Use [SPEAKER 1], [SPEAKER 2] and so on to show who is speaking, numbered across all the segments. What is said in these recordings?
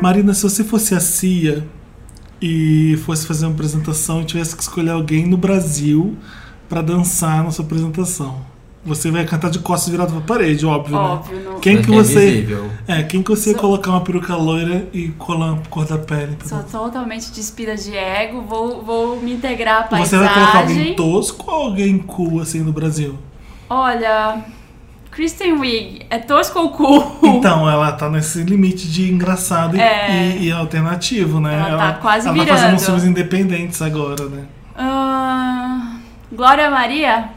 [SPEAKER 1] Marina, se você fosse a CIA e fosse fazer uma apresentação e tivesse que escolher alguém no Brasil pra dançar na sua apresentação, você vai cantar de costas virado pra parede, óbvio, né?
[SPEAKER 2] Óbvio, não.
[SPEAKER 1] Quem que
[SPEAKER 3] Porque é
[SPEAKER 1] você.
[SPEAKER 3] visível.
[SPEAKER 1] É, quem que você ia
[SPEAKER 2] Só-
[SPEAKER 1] colocar uma peruca loira e colar a cor da pele? pra
[SPEAKER 2] Sou
[SPEAKER 1] dançar?
[SPEAKER 2] totalmente despida de ego, vou, vou me integrar à
[SPEAKER 1] Você vai colocar alguém
[SPEAKER 2] paisagem.
[SPEAKER 1] tosco ou alguém cool assim no Brasil?
[SPEAKER 2] Olha, Kristen Wiig é tosco ou cool?
[SPEAKER 1] Então, ela tá nesse limite de engraçado e-
[SPEAKER 2] É.
[SPEAKER 1] e, e alternativo, né?
[SPEAKER 2] Ela tá quase
[SPEAKER 1] ela tá fazendo
[SPEAKER 2] virando.
[SPEAKER 1] uns filmes independentes agora, né?
[SPEAKER 2] Ah, Glória Maria?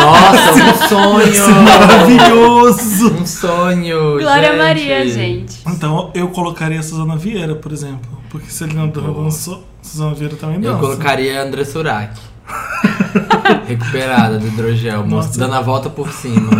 [SPEAKER 3] Nossa, um sonho!
[SPEAKER 1] Maravilhoso!
[SPEAKER 3] um sonho!
[SPEAKER 2] Glória
[SPEAKER 3] é, gente.
[SPEAKER 2] Maria, gente.
[SPEAKER 1] Então, eu colocaria a Suzana Vieira, por exemplo. Porque se ele não dançou, Suzana Vieira também
[SPEAKER 3] Eu
[SPEAKER 1] dança.
[SPEAKER 3] colocaria André Surak. Recuperada do hidrogel,
[SPEAKER 1] Nossa.
[SPEAKER 3] dando a volta por cima.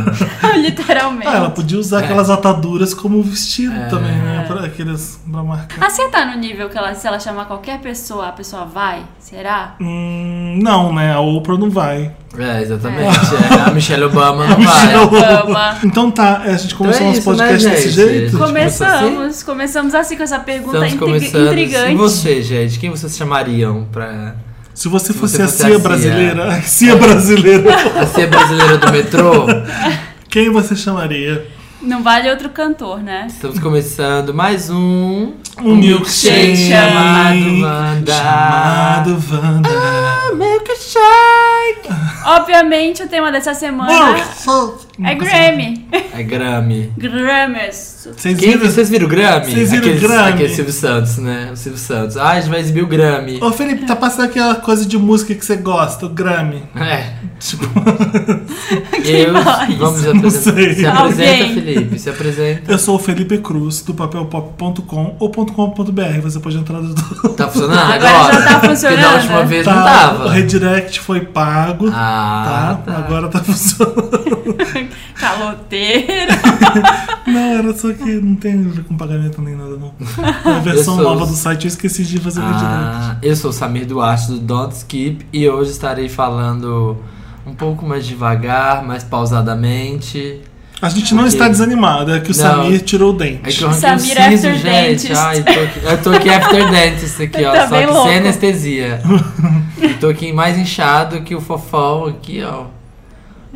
[SPEAKER 2] Literalmente.
[SPEAKER 1] Ah, ela podia usar
[SPEAKER 3] É.
[SPEAKER 1] aquelas ataduras como um vestido
[SPEAKER 3] É.
[SPEAKER 1] também, né? Pra, aqueles, pra marcar.
[SPEAKER 2] Ah, você tá no nível que ela, se ela chamar qualquer pessoa, a pessoa vai? Será?
[SPEAKER 1] Hum, não, né? A Oprah não vai.
[SPEAKER 3] É, exatamente. é. A Michelle Obama não
[SPEAKER 1] Michelle
[SPEAKER 3] vai.
[SPEAKER 2] Obama.
[SPEAKER 1] Então tá, a gente começou
[SPEAKER 3] é
[SPEAKER 1] nosso
[SPEAKER 3] isso, né,
[SPEAKER 1] podcast desse
[SPEAKER 3] gente?
[SPEAKER 1] jeito.
[SPEAKER 3] Gente,
[SPEAKER 2] Começamos, começamos assim com essa pergunta
[SPEAKER 3] Estamos
[SPEAKER 2] intri-
[SPEAKER 3] começando.
[SPEAKER 2] intrigante.
[SPEAKER 3] E você, gente? Quem vocês chamariam pra
[SPEAKER 1] Se você
[SPEAKER 3] Se
[SPEAKER 1] fosse
[SPEAKER 3] você
[SPEAKER 1] a
[SPEAKER 3] fosse
[SPEAKER 1] CIA
[SPEAKER 3] a Cia.
[SPEAKER 1] brasileira, a CIA brasileira,
[SPEAKER 3] a ser brasileira do metrô?
[SPEAKER 1] quem você chamaria?
[SPEAKER 2] Não vale outro cantor, né?
[SPEAKER 3] Estamos começando mais um.
[SPEAKER 1] Um milkshake
[SPEAKER 3] chamado Wanda.
[SPEAKER 1] Chamado Wanda.
[SPEAKER 3] Milkshake!
[SPEAKER 2] Obviamente, o tema dessa semana é Grammy.
[SPEAKER 3] É Grammy.
[SPEAKER 2] Grammys.
[SPEAKER 1] Vocês
[SPEAKER 3] Quem,
[SPEAKER 1] viram?
[SPEAKER 3] vocês viram o Grammy?
[SPEAKER 1] Vocês viram o
[SPEAKER 3] aquele,
[SPEAKER 1] Grammy?
[SPEAKER 3] Aquele Silvio Santos, né? O Silvio Santos. Ah, a gente vai exibir o Grammy.
[SPEAKER 1] Ô Felipe, tá passando aquela coisa de música que você gosta, o Grammy.
[SPEAKER 3] É.
[SPEAKER 1] Tipo,
[SPEAKER 3] Eu.
[SPEAKER 2] mais?
[SPEAKER 3] Vamos
[SPEAKER 1] Não
[SPEAKER 3] apres-
[SPEAKER 1] sei.
[SPEAKER 3] Se apresenta,
[SPEAKER 2] Alguém.
[SPEAKER 3] Felipe. Se apresenta.
[SPEAKER 1] eu sou o Felipe Cruz, do papelpop.com ou .com.br. Você pode entrar no...
[SPEAKER 3] Tá funcionando
[SPEAKER 2] Agora
[SPEAKER 3] agora?
[SPEAKER 2] já tá
[SPEAKER 3] Porque da
[SPEAKER 2] funcionando.
[SPEAKER 3] última vez não
[SPEAKER 1] Tá,
[SPEAKER 3] tava.
[SPEAKER 1] o redirect foi pago.
[SPEAKER 3] Ah,
[SPEAKER 1] tá? Agora tá funcionando.
[SPEAKER 2] Caloteiro.
[SPEAKER 1] Não, era só que não tem a ver com pagamento nem nada, não. É a versão
[SPEAKER 3] Eu sou-
[SPEAKER 1] nova do site, eu esqueci de fazer o redirect.
[SPEAKER 3] Ah, eu sou o Samir Duarte do Don't Skip e hoje estarei falando um pouco mais devagar, mais pausadamente.
[SPEAKER 1] A gente não
[SPEAKER 3] Ok.
[SPEAKER 1] está desanimado, é que o
[SPEAKER 3] Não.
[SPEAKER 1] Samir tirou o dente.
[SPEAKER 3] É que eu arranquei um
[SPEAKER 2] Samir
[SPEAKER 3] siso,
[SPEAKER 2] After
[SPEAKER 3] gente.
[SPEAKER 2] Dentist.
[SPEAKER 3] Ai, tô aqui, eu tô aqui after dentist aqui, ó.
[SPEAKER 2] Tá
[SPEAKER 3] só
[SPEAKER 2] bem
[SPEAKER 3] que
[SPEAKER 2] louco.
[SPEAKER 3] sem anestesia. e tô aqui mais inchado que o fofão aqui, ó.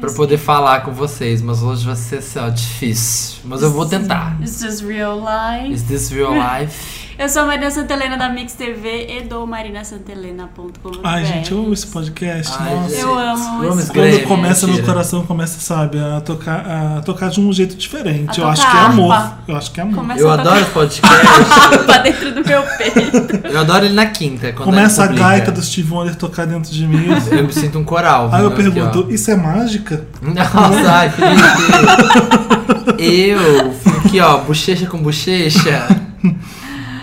[SPEAKER 3] Pra poder falar com vocês, mas hoje vai ser assim, ó, difícil. Mas eu vou tentar.
[SPEAKER 2] This is real life.
[SPEAKER 3] Is this real life?
[SPEAKER 2] Eu sou a Maria Santelena da Mix TV e do marinasantelena.com.br.
[SPEAKER 1] Ai, gente, eu amo esse podcast.
[SPEAKER 3] Ai,
[SPEAKER 1] nossa.
[SPEAKER 3] gente,
[SPEAKER 2] Eu amo esse
[SPEAKER 3] esse
[SPEAKER 1] Quando
[SPEAKER 3] Grammy,
[SPEAKER 1] começa, meu
[SPEAKER 3] Né? mentira.
[SPEAKER 1] coração começa, sabe, a tocar, a tocar de um jeito diferente.
[SPEAKER 2] A
[SPEAKER 1] eu
[SPEAKER 2] tocar
[SPEAKER 1] acho que é amor.
[SPEAKER 2] harpa.
[SPEAKER 1] Eu acho que é amor.
[SPEAKER 2] Começa
[SPEAKER 3] Eu
[SPEAKER 2] a tocar
[SPEAKER 3] adoro podcast.
[SPEAKER 2] pra dentro do meu peito.
[SPEAKER 3] Eu adoro ele na quinta. Quando
[SPEAKER 1] começa a
[SPEAKER 3] ele publica.
[SPEAKER 1] gaita do Steve Wonder tocar dentro de mim.
[SPEAKER 3] Eu me sinto um coral.
[SPEAKER 1] Aí eu
[SPEAKER 3] viu, aqui, ó.
[SPEAKER 1] pergunto, isso é mágica?
[SPEAKER 3] Nossa, ai, Felipe. Eu fico aqui, ó, bochecha com bochecha.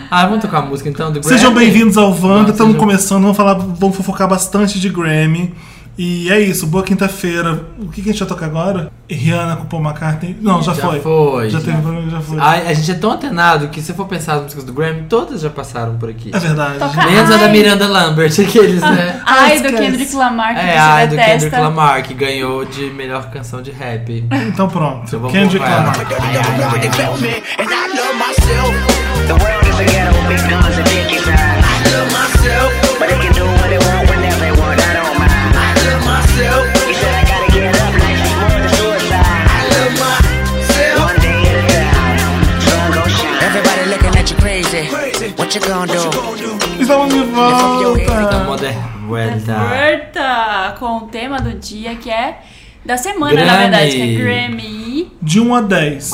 [SPEAKER 3] Ah, vamos tocar a música então do Grammy?
[SPEAKER 1] Sejam bem-vindos ao Wanda,
[SPEAKER 3] Não,
[SPEAKER 1] estamos
[SPEAKER 3] sejam-
[SPEAKER 1] começando, vamos falar, vamos fofocar bastante de Grammy. E é isso, boa quinta-feira. O que, que a gente vai tocar agora? Rihanna com Paul McCartney? Não, já,
[SPEAKER 3] Já
[SPEAKER 1] foi.
[SPEAKER 3] foi.
[SPEAKER 1] Já teve problema, já foi.
[SPEAKER 3] Ai, a gente é tão antenado que se for pensar nas músicas do Grammy, todas já passaram por aqui.
[SPEAKER 1] É verdade.
[SPEAKER 2] Tocar-
[SPEAKER 3] Menos a da
[SPEAKER 2] Ai.
[SPEAKER 3] Miranda Lambert, aqueles, né?
[SPEAKER 2] Ai, do
[SPEAKER 1] esquece.
[SPEAKER 2] Kendrick Lamar, que
[SPEAKER 3] É,
[SPEAKER 2] você
[SPEAKER 3] ai, do
[SPEAKER 2] detesta.
[SPEAKER 3] Kendrick Lamar, que ganhou de melhor canção de rap.
[SPEAKER 1] Então pronto,
[SPEAKER 3] Então vamos
[SPEAKER 1] Kendrick
[SPEAKER 3] com ela.
[SPEAKER 1] Lamar.
[SPEAKER 3] Ai, ai, ai, ai.
[SPEAKER 4] and I love myself. The world is a ghetto, big guns and dick inside. I love myself, but they can do what they want whenever they want. I don't mind. I love myself. You said I gotta get up, life is more than suicide. I love myself. One day at a time, sun gon' shine. Everybody looking at you crazy. What you gonna do?
[SPEAKER 1] Estamos
[SPEAKER 2] é
[SPEAKER 1] de
[SPEAKER 3] Então,
[SPEAKER 1] volta!
[SPEAKER 3] Modern Vuelta.
[SPEAKER 2] Roberta, com o tema do dia que é da semana, na
[SPEAKER 3] Grammy.
[SPEAKER 2] verdade, que é Grammy.
[SPEAKER 1] De 1 a 10.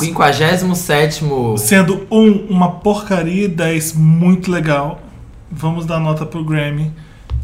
[SPEAKER 3] 57
[SPEAKER 1] Sendo um uma porcaria e 10 muito legal, vamos dar nota pro Grammy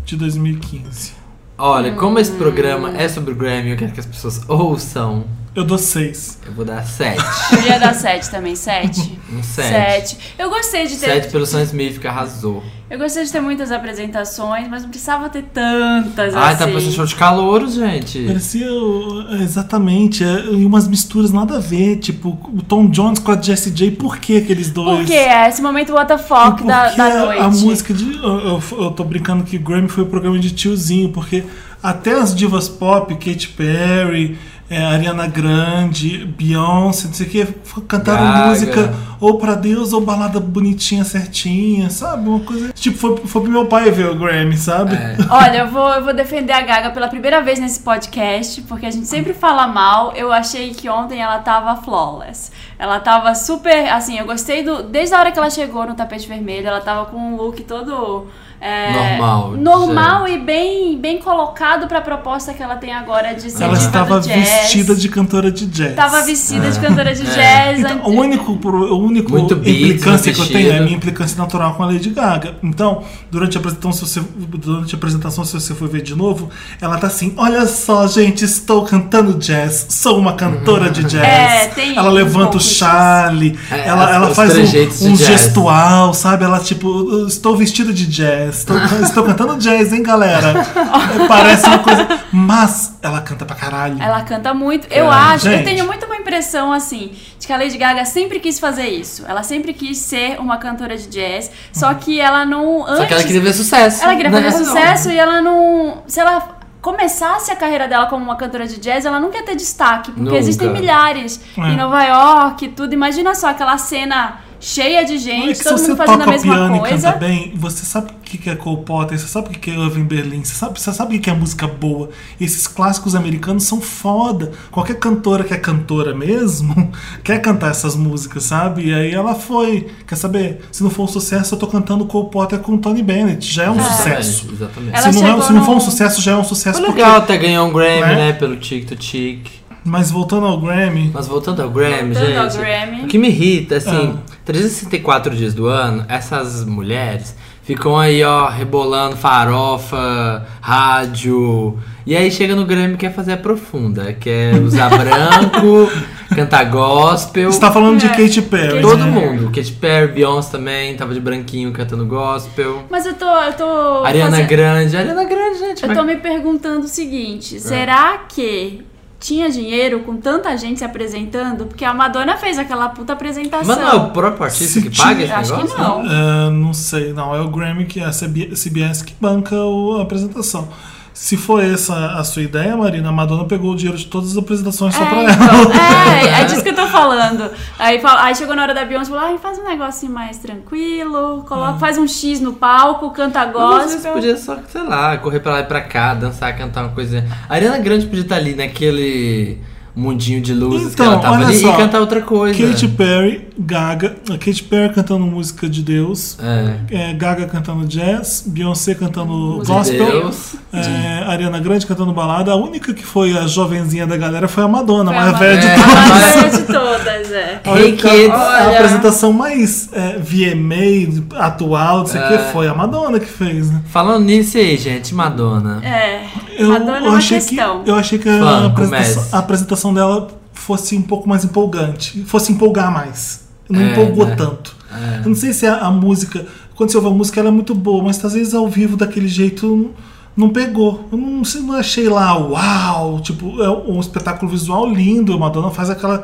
[SPEAKER 1] de 2015.
[SPEAKER 3] Olha, como esse programa
[SPEAKER 2] Hum.
[SPEAKER 3] é sobre o Grammy, eu quero que as pessoas ouçam.
[SPEAKER 1] Eu dou 6.
[SPEAKER 3] Eu vou dar 7.
[SPEAKER 2] Podia dar 7 também, 7.
[SPEAKER 3] Um 7.
[SPEAKER 2] Sete. Eu gostei de ter.
[SPEAKER 3] 7 pelo Sam Smith, que arrasou.
[SPEAKER 2] Eu gostei de ter muitas apresentações, mas não precisava ter tantas
[SPEAKER 3] Ai, tá
[SPEAKER 2] assim.
[SPEAKER 3] parecendo show de calouros, gente.
[SPEAKER 1] Parecia o- exatamente, é, e umas misturas nada a ver, tipo o Tom Jones com a Jessie J, por que aqueles dois?
[SPEAKER 2] Por quê? É esse momento what the
[SPEAKER 1] E
[SPEAKER 2] fuck
[SPEAKER 1] por
[SPEAKER 2] da,
[SPEAKER 1] que
[SPEAKER 2] da
[SPEAKER 1] a-
[SPEAKER 2] noite.
[SPEAKER 1] A música de. Eu, eu- eu tô brincando que o Grammy foi o programa de tiozinho, porque até as divas pop, Katy Perry, é, Ariana Grande, Beyoncé, não sei o que, cantaram
[SPEAKER 3] Gaga.
[SPEAKER 1] música ou pra Deus ou balada bonitinha, certinha, sabe? Uma coisa. Tipo, foi, foi pro meu pai ver o Grammy, sabe?
[SPEAKER 3] É.
[SPEAKER 2] Olha, eu vou, eu vou defender a Gaga pela primeira vez nesse podcast, porque a gente sempre fala mal. Eu achei que ontem ela tava flawless. Ela tava super. Assim, eu gostei do. Desde a hora que ela chegou no tapete vermelho, ela tava com um look todo. é,
[SPEAKER 3] Normal,
[SPEAKER 2] normal e bem, bem colocado pra proposta que ela tem agora de ser
[SPEAKER 1] Ela
[SPEAKER 2] diva
[SPEAKER 1] estava
[SPEAKER 2] do jazz.
[SPEAKER 1] vestida de cantora de jazz. É.
[SPEAKER 2] Tava vestida de cantora de jazz.
[SPEAKER 1] Então,
[SPEAKER 2] ante-
[SPEAKER 1] o único, pro- o único
[SPEAKER 3] Muito beat,
[SPEAKER 1] implicância que eu
[SPEAKER 3] muito
[SPEAKER 1] tenho é a
[SPEAKER 3] vestido.
[SPEAKER 1] minha implicância natural com a Lady Gaga. Então, durante a apresentação, se você, durante a apresentação, se você for ver de novo, ela tá assim: olha só, gente, estou cantando jazz, sou uma cantora de jazz.
[SPEAKER 2] É, tem
[SPEAKER 1] ela
[SPEAKER 2] um
[SPEAKER 1] levanta
[SPEAKER 2] pouco
[SPEAKER 1] o
[SPEAKER 2] disso.
[SPEAKER 1] chale,
[SPEAKER 3] Uhum. É,
[SPEAKER 1] ela,
[SPEAKER 3] as-
[SPEAKER 1] ela
[SPEAKER 3] os
[SPEAKER 1] faz
[SPEAKER 3] trejeitos
[SPEAKER 1] um,
[SPEAKER 3] de
[SPEAKER 1] um
[SPEAKER 3] jazz.
[SPEAKER 1] gestual, sabe? Ela tipo, "Eu estou vestida de jazz, estou, estou cantando jazz, hein, galera? É, Parece uma coisa. Mas ela canta pra caralho.
[SPEAKER 2] Ela canta muito. Eu
[SPEAKER 3] Cara,
[SPEAKER 2] acho, eu
[SPEAKER 1] gente.
[SPEAKER 2] tenho muito uma impressão assim, de que a Lady Gaga sempre quis fazer isso. Ela sempre quis ser uma cantora de jazz, só que ela não antes
[SPEAKER 3] Só que ela queria ver sucesso.
[SPEAKER 2] ela queria
[SPEAKER 3] né?
[SPEAKER 2] fazer sucesso e ela não, se ela começasse a carreira dela como uma cantora de jazz, ela nunca ia ter destaque, porque
[SPEAKER 3] Nunca.
[SPEAKER 2] existem milhares
[SPEAKER 1] É.
[SPEAKER 2] em Nova York, e tudo. Imagina só aquela cena cheia de
[SPEAKER 1] Não é
[SPEAKER 2] gente,
[SPEAKER 1] que
[SPEAKER 2] todo
[SPEAKER 1] se
[SPEAKER 2] mundo
[SPEAKER 1] você
[SPEAKER 2] Então, fazendo a
[SPEAKER 1] toca
[SPEAKER 2] mesma
[SPEAKER 1] piano e
[SPEAKER 2] coisa.
[SPEAKER 1] canta bem, você sabe o que que é Cole Potter, você sabe o que que é Irving Berlin, você sabe, você sabe o que que é música boa. Esses clássicos americanos são foda. Qualquer cantora que é cantora mesmo quer cantar essas músicas, sabe? E aí ela foi. Quer saber? Se não for um sucesso, eu tô cantando Cole Potter com Tony Bennett. Já é um sucesso.
[SPEAKER 3] Exatamente. exatamente.
[SPEAKER 2] Ah.
[SPEAKER 1] Se
[SPEAKER 2] Ela
[SPEAKER 1] não, é-
[SPEAKER 2] chegou
[SPEAKER 1] se não for um
[SPEAKER 2] num-
[SPEAKER 1] sucesso, já é um sucesso.
[SPEAKER 3] Foi
[SPEAKER 1] porque-
[SPEAKER 3] legal até ganhar um Grammy,
[SPEAKER 1] Né?
[SPEAKER 3] né? Pelo Tic to Tic.
[SPEAKER 1] Mas voltando ao Grammy,
[SPEAKER 3] Mas voltando ao Grammy,
[SPEAKER 2] Voltando ao
[SPEAKER 3] gente.
[SPEAKER 2] Grammy.
[SPEAKER 3] O que me irrita, assim,
[SPEAKER 1] Ah.
[SPEAKER 3] 364 dias do ano, essas mulheres ficam aí, ó, rebolando farofa, rádio. E aí chega no Grammy e quer fazer a profunda, quer usar branco, cantar gospel.
[SPEAKER 1] você tá falando de
[SPEAKER 2] É.
[SPEAKER 1] Katy Perry.
[SPEAKER 3] Todo
[SPEAKER 1] né?
[SPEAKER 3] mundo. Katy Perry, Beyoncé também, tava de branquinho cantando gospel.
[SPEAKER 2] Mas eu tô, eu tô
[SPEAKER 3] Ariana
[SPEAKER 2] fazendo-
[SPEAKER 3] Grande, Ariana Grande, gente.
[SPEAKER 2] Eu
[SPEAKER 3] mas-
[SPEAKER 2] tô me perguntando
[SPEAKER 1] É.
[SPEAKER 2] o seguinte: será que tinha dinheiro com tanta gente se apresentando? Porque a Madonna fez aquela puta apresentação.
[SPEAKER 3] Mas não é o próprio artista
[SPEAKER 1] Se
[SPEAKER 3] que paga
[SPEAKER 1] tinha-
[SPEAKER 3] esse
[SPEAKER 2] Acho que
[SPEAKER 3] negócio?
[SPEAKER 2] não.
[SPEAKER 1] Ah, não sei, não. É o Grammy que é a CB CBS que banca o- a apresentação. Se for essa a sua ideia, Marina, a Madonna pegou o dinheiro de todas as apresentações só pra
[SPEAKER 2] É,
[SPEAKER 1] ela.
[SPEAKER 2] então, é, é disso que eu tô falando. Aí, fala- aí chegou na hora da Beyoncé e falou: "Ai, faz um negocinho mais tranquilo,
[SPEAKER 1] Ah.
[SPEAKER 2] coloca, faz um X no palco, canta
[SPEAKER 3] Mas
[SPEAKER 1] é
[SPEAKER 3] você
[SPEAKER 1] então?
[SPEAKER 2] gospel.
[SPEAKER 3] podia só, sei lá, correr pra lá e pra cá, dançar, cantar uma coisinha. A Ariana Grande podia estar ali naquele mundinho de luzes que
[SPEAKER 1] Então,
[SPEAKER 3] ela tava
[SPEAKER 1] olha
[SPEAKER 3] ali
[SPEAKER 1] só. tipo,
[SPEAKER 3] e cantar outra coisa.
[SPEAKER 1] Katy Perry, Gaga. A Katy Perry cantando música de Deus.
[SPEAKER 3] É.
[SPEAKER 1] é, Gaga cantando jazz. Beyoncé cantando
[SPEAKER 2] Música
[SPEAKER 3] De
[SPEAKER 1] gospel.
[SPEAKER 3] Deus.
[SPEAKER 1] é, Ariana Grande cantando balada. A única que foi a jovenzinha da galera foi a Madonna,
[SPEAKER 2] Foi
[SPEAKER 1] mas a
[SPEAKER 2] a
[SPEAKER 1] velha de
[SPEAKER 3] É.
[SPEAKER 2] A
[SPEAKER 3] Mas-
[SPEAKER 2] maioria de todas, é.
[SPEAKER 1] Olha,
[SPEAKER 3] Hey,
[SPEAKER 1] cara,
[SPEAKER 3] kids.
[SPEAKER 1] a
[SPEAKER 2] Olha.
[SPEAKER 1] apresentação mais é, VMA atual, não sei o que,
[SPEAKER 3] É.
[SPEAKER 1] foi a Madonna que fez, né?
[SPEAKER 3] Falando nisso aí, gente, Madonna.
[SPEAKER 2] É.
[SPEAKER 1] Eu,
[SPEAKER 2] Madonna é
[SPEAKER 1] eu
[SPEAKER 2] uma
[SPEAKER 1] achei
[SPEAKER 2] questão.
[SPEAKER 1] que eu achei que a,
[SPEAKER 3] Fã,
[SPEAKER 1] apresentação,
[SPEAKER 3] comece.
[SPEAKER 1] a apresentação dela fosse um pouco mais empolgante, fosse empolgar mais. Não
[SPEAKER 3] É,
[SPEAKER 1] empolgou
[SPEAKER 3] né?
[SPEAKER 1] tanto. Eu não sei se a, a música, quando você ouve a música, ela é muito boa, mas às vezes ao vivo daquele jeito não- não pegou. Eu não, sei, não achei lá, uau, tipo, é um espetáculo visual lindo. A Madonna faz aquela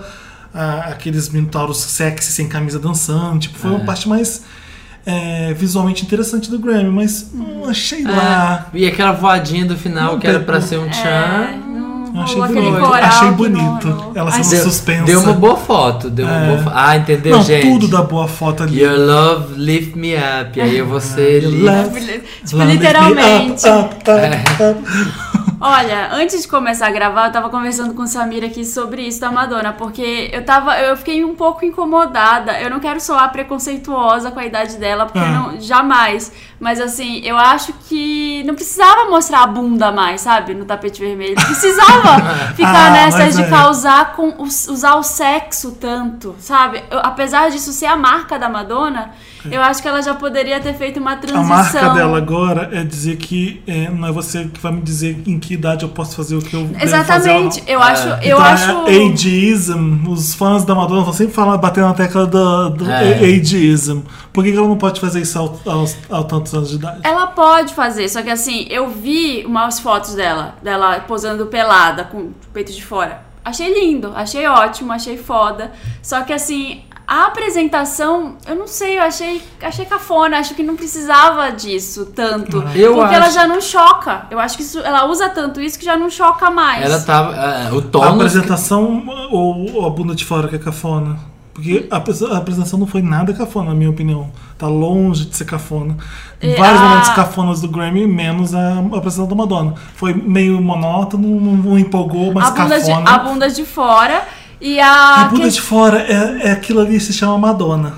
[SPEAKER 1] a- aqueles minotauros sexy sem camisa dançando, tipo, foi uma parte mais é, visualmente interessante do Grammy, mas não achei lá.
[SPEAKER 3] E aquela voadinha do final
[SPEAKER 1] Não
[SPEAKER 3] que era
[SPEAKER 1] pegou.
[SPEAKER 3] pra ser um
[SPEAKER 2] É,
[SPEAKER 3] tchan.
[SPEAKER 2] não
[SPEAKER 1] Eu achei
[SPEAKER 2] rolou aquele
[SPEAKER 1] bonito.
[SPEAKER 2] coral
[SPEAKER 1] Achei
[SPEAKER 2] que
[SPEAKER 1] bonito.
[SPEAKER 2] não rolou.
[SPEAKER 1] Ela sendo
[SPEAKER 2] Achei-
[SPEAKER 1] Deu- suspensa.
[SPEAKER 3] Deu uma boa foto, deu uma
[SPEAKER 1] É.
[SPEAKER 3] boa foto. Ah, entendeu,
[SPEAKER 1] não,
[SPEAKER 3] gente?
[SPEAKER 1] tudo da boa foto ali.
[SPEAKER 3] Your love lift me up. E aí eu vou ser
[SPEAKER 1] Your
[SPEAKER 3] li-
[SPEAKER 1] love- Ah,
[SPEAKER 2] Tipo, literalmente.
[SPEAKER 1] Up, up,
[SPEAKER 3] É.
[SPEAKER 1] up, up.
[SPEAKER 2] Olha, antes de começar a gravar, eu tava conversando com o Samir aqui sobre isso da Madonna, porque eu tava, eu fiquei um pouco incomodada. Eu não quero soar preconceituosa com a idade dela, porque
[SPEAKER 1] Ah.
[SPEAKER 2] não, jamais. Mas assim, eu acho que não precisava mostrar a bunda mais, sabe, no tapete vermelho. Não precisava ficar
[SPEAKER 1] Ah,
[SPEAKER 2] nessas
[SPEAKER 1] mas
[SPEAKER 2] de
[SPEAKER 1] é.
[SPEAKER 2] causar com o- usar o sexo tanto, sabe? Eu- apesar disso ser a marca da Madonna, eu acho que ela já poderia ter feito uma
[SPEAKER 1] É. A
[SPEAKER 2] transição.
[SPEAKER 1] marca dela agora é dizer que é, não é você que vai me dizer em que idade eu posso fazer o que eu devo fazer ou não.
[SPEAKER 2] Exatamente, eu acho, eu
[SPEAKER 1] então,
[SPEAKER 2] acho.
[SPEAKER 1] é ageism, os fãs da Madonna vão sempre falar, bater na tecla do, do
[SPEAKER 3] É.
[SPEAKER 1] ageism. Por que, que ela não pode fazer isso ao- aos- ao tantos anos de idade?
[SPEAKER 2] Ela pode fazer, só que assim, eu vi umas fotos dela, dela posando pelada, com o peito de fora. Achei lindo, achei ótimo, achei foda. Só que assim, A apresentação, eu não sei, eu achei, achei cafona, acho que não precisava disso tanto.
[SPEAKER 3] Eu
[SPEAKER 2] porque
[SPEAKER 3] acho-
[SPEAKER 2] ela já não choca. Eu acho que isso, ela usa tanto isso que já não choca mais.
[SPEAKER 3] Ela tava. ah, o
[SPEAKER 1] A
[SPEAKER 3] tom.
[SPEAKER 1] apresentação ou a bunda de fora que é cafona? Porque a, apres- a apresentação não foi nada cafona, na minha opinião. Tá longe de ser cafona.
[SPEAKER 2] E
[SPEAKER 1] Vários
[SPEAKER 2] É, a-
[SPEAKER 1] momentos cafonas do Grammy, menos a apresentação da Madonna. Foi meio monótono, não, não empolgou, mas
[SPEAKER 2] a, bunda de,
[SPEAKER 1] cafona.
[SPEAKER 2] a bunda de fora. E
[SPEAKER 1] A
[SPEAKER 2] a.
[SPEAKER 1] bunda
[SPEAKER 2] que-
[SPEAKER 1] de fora é, é aquilo ali que se chama Madonna.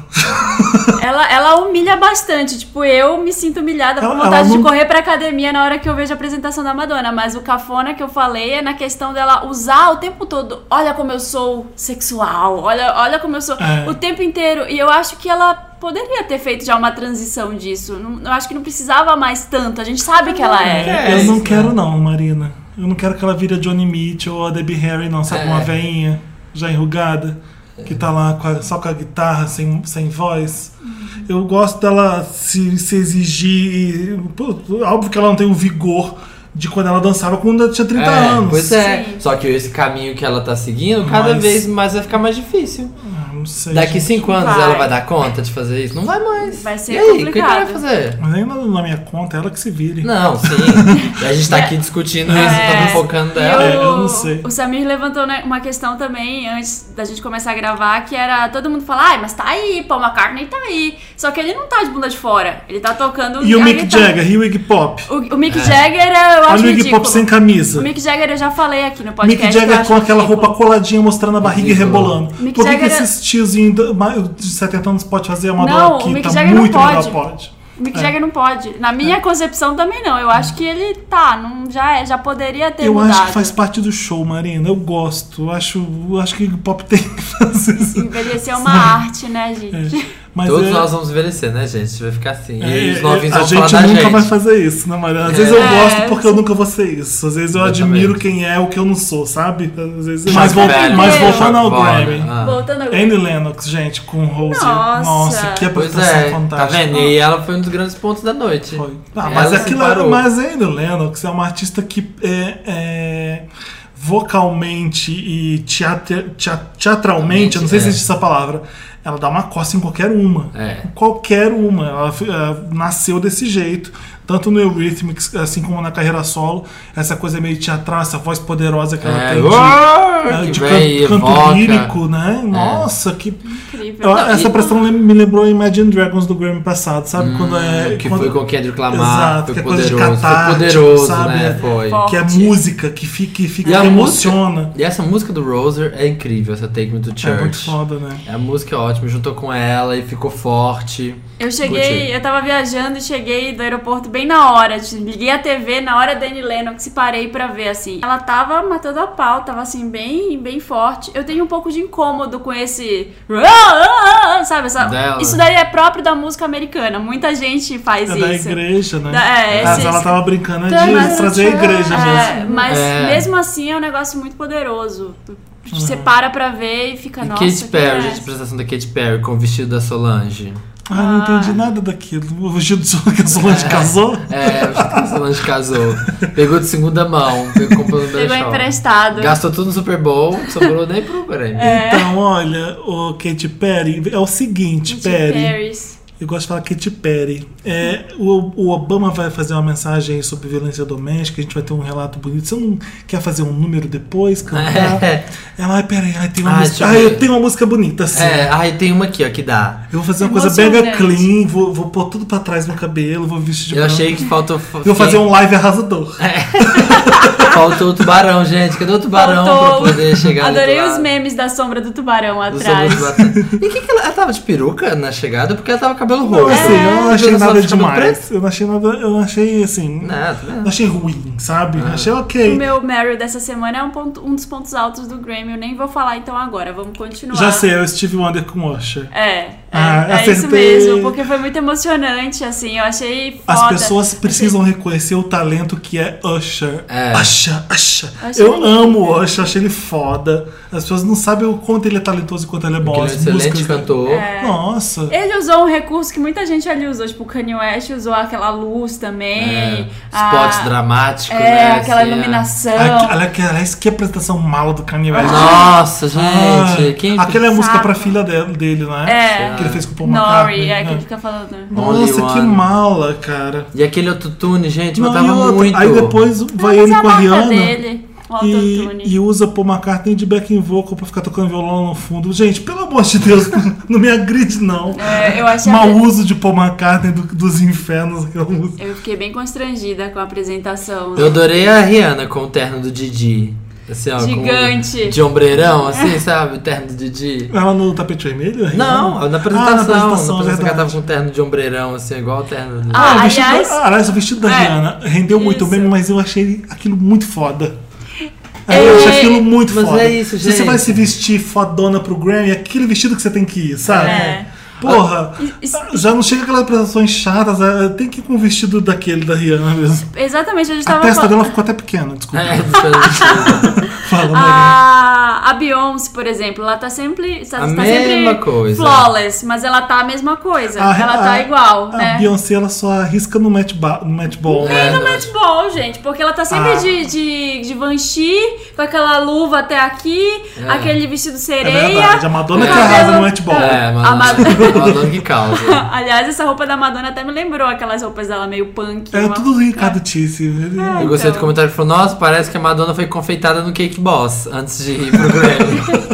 [SPEAKER 2] ela, ela humilha bastante. Tipo, eu me sinto humilhada com
[SPEAKER 1] Ela-
[SPEAKER 2] vontade
[SPEAKER 1] ela
[SPEAKER 2] de
[SPEAKER 1] não-
[SPEAKER 2] correr pra academia na hora que eu vejo a apresentação da Madonna. Mas o cafona que eu falei é na questão dela usar o tempo todo. Olha como eu sou sexual. Olha, olha como eu sou.
[SPEAKER 1] É.
[SPEAKER 2] O tempo inteiro. E eu acho que ela poderia ter feito já uma transição disso. Não, eu acho que não precisava mais tanto. A gente sabe que ela é.
[SPEAKER 3] É
[SPEAKER 1] eu não
[SPEAKER 3] isso,
[SPEAKER 1] quero, não, Marina. Eu não quero que ela vire a Johnny Mitchell ou a Debbie Harry, não, sabe?
[SPEAKER 3] É.
[SPEAKER 1] Uma veinha já enrugada, que tá lá com a- só com a guitarra, sem, sem voz.
[SPEAKER 2] Uhum.
[SPEAKER 1] Eu gosto dela se, se exigir. e, pô, Óbvio que ela não tem o vigor de quando ela dançava quando ela tinha 30
[SPEAKER 3] é,
[SPEAKER 1] anos.
[SPEAKER 3] Pois é.
[SPEAKER 2] Sim.
[SPEAKER 3] Só que esse caminho que ela tá seguindo, cada
[SPEAKER 1] Mas-
[SPEAKER 3] vez mais vai ficar mais difícil.
[SPEAKER 1] Ah, Não sei.
[SPEAKER 3] Daqui
[SPEAKER 1] gente.
[SPEAKER 3] cinco anos
[SPEAKER 2] Vai.
[SPEAKER 3] ela vai dar conta de fazer isso? Não vai mais.
[SPEAKER 2] Vai ser
[SPEAKER 3] e aí, O que que ela
[SPEAKER 2] complicado.
[SPEAKER 3] vai fazer?
[SPEAKER 1] Mas ainda na minha conta, é ela que se vire.
[SPEAKER 3] Não, sim. a gente tá aqui discutindo isso,
[SPEAKER 2] É.
[SPEAKER 3] tá focando
[SPEAKER 2] E
[SPEAKER 3] dela.
[SPEAKER 1] É,
[SPEAKER 2] o-
[SPEAKER 1] eu não sei.
[SPEAKER 2] O Samir levantou né, uma questão também antes da gente começar a gravar, que era todo mundo falar, ai, mas tá aí, Paul McCartney tá aí. Só que ele não tá de bunda de fora. Ele tá tocando.
[SPEAKER 1] E o
[SPEAKER 2] a
[SPEAKER 1] Mick
[SPEAKER 2] guitarra.
[SPEAKER 1] Jagger, e o Iggy Pop.
[SPEAKER 2] O, o Mick Jagger, eu
[SPEAKER 1] Olha
[SPEAKER 2] acho
[SPEAKER 1] o Iggy
[SPEAKER 2] ridículo.
[SPEAKER 1] Pop sem
[SPEAKER 2] O
[SPEAKER 1] camisa.
[SPEAKER 2] Mick Jagger eu já falei aqui no podcast.
[SPEAKER 1] Mick
[SPEAKER 2] que eu
[SPEAKER 1] Jagger
[SPEAKER 2] acho
[SPEAKER 1] com aquela
[SPEAKER 2] ridículo.
[SPEAKER 1] roupa coladinha mostrando a barriga e
[SPEAKER 3] Ridículo.
[SPEAKER 1] rebolando.
[SPEAKER 2] Mick
[SPEAKER 1] Por que, que
[SPEAKER 2] Jagger é-
[SPEAKER 1] esses tiozinhos da- ma- de 70 anos pode fazer a Madonna
[SPEAKER 2] Não, o
[SPEAKER 1] que
[SPEAKER 2] Mick
[SPEAKER 1] tá
[SPEAKER 2] Jagger não
[SPEAKER 1] muito
[SPEAKER 2] pode.
[SPEAKER 1] melhor pode?
[SPEAKER 2] O Mick Jagger não pode. Na minha
[SPEAKER 1] É.
[SPEAKER 2] concepção também não. Eu acho que ele tá, não, já, é, já poderia ter
[SPEAKER 1] Eu
[SPEAKER 2] mudado. Assim,
[SPEAKER 1] acho que faz parte do show, Marina. Eu gosto. Eu acho, eu acho que o pop tem que fazer isso.
[SPEAKER 2] Envelhecer é uma arte, né, gente?
[SPEAKER 1] Mas
[SPEAKER 3] Todos
[SPEAKER 1] é-
[SPEAKER 3] nós vamos envelhecer, né, gente? Vai ficar assim.
[SPEAKER 1] é-
[SPEAKER 3] e os novinhos
[SPEAKER 1] a
[SPEAKER 3] vão falar
[SPEAKER 1] gente
[SPEAKER 3] da
[SPEAKER 1] nunca
[SPEAKER 3] gente.
[SPEAKER 1] vai fazer isso, né, Marina? Às vezes eu
[SPEAKER 2] É.
[SPEAKER 1] gosto porque eu nunca vou ser isso. Às vezes eu
[SPEAKER 3] Exatamente.
[SPEAKER 1] admiro quem é o que eu não sou, sabe? Às vezes...
[SPEAKER 3] Choque
[SPEAKER 1] Mas, vol-
[SPEAKER 3] velho,
[SPEAKER 1] mas
[SPEAKER 3] choque
[SPEAKER 1] voltando ao
[SPEAKER 3] bola.
[SPEAKER 1] é Grammy.
[SPEAKER 3] Ah.
[SPEAKER 2] Voltando agora.
[SPEAKER 1] Annie Lennox, gente, com Rose.
[SPEAKER 2] Nossa.
[SPEAKER 1] que
[SPEAKER 3] Pois
[SPEAKER 1] apresentação
[SPEAKER 3] é, tá
[SPEAKER 1] fantástica.
[SPEAKER 3] vendo? E ela foi um dos grandes pontos da noite.
[SPEAKER 1] Foi. Ah,
[SPEAKER 3] Ela
[SPEAKER 1] mas
[SPEAKER 3] se
[SPEAKER 1] aquilo
[SPEAKER 3] parou.
[SPEAKER 1] mas ainda o Lennox é uma artista que é, é, vocalmente e teatra- tea- teatralmente, eu não sei se
[SPEAKER 3] É.
[SPEAKER 1] existe essa palavra, ela dá uma costa em qualquer uma.
[SPEAKER 3] É.
[SPEAKER 1] Qualquer uma. Ela, fi- ela nasceu desse jeito. Tanto no Eurythmics, assim como na carreira solo, essa coisa meio teatral, essa voz poderosa que ela
[SPEAKER 3] É,
[SPEAKER 1] tem de,
[SPEAKER 3] uou,
[SPEAKER 1] é,
[SPEAKER 3] que
[SPEAKER 1] de
[SPEAKER 3] vem,
[SPEAKER 1] canto, canto
[SPEAKER 3] evoca. É.
[SPEAKER 1] lírico, né? Nossa, que.
[SPEAKER 2] Incrível.
[SPEAKER 1] Eu-
[SPEAKER 2] Não,
[SPEAKER 1] essa
[SPEAKER 3] e-
[SPEAKER 1] pressão lem- me lembrou Imagine Dragons do Grammy passado, sabe? quando é.
[SPEAKER 3] Hum, Que
[SPEAKER 1] quando-
[SPEAKER 3] foi com o Kendrick Lamar,
[SPEAKER 1] Exato,
[SPEAKER 3] foi
[SPEAKER 1] que é coisa de
[SPEAKER 3] poderoso.
[SPEAKER 1] catar,
[SPEAKER 3] foi poderoso,
[SPEAKER 1] sabe?
[SPEAKER 3] né?
[SPEAKER 1] É.
[SPEAKER 3] Foi.
[SPEAKER 2] Forte.
[SPEAKER 1] Que é música, que fica, que fica
[SPEAKER 3] E a
[SPEAKER 1] que emociona.
[SPEAKER 3] música- E essa música do Roser é incrível, essa Take Me to Church.
[SPEAKER 1] É muito foda, né?
[SPEAKER 3] A música é ótima, juntou com ela e ficou forte.
[SPEAKER 2] Eu cheguei,
[SPEAKER 3] Curti.
[SPEAKER 2] eu tava viajando e cheguei do aeroporto bem na hora. assim, Liguei a TV na hora da Annie Lennox e parei pra ver, assim. Ela tava matando a pau, tava assim, bem, bem forte. Eu tenho um pouco de incômodo com esse. "Ah, Sabe? Essa...
[SPEAKER 3] Dela.
[SPEAKER 2] Isso daí é próprio da música americana. Muita gente faz
[SPEAKER 1] É
[SPEAKER 2] isso.
[SPEAKER 1] da igreja, né?
[SPEAKER 2] Da- é,
[SPEAKER 1] Mas
[SPEAKER 2] esse-
[SPEAKER 1] ela
[SPEAKER 2] esse-
[SPEAKER 1] tava brincando de
[SPEAKER 2] Mas-
[SPEAKER 1] trazer a igreja
[SPEAKER 2] É,
[SPEAKER 1] mesmo.
[SPEAKER 2] Mas
[SPEAKER 3] É.
[SPEAKER 2] mesmo assim é um negócio muito poderoso. Você
[SPEAKER 1] Ah.
[SPEAKER 2] para pra ver e fica,
[SPEAKER 3] E
[SPEAKER 2] nossa.
[SPEAKER 3] Katy Perry,
[SPEAKER 2] que é
[SPEAKER 3] gente, a apresentação da Katy Perry com o vestido da Solange.
[SPEAKER 1] Ah, não entendi nada daquilo. O vestido só que a Solange casou.
[SPEAKER 3] É, o vestido da Solange casou. Pegou de segunda mão, pegou, comprou no
[SPEAKER 2] Pegou
[SPEAKER 3] brechó.
[SPEAKER 2] emprestado.
[SPEAKER 3] Gastou tudo no Super Bowl, não sobrou nem pro Grammy.
[SPEAKER 2] É.
[SPEAKER 1] Então, olha, o Katy Perry é o seguinte,
[SPEAKER 2] Katy
[SPEAKER 1] Perry.
[SPEAKER 2] Perry's.
[SPEAKER 1] Eu gosto de falar Katy Perry. É, o, o Obama vai fazer uma mensagem aí sobre violência doméstica, a gente vai ter um relato bonito. Você não quer fazer um número depois, cantar?
[SPEAKER 3] É.
[SPEAKER 1] Ela, ai, peraí, ai, tem uma
[SPEAKER 3] Ah,
[SPEAKER 1] música.
[SPEAKER 3] deixa eu
[SPEAKER 1] Ai,
[SPEAKER 3] ver."
[SPEAKER 1] eu tenho uma música bonita, assim.
[SPEAKER 3] É, ai, tem uma aqui, ó, que dá.
[SPEAKER 1] Eu vou fazer uma coisa
[SPEAKER 2] Emocionante.
[SPEAKER 1] mega clean, vou, vou pôr tudo pra trás no cabelo, vou vestir de
[SPEAKER 3] Eu
[SPEAKER 1] branco.
[SPEAKER 3] achei que É. faltou.
[SPEAKER 1] Eu Vou fazer um live arrasador.
[SPEAKER 3] Faltou o tubarão, gente. Cadê o tubarão
[SPEAKER 2] Faltou.
[SPEAKER 3] pra poder chegar ali do
[SPEAKER 2] Adorei os
[SPEAKER 3] lado?
[SPEAKER 2] memes da sombra do tubarão
[SPEAKER 3] Do
[SPEAKER 2] atrás.
[SPEAKER 3] Sombra do Tubarão. E que que ela, ela tava de peruca na chegada? Porque ela tava com cabelo roxo.
[SPEAKER 2] É.
[SPEAKER 1] Assim, eu não achei
[SPEAKER 3] Ela só
[SPEAKER 1] nada
[SPEAKER 3] de cabelo preto?
[SPEAKER 1] demais. Eu não achei nada. Eu não achei assim.
[SPEAKER 3] Nada,
[SPEAKER 1] Não
[SPEAKER 3] né? É.
[SPEAKER 1] achei ruim, sabe? Achei
[SPEAKER 2] O
[SPEAKER 1] ok.
[SPEAKER 2] meu Meryl dessa semana é um, ponto- um dos pontos altos do Grammy. Eu nem vou falar então agora, vamos continuar.
[SPEAKER 1] Já sei, é o Steve Wonder com Usher.
[SPEAKER 2] É, É,
[SPEAKER 1] Ah,
[SPEAKER 2] é isso
[SPEAKER 1] acertei.
[SPEAKER 2] mesmo, porque foi muito emocionante, assim, eu achei foda. Assim,
[SPEAKER 1] As pessoas precisam reconhecer o talento que é Usher.
[SPEAKER 3] É.
[SPEAKER 1] Usher, Usher.
[SPEAKER 2] Usher
[SPEAKER 1] Eu
[SPEAKER 2] é
[SPEAKER 1] amo o Usher, achei ele foda. As pessoas não sabem o quanto ele é talentoso e quanto ele é bom.
[SPEAKER 3] Que ele é um
[SPEAKER 1] As
[SPEAKER 3] excelente
[SPEAKER 1] músicas dele-
[SPEAKER 3] cantor.
[SPEAKER 2] É,
[SPEAKER 1] Nossa.
[SPEAKER 2] Ele usou um recurso que muita gente ali usou, tipo, o Kanye West usou aquela luz
[SPEAKER 3] É,
[SPEAKER 2] também. a-
[SPEAKER 3] né, Spots dramáticos,
[SPEAKER 2] É,
[SPEAKER 3] né?
[SPEAKER 2] aquela
[SPEAKER 3] assim, é.
[SPEAKER 2] iluminação.
[SPEAKER 1] Aqui- Olha, que- aliás, que apresentação mala do Kanye West.
[SPEAKER 3] Nossa,
[SPEAKER 1] Ah,
[SPEAKER 3] gente. quem
[SPEAKER 1] Aquela é a música
[SPEAKER 2] saco.
[SPEAKER 1] pra filha dele, dele, né?
[SPEAKER 2] É.
[SPEAKER 1] Que ele fez com o Paul McCartney.
[SPEAKER 2] Nori, é, que
[SPEAKER 1] né?
[SPEAKER 2] ele fica falando.
[SPEAKER 1] Nossa,
[SPEAKER 3] Only
[SPEAKER 1] que
[SPEAKER 3] One.
[SPEAKER 1] mala, cara.
[SPEAKER 3] E aquele autotune, gente,
[SPEAKER 1] Não,
[SPEAKER 3] matava
[SPEAKER 1] e outra,
[SPEAKER 3] muito.
[SPEAKER 1] Aí depois vai
[SPEAKER 2] Mas
[SPEAKER 1] ele
[SPEAKER 2] é a
[SPEAKER 1] com a
[SPEAKER 2] marca
[SPEAKER 1] Rihanna.
[SPEAKER 2] dele, o autotune.
[SPEAKER 1] E, e usa Paul McCartney de backing vocal pra ficar tocando violão no fundo. Gente, pelo amor de Deus, não me agride, não.
[SPEAKER 2] É, eu achei
[SPEAKER 1] Mau uso de Paul McCartney do- dos infernos. aquela música.
[SPEAKER 2] Eu fiquei bem constrangida com a apresentação.
[SPEAKER 3] Eu adorei a Rihanna com o terno do Didi. Assim, ó, com-
[SPEAKER 2] Gigante.
[SPEAKER 3] de ombreirão, assim, sabe? O terno do Didi.
[SPEAKER 1] Ela no tapete vermelho? Rihanna?
[SPEAKER 3] Não, na
[SPEAKER 1] Ah, na
[SPEAKER 3] apresentação.
[SPEAKER 1] apresentação,
[SPEAKER 3] na apresentação que ela tava
[SPEAKER 1] verdade.
[SPEAKER 3] com um terno de ombreirão, assim, igual o terno do
[SPEAKER 2] Ah,
[SPEAKER 1] o vestido,
[SPEAKER 2] aliás-
[SPEAKER 1] da- aliás, o vestido da
[SPEAKER 2] É,
[SPEAKER 1] Rihanna rendeu muito
[SPEAKER 2] isso.
[SPEAKER 1] bem, mas eu achei aquilo muito foda.
[SPEAKER 2] É,
[SPEAKER 1] Eu achei aquilo muito
[SPEAKER 3] mas
[SPEAKER 1] foda.
[SPEAKER 3] é isso,
[SPEAKER 1] Se você
[SPEAKER 3] gente.
[SPEAKER 1] vai se vestir fodona pro Grammy, é aquele vestido que você tem que ir, sabe?
[SPEAKER 2] É.
[SPEAKER 1] Porra,
[SPEAKER 2] E- e-
[SPEAKER 1] já não chega aquelas apresentações chatas, é, tem que ir com o vestido daquele da Rihanna mesmo.
[SPEAKER 2] Exatamente, a Ah, gente
[SPEAKER 1] A tá
[SPEAKER 2] tava
[SPEAKER 1] testa
[SPEAKER 2] fal-
[SPEAKER 1] dela ficou até pequena, desculpa.
[SPEAKER 3] É, dos coisas-
[SPEAKER 1] Fala, Maria.
[SPEAKER 2] A, a Beyoncé, por exemplo, ela tá sempre. Tá,
[SPEAKER 3] A
[SPEAKER 2] tá
[SPEAKER 3] mesma
[SPEAKER 2] sempre
[SPEAKER 3] coisa.
[SPEAKER 2] flawless, mas ela tá a mesma coisa. ela tá igual,
[SPEAKER 1] a
[SPEAKER 2] né?
[SPEAKER 1] Beyoncé, ela só arrisca no match, ba- no match ball, né?
[SPEAKER 2] E no matchball, gente, porque ela tá sempre
[SPEAKER 1] Ah.
[SPEAKER 2] de, de, de vanchi, com aquela luva até aqui,
[SPEAKER 3] É.
[SPEAKER 2] aquele vestido
[SPEAKER 1] É
[SPEAKER 2] sereia.
[SPEAKER 1] verdade, a Madonna
[SPEAKER 2] o
[SPEAKER 1] que arrasa
[SPEAKER 2] cabelo-
[SPEAKER 1] no match ball.
[SPEAKER 3] é, mano.
[SPEAKER 2] A Mad-
[SPEAKER 3] Madonna que causa.
[SPEAKER 2] Aliás, essa roupa da Madonna até me lembrou aquelas roupas dela meio punk.
[SPEAKER 1] É
[SPEAKER 2] uma-
[SPEAKER 1] tudo do Ricardo Tisse. Ele-
[SPEAKER 3] Eu gostei
[SPEAKER 2] Então.
[SPEAKER 3] do comentário que falou: Nossa, parece que a Madonna foi confeitada no Cake Boss antes de ir pro Grammy.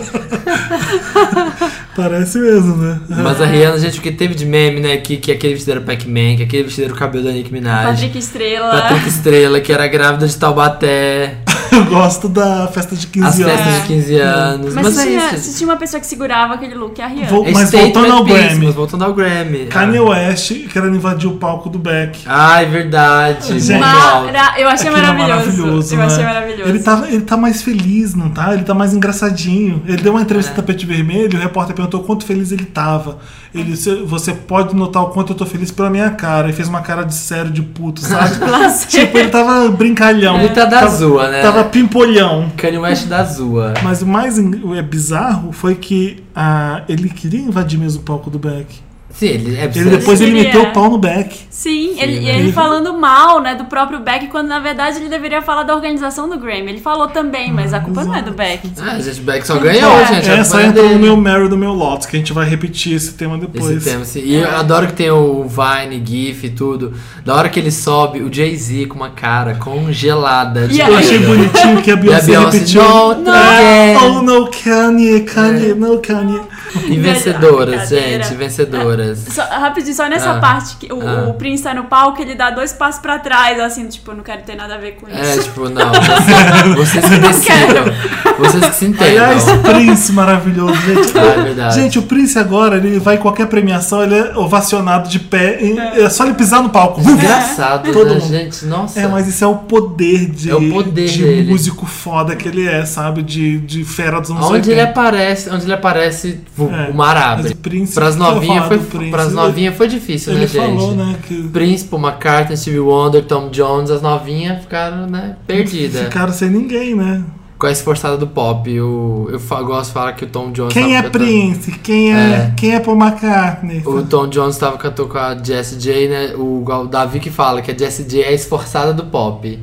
[SPEAKER 1] Parece mesmo, né?
[SPEAKER 3] Mas a Rihanna, gente, o que teve de meme, né? Que, que aquele vestido era Pac-Man, que aquele vestido era o cabelo da Nick Minaj.
[SPEAKER 2] Patrick Estrela.
[SPEAKER 3] Patrick Estrela, que era grávida de Taubaté.
[SPEAKER 1] Eu gosto da festa de 15
[SPEAKER 3] As
[SPEAKER 1] anos.
[SPEAKER 3] festas de 15 anos.
[SPEAKER 2] Mas,
[SPEAKER 3] Mas,
[SPEAKER 2] se,
[SPEAKER 3] é
[SPEAKER 2] tinha,
[SPEAKER 3] isso.
[SPEAKER 2] se tinha uma pessoa que segurava aquele look, é a Rihanna.
[SPEAKER 1] Vou-
[SPEAKER 3] É
[SPEAKER 1] Mas
[SPEAKER 3] statement
[SPEAKER 1] voltando ao
[SPEAKER 3] piece,
[SPEAKER 1] Grammy.
[SPEAKER 3] Mas voltando ao Grammy.
[SPEAKER 1] Kanye West querendo invadir o palco do Beck.
[SPEAKER 3] Ai, verdade.
[SPEAKER 1] Gente.
[SPEAKER 3] Mundial.
[SPEAKER 2] Mara- Eu achei
[SPEAKER 1] Aquilo é
[SPEAKER 2] maravilhoso. Eu
[SPEAKER 1] né?
[SPEAKER 2] achei maravilhoso.
[SPEAKER 1] Ele tá, ele tá mais feliz, não tá? Ele tá mais engraçadinho. Ele deu uma entrevista
[SPEAKER 3] É.
[SPEAKER 1] no tapete vermelho, o repórter perguntou quanto feliz ele tava. Ele disse, você pode notar o quanto eu tô feliz pela minha cara. E fez uma cara de sério, de puto, sabe? tipo, ele tava brincalhão.
[SPEAKER 3] Ele tá da
[SPEAKER 1] É. tava,
[SPEAKER 3] zoa, né?
[SPEAKER 1] Tava pimpolhão.
[SPEAKER 3] Kanye West da Zua.
[SPEAKER 1] Mas o mais en- é bizarro foi que ah, ele queria invadir mesmo o palco do Beck.
[SPEAKER 3] Sim, ele é
[SPEAKER 1] Ele depois ele
[SPEAKER 2] queria.
[SPEAKER 1] meteu o pau no Beck.
[SPEAKER 2] Sim, ele,
[SPEAKER 3] Sim,
[SPEAKER 2] e
[SPEAKER 3] né?
[SPEAKER 2] ele falando mal, né, do próprio Beck, quando na verdade ele deveria falar da organização do Grammy. Ele falou também, mas a culpa não é do Beck.
[SPEAKER 3] Ah, gente, o Beck só ganhou,
[SPEAKER 2] É.
[SPEAKER 3] gente. a
[SPEAKER 1] Essa
[SPEAKER 3] culpa
[SPEAKER 1] entra no
[SPEAKER 3] dele.
[SPEAKER 1] meu Mary do meu Lotus, que a gente vai repetir esse tema depois.
[SPEAKER 3] Esse tema, assim. E eu adoro que tem o Vine, GIF e tudo. Da hora que ele sobe, o Jay-Z com uma cara congelada. de
[SPEAKER 2] E aí?
[SPEAKER 1] Eu achei
[SPEAKER 3] medo.
[SPEAKER 1] bonitinho que a
[SPEAKER 3] E a
[SPEAKER 1] Beyoncé,
[SPEAKER 3] Beyoncé,
[SPEAKER 1] repetiu.
[SPEAKER 3] não, não,
[SPEAKER 1] É,
[SPEAKER 3] é.
[SPEAKER 1] Oh no Kanye, Kanye, no Kanye.
[SPEAKER 3] E vencedoras,
[SPEAKER 2] Brincadeira.
[SPEAKER 3] gente, vencedoras.
[SPEAKER 2] Só, rapidinho, só nessa
[SPEAKER 3] Ah.
[SPEAKER 2] parte que o,
[SPEAKER 3] Ah.
[SPEAKER 2] o Prince tá no palco, ele dá dois passos pra trás, assim, tipo, eu não quero ter nada a ver com
[SPEAKER 3] É,
[SPEAKER 2] isso.
[SPEAKER 3] tipo, não. Vocês, vocês que decidam. Vocês que se entendam.
[SPEAKER 1] Aliás, Prince maravilhoso, gente.
[SPEAKER 3] É, Ah, é verdade.
[SPEAKER 1] Gente, o Prince agora, ele vai em qualquer premiação, ele é ovacionado de pé. e- É, só ele pisar no palco.
[SPEAKER 3] Engraçado,
[SPEAKER 1] Todo
[SPEAKER 3] né,
[SPEAKER 1] mundo.
[SPEAKER 3] gente? Nossa.
[SPEAKER 1] É, mas isso é o poder de,
[SPEAKER 3] É o poder
[SPEAKER 1] de
[SPEAKER 3] dele.
[SPEAKER 1] músico foda que ele é, sabe? De, de fera dos anos
[SPEAKER 3] Onde
[SPEAKER 1] 80.
[SPEAKER 3] ele é aparece, onde ele aparece, vu,
[SPEAKER 1] É,
[SPEAKER 3] o mar
[SPEAKER 1] mas
[SPEAKER 3] abre.
[SPEAKER 1] o Prince-
[SPEAKER 3] Pras
[SPEAKER 1] eu vou
[SPEAKER 3] novinhas
[SPEAKER 1] falar
[SPEAKER 3] foi,
[SPEAKER 1] do Prince.
[SPEAKER 3] pras novinha foi difícil,
[SPEAKER 1] Ele
[SPEAKER 3] né, gente?
[SPEAKER 1] falou, né, que
[SPEAKER 3] Prince, Paul McCartney, Stevie Wonder, Tom Jones, as novinhas ficaram, né, perdidas.
[SPEAKER 1] ficaram sem ninguém, né?
[SPEAKER 3] Com a esforçada do pop, eu, eu fa- gosto de falar que o Tom Jones...
[SPEAKER 1] Quem é
[SPEAKER 3] tava cantando-
[SPEAKER 1] Prince? Quem é,
[SPEAKER 3] É.
[SPEAKER 1] Quem é Paul McCartney?
[SPEAKER 3] O Tom Jones tava cantando com a Jessie J, né? O, o Davi que fala que a Jessie J é a esforçada do pop.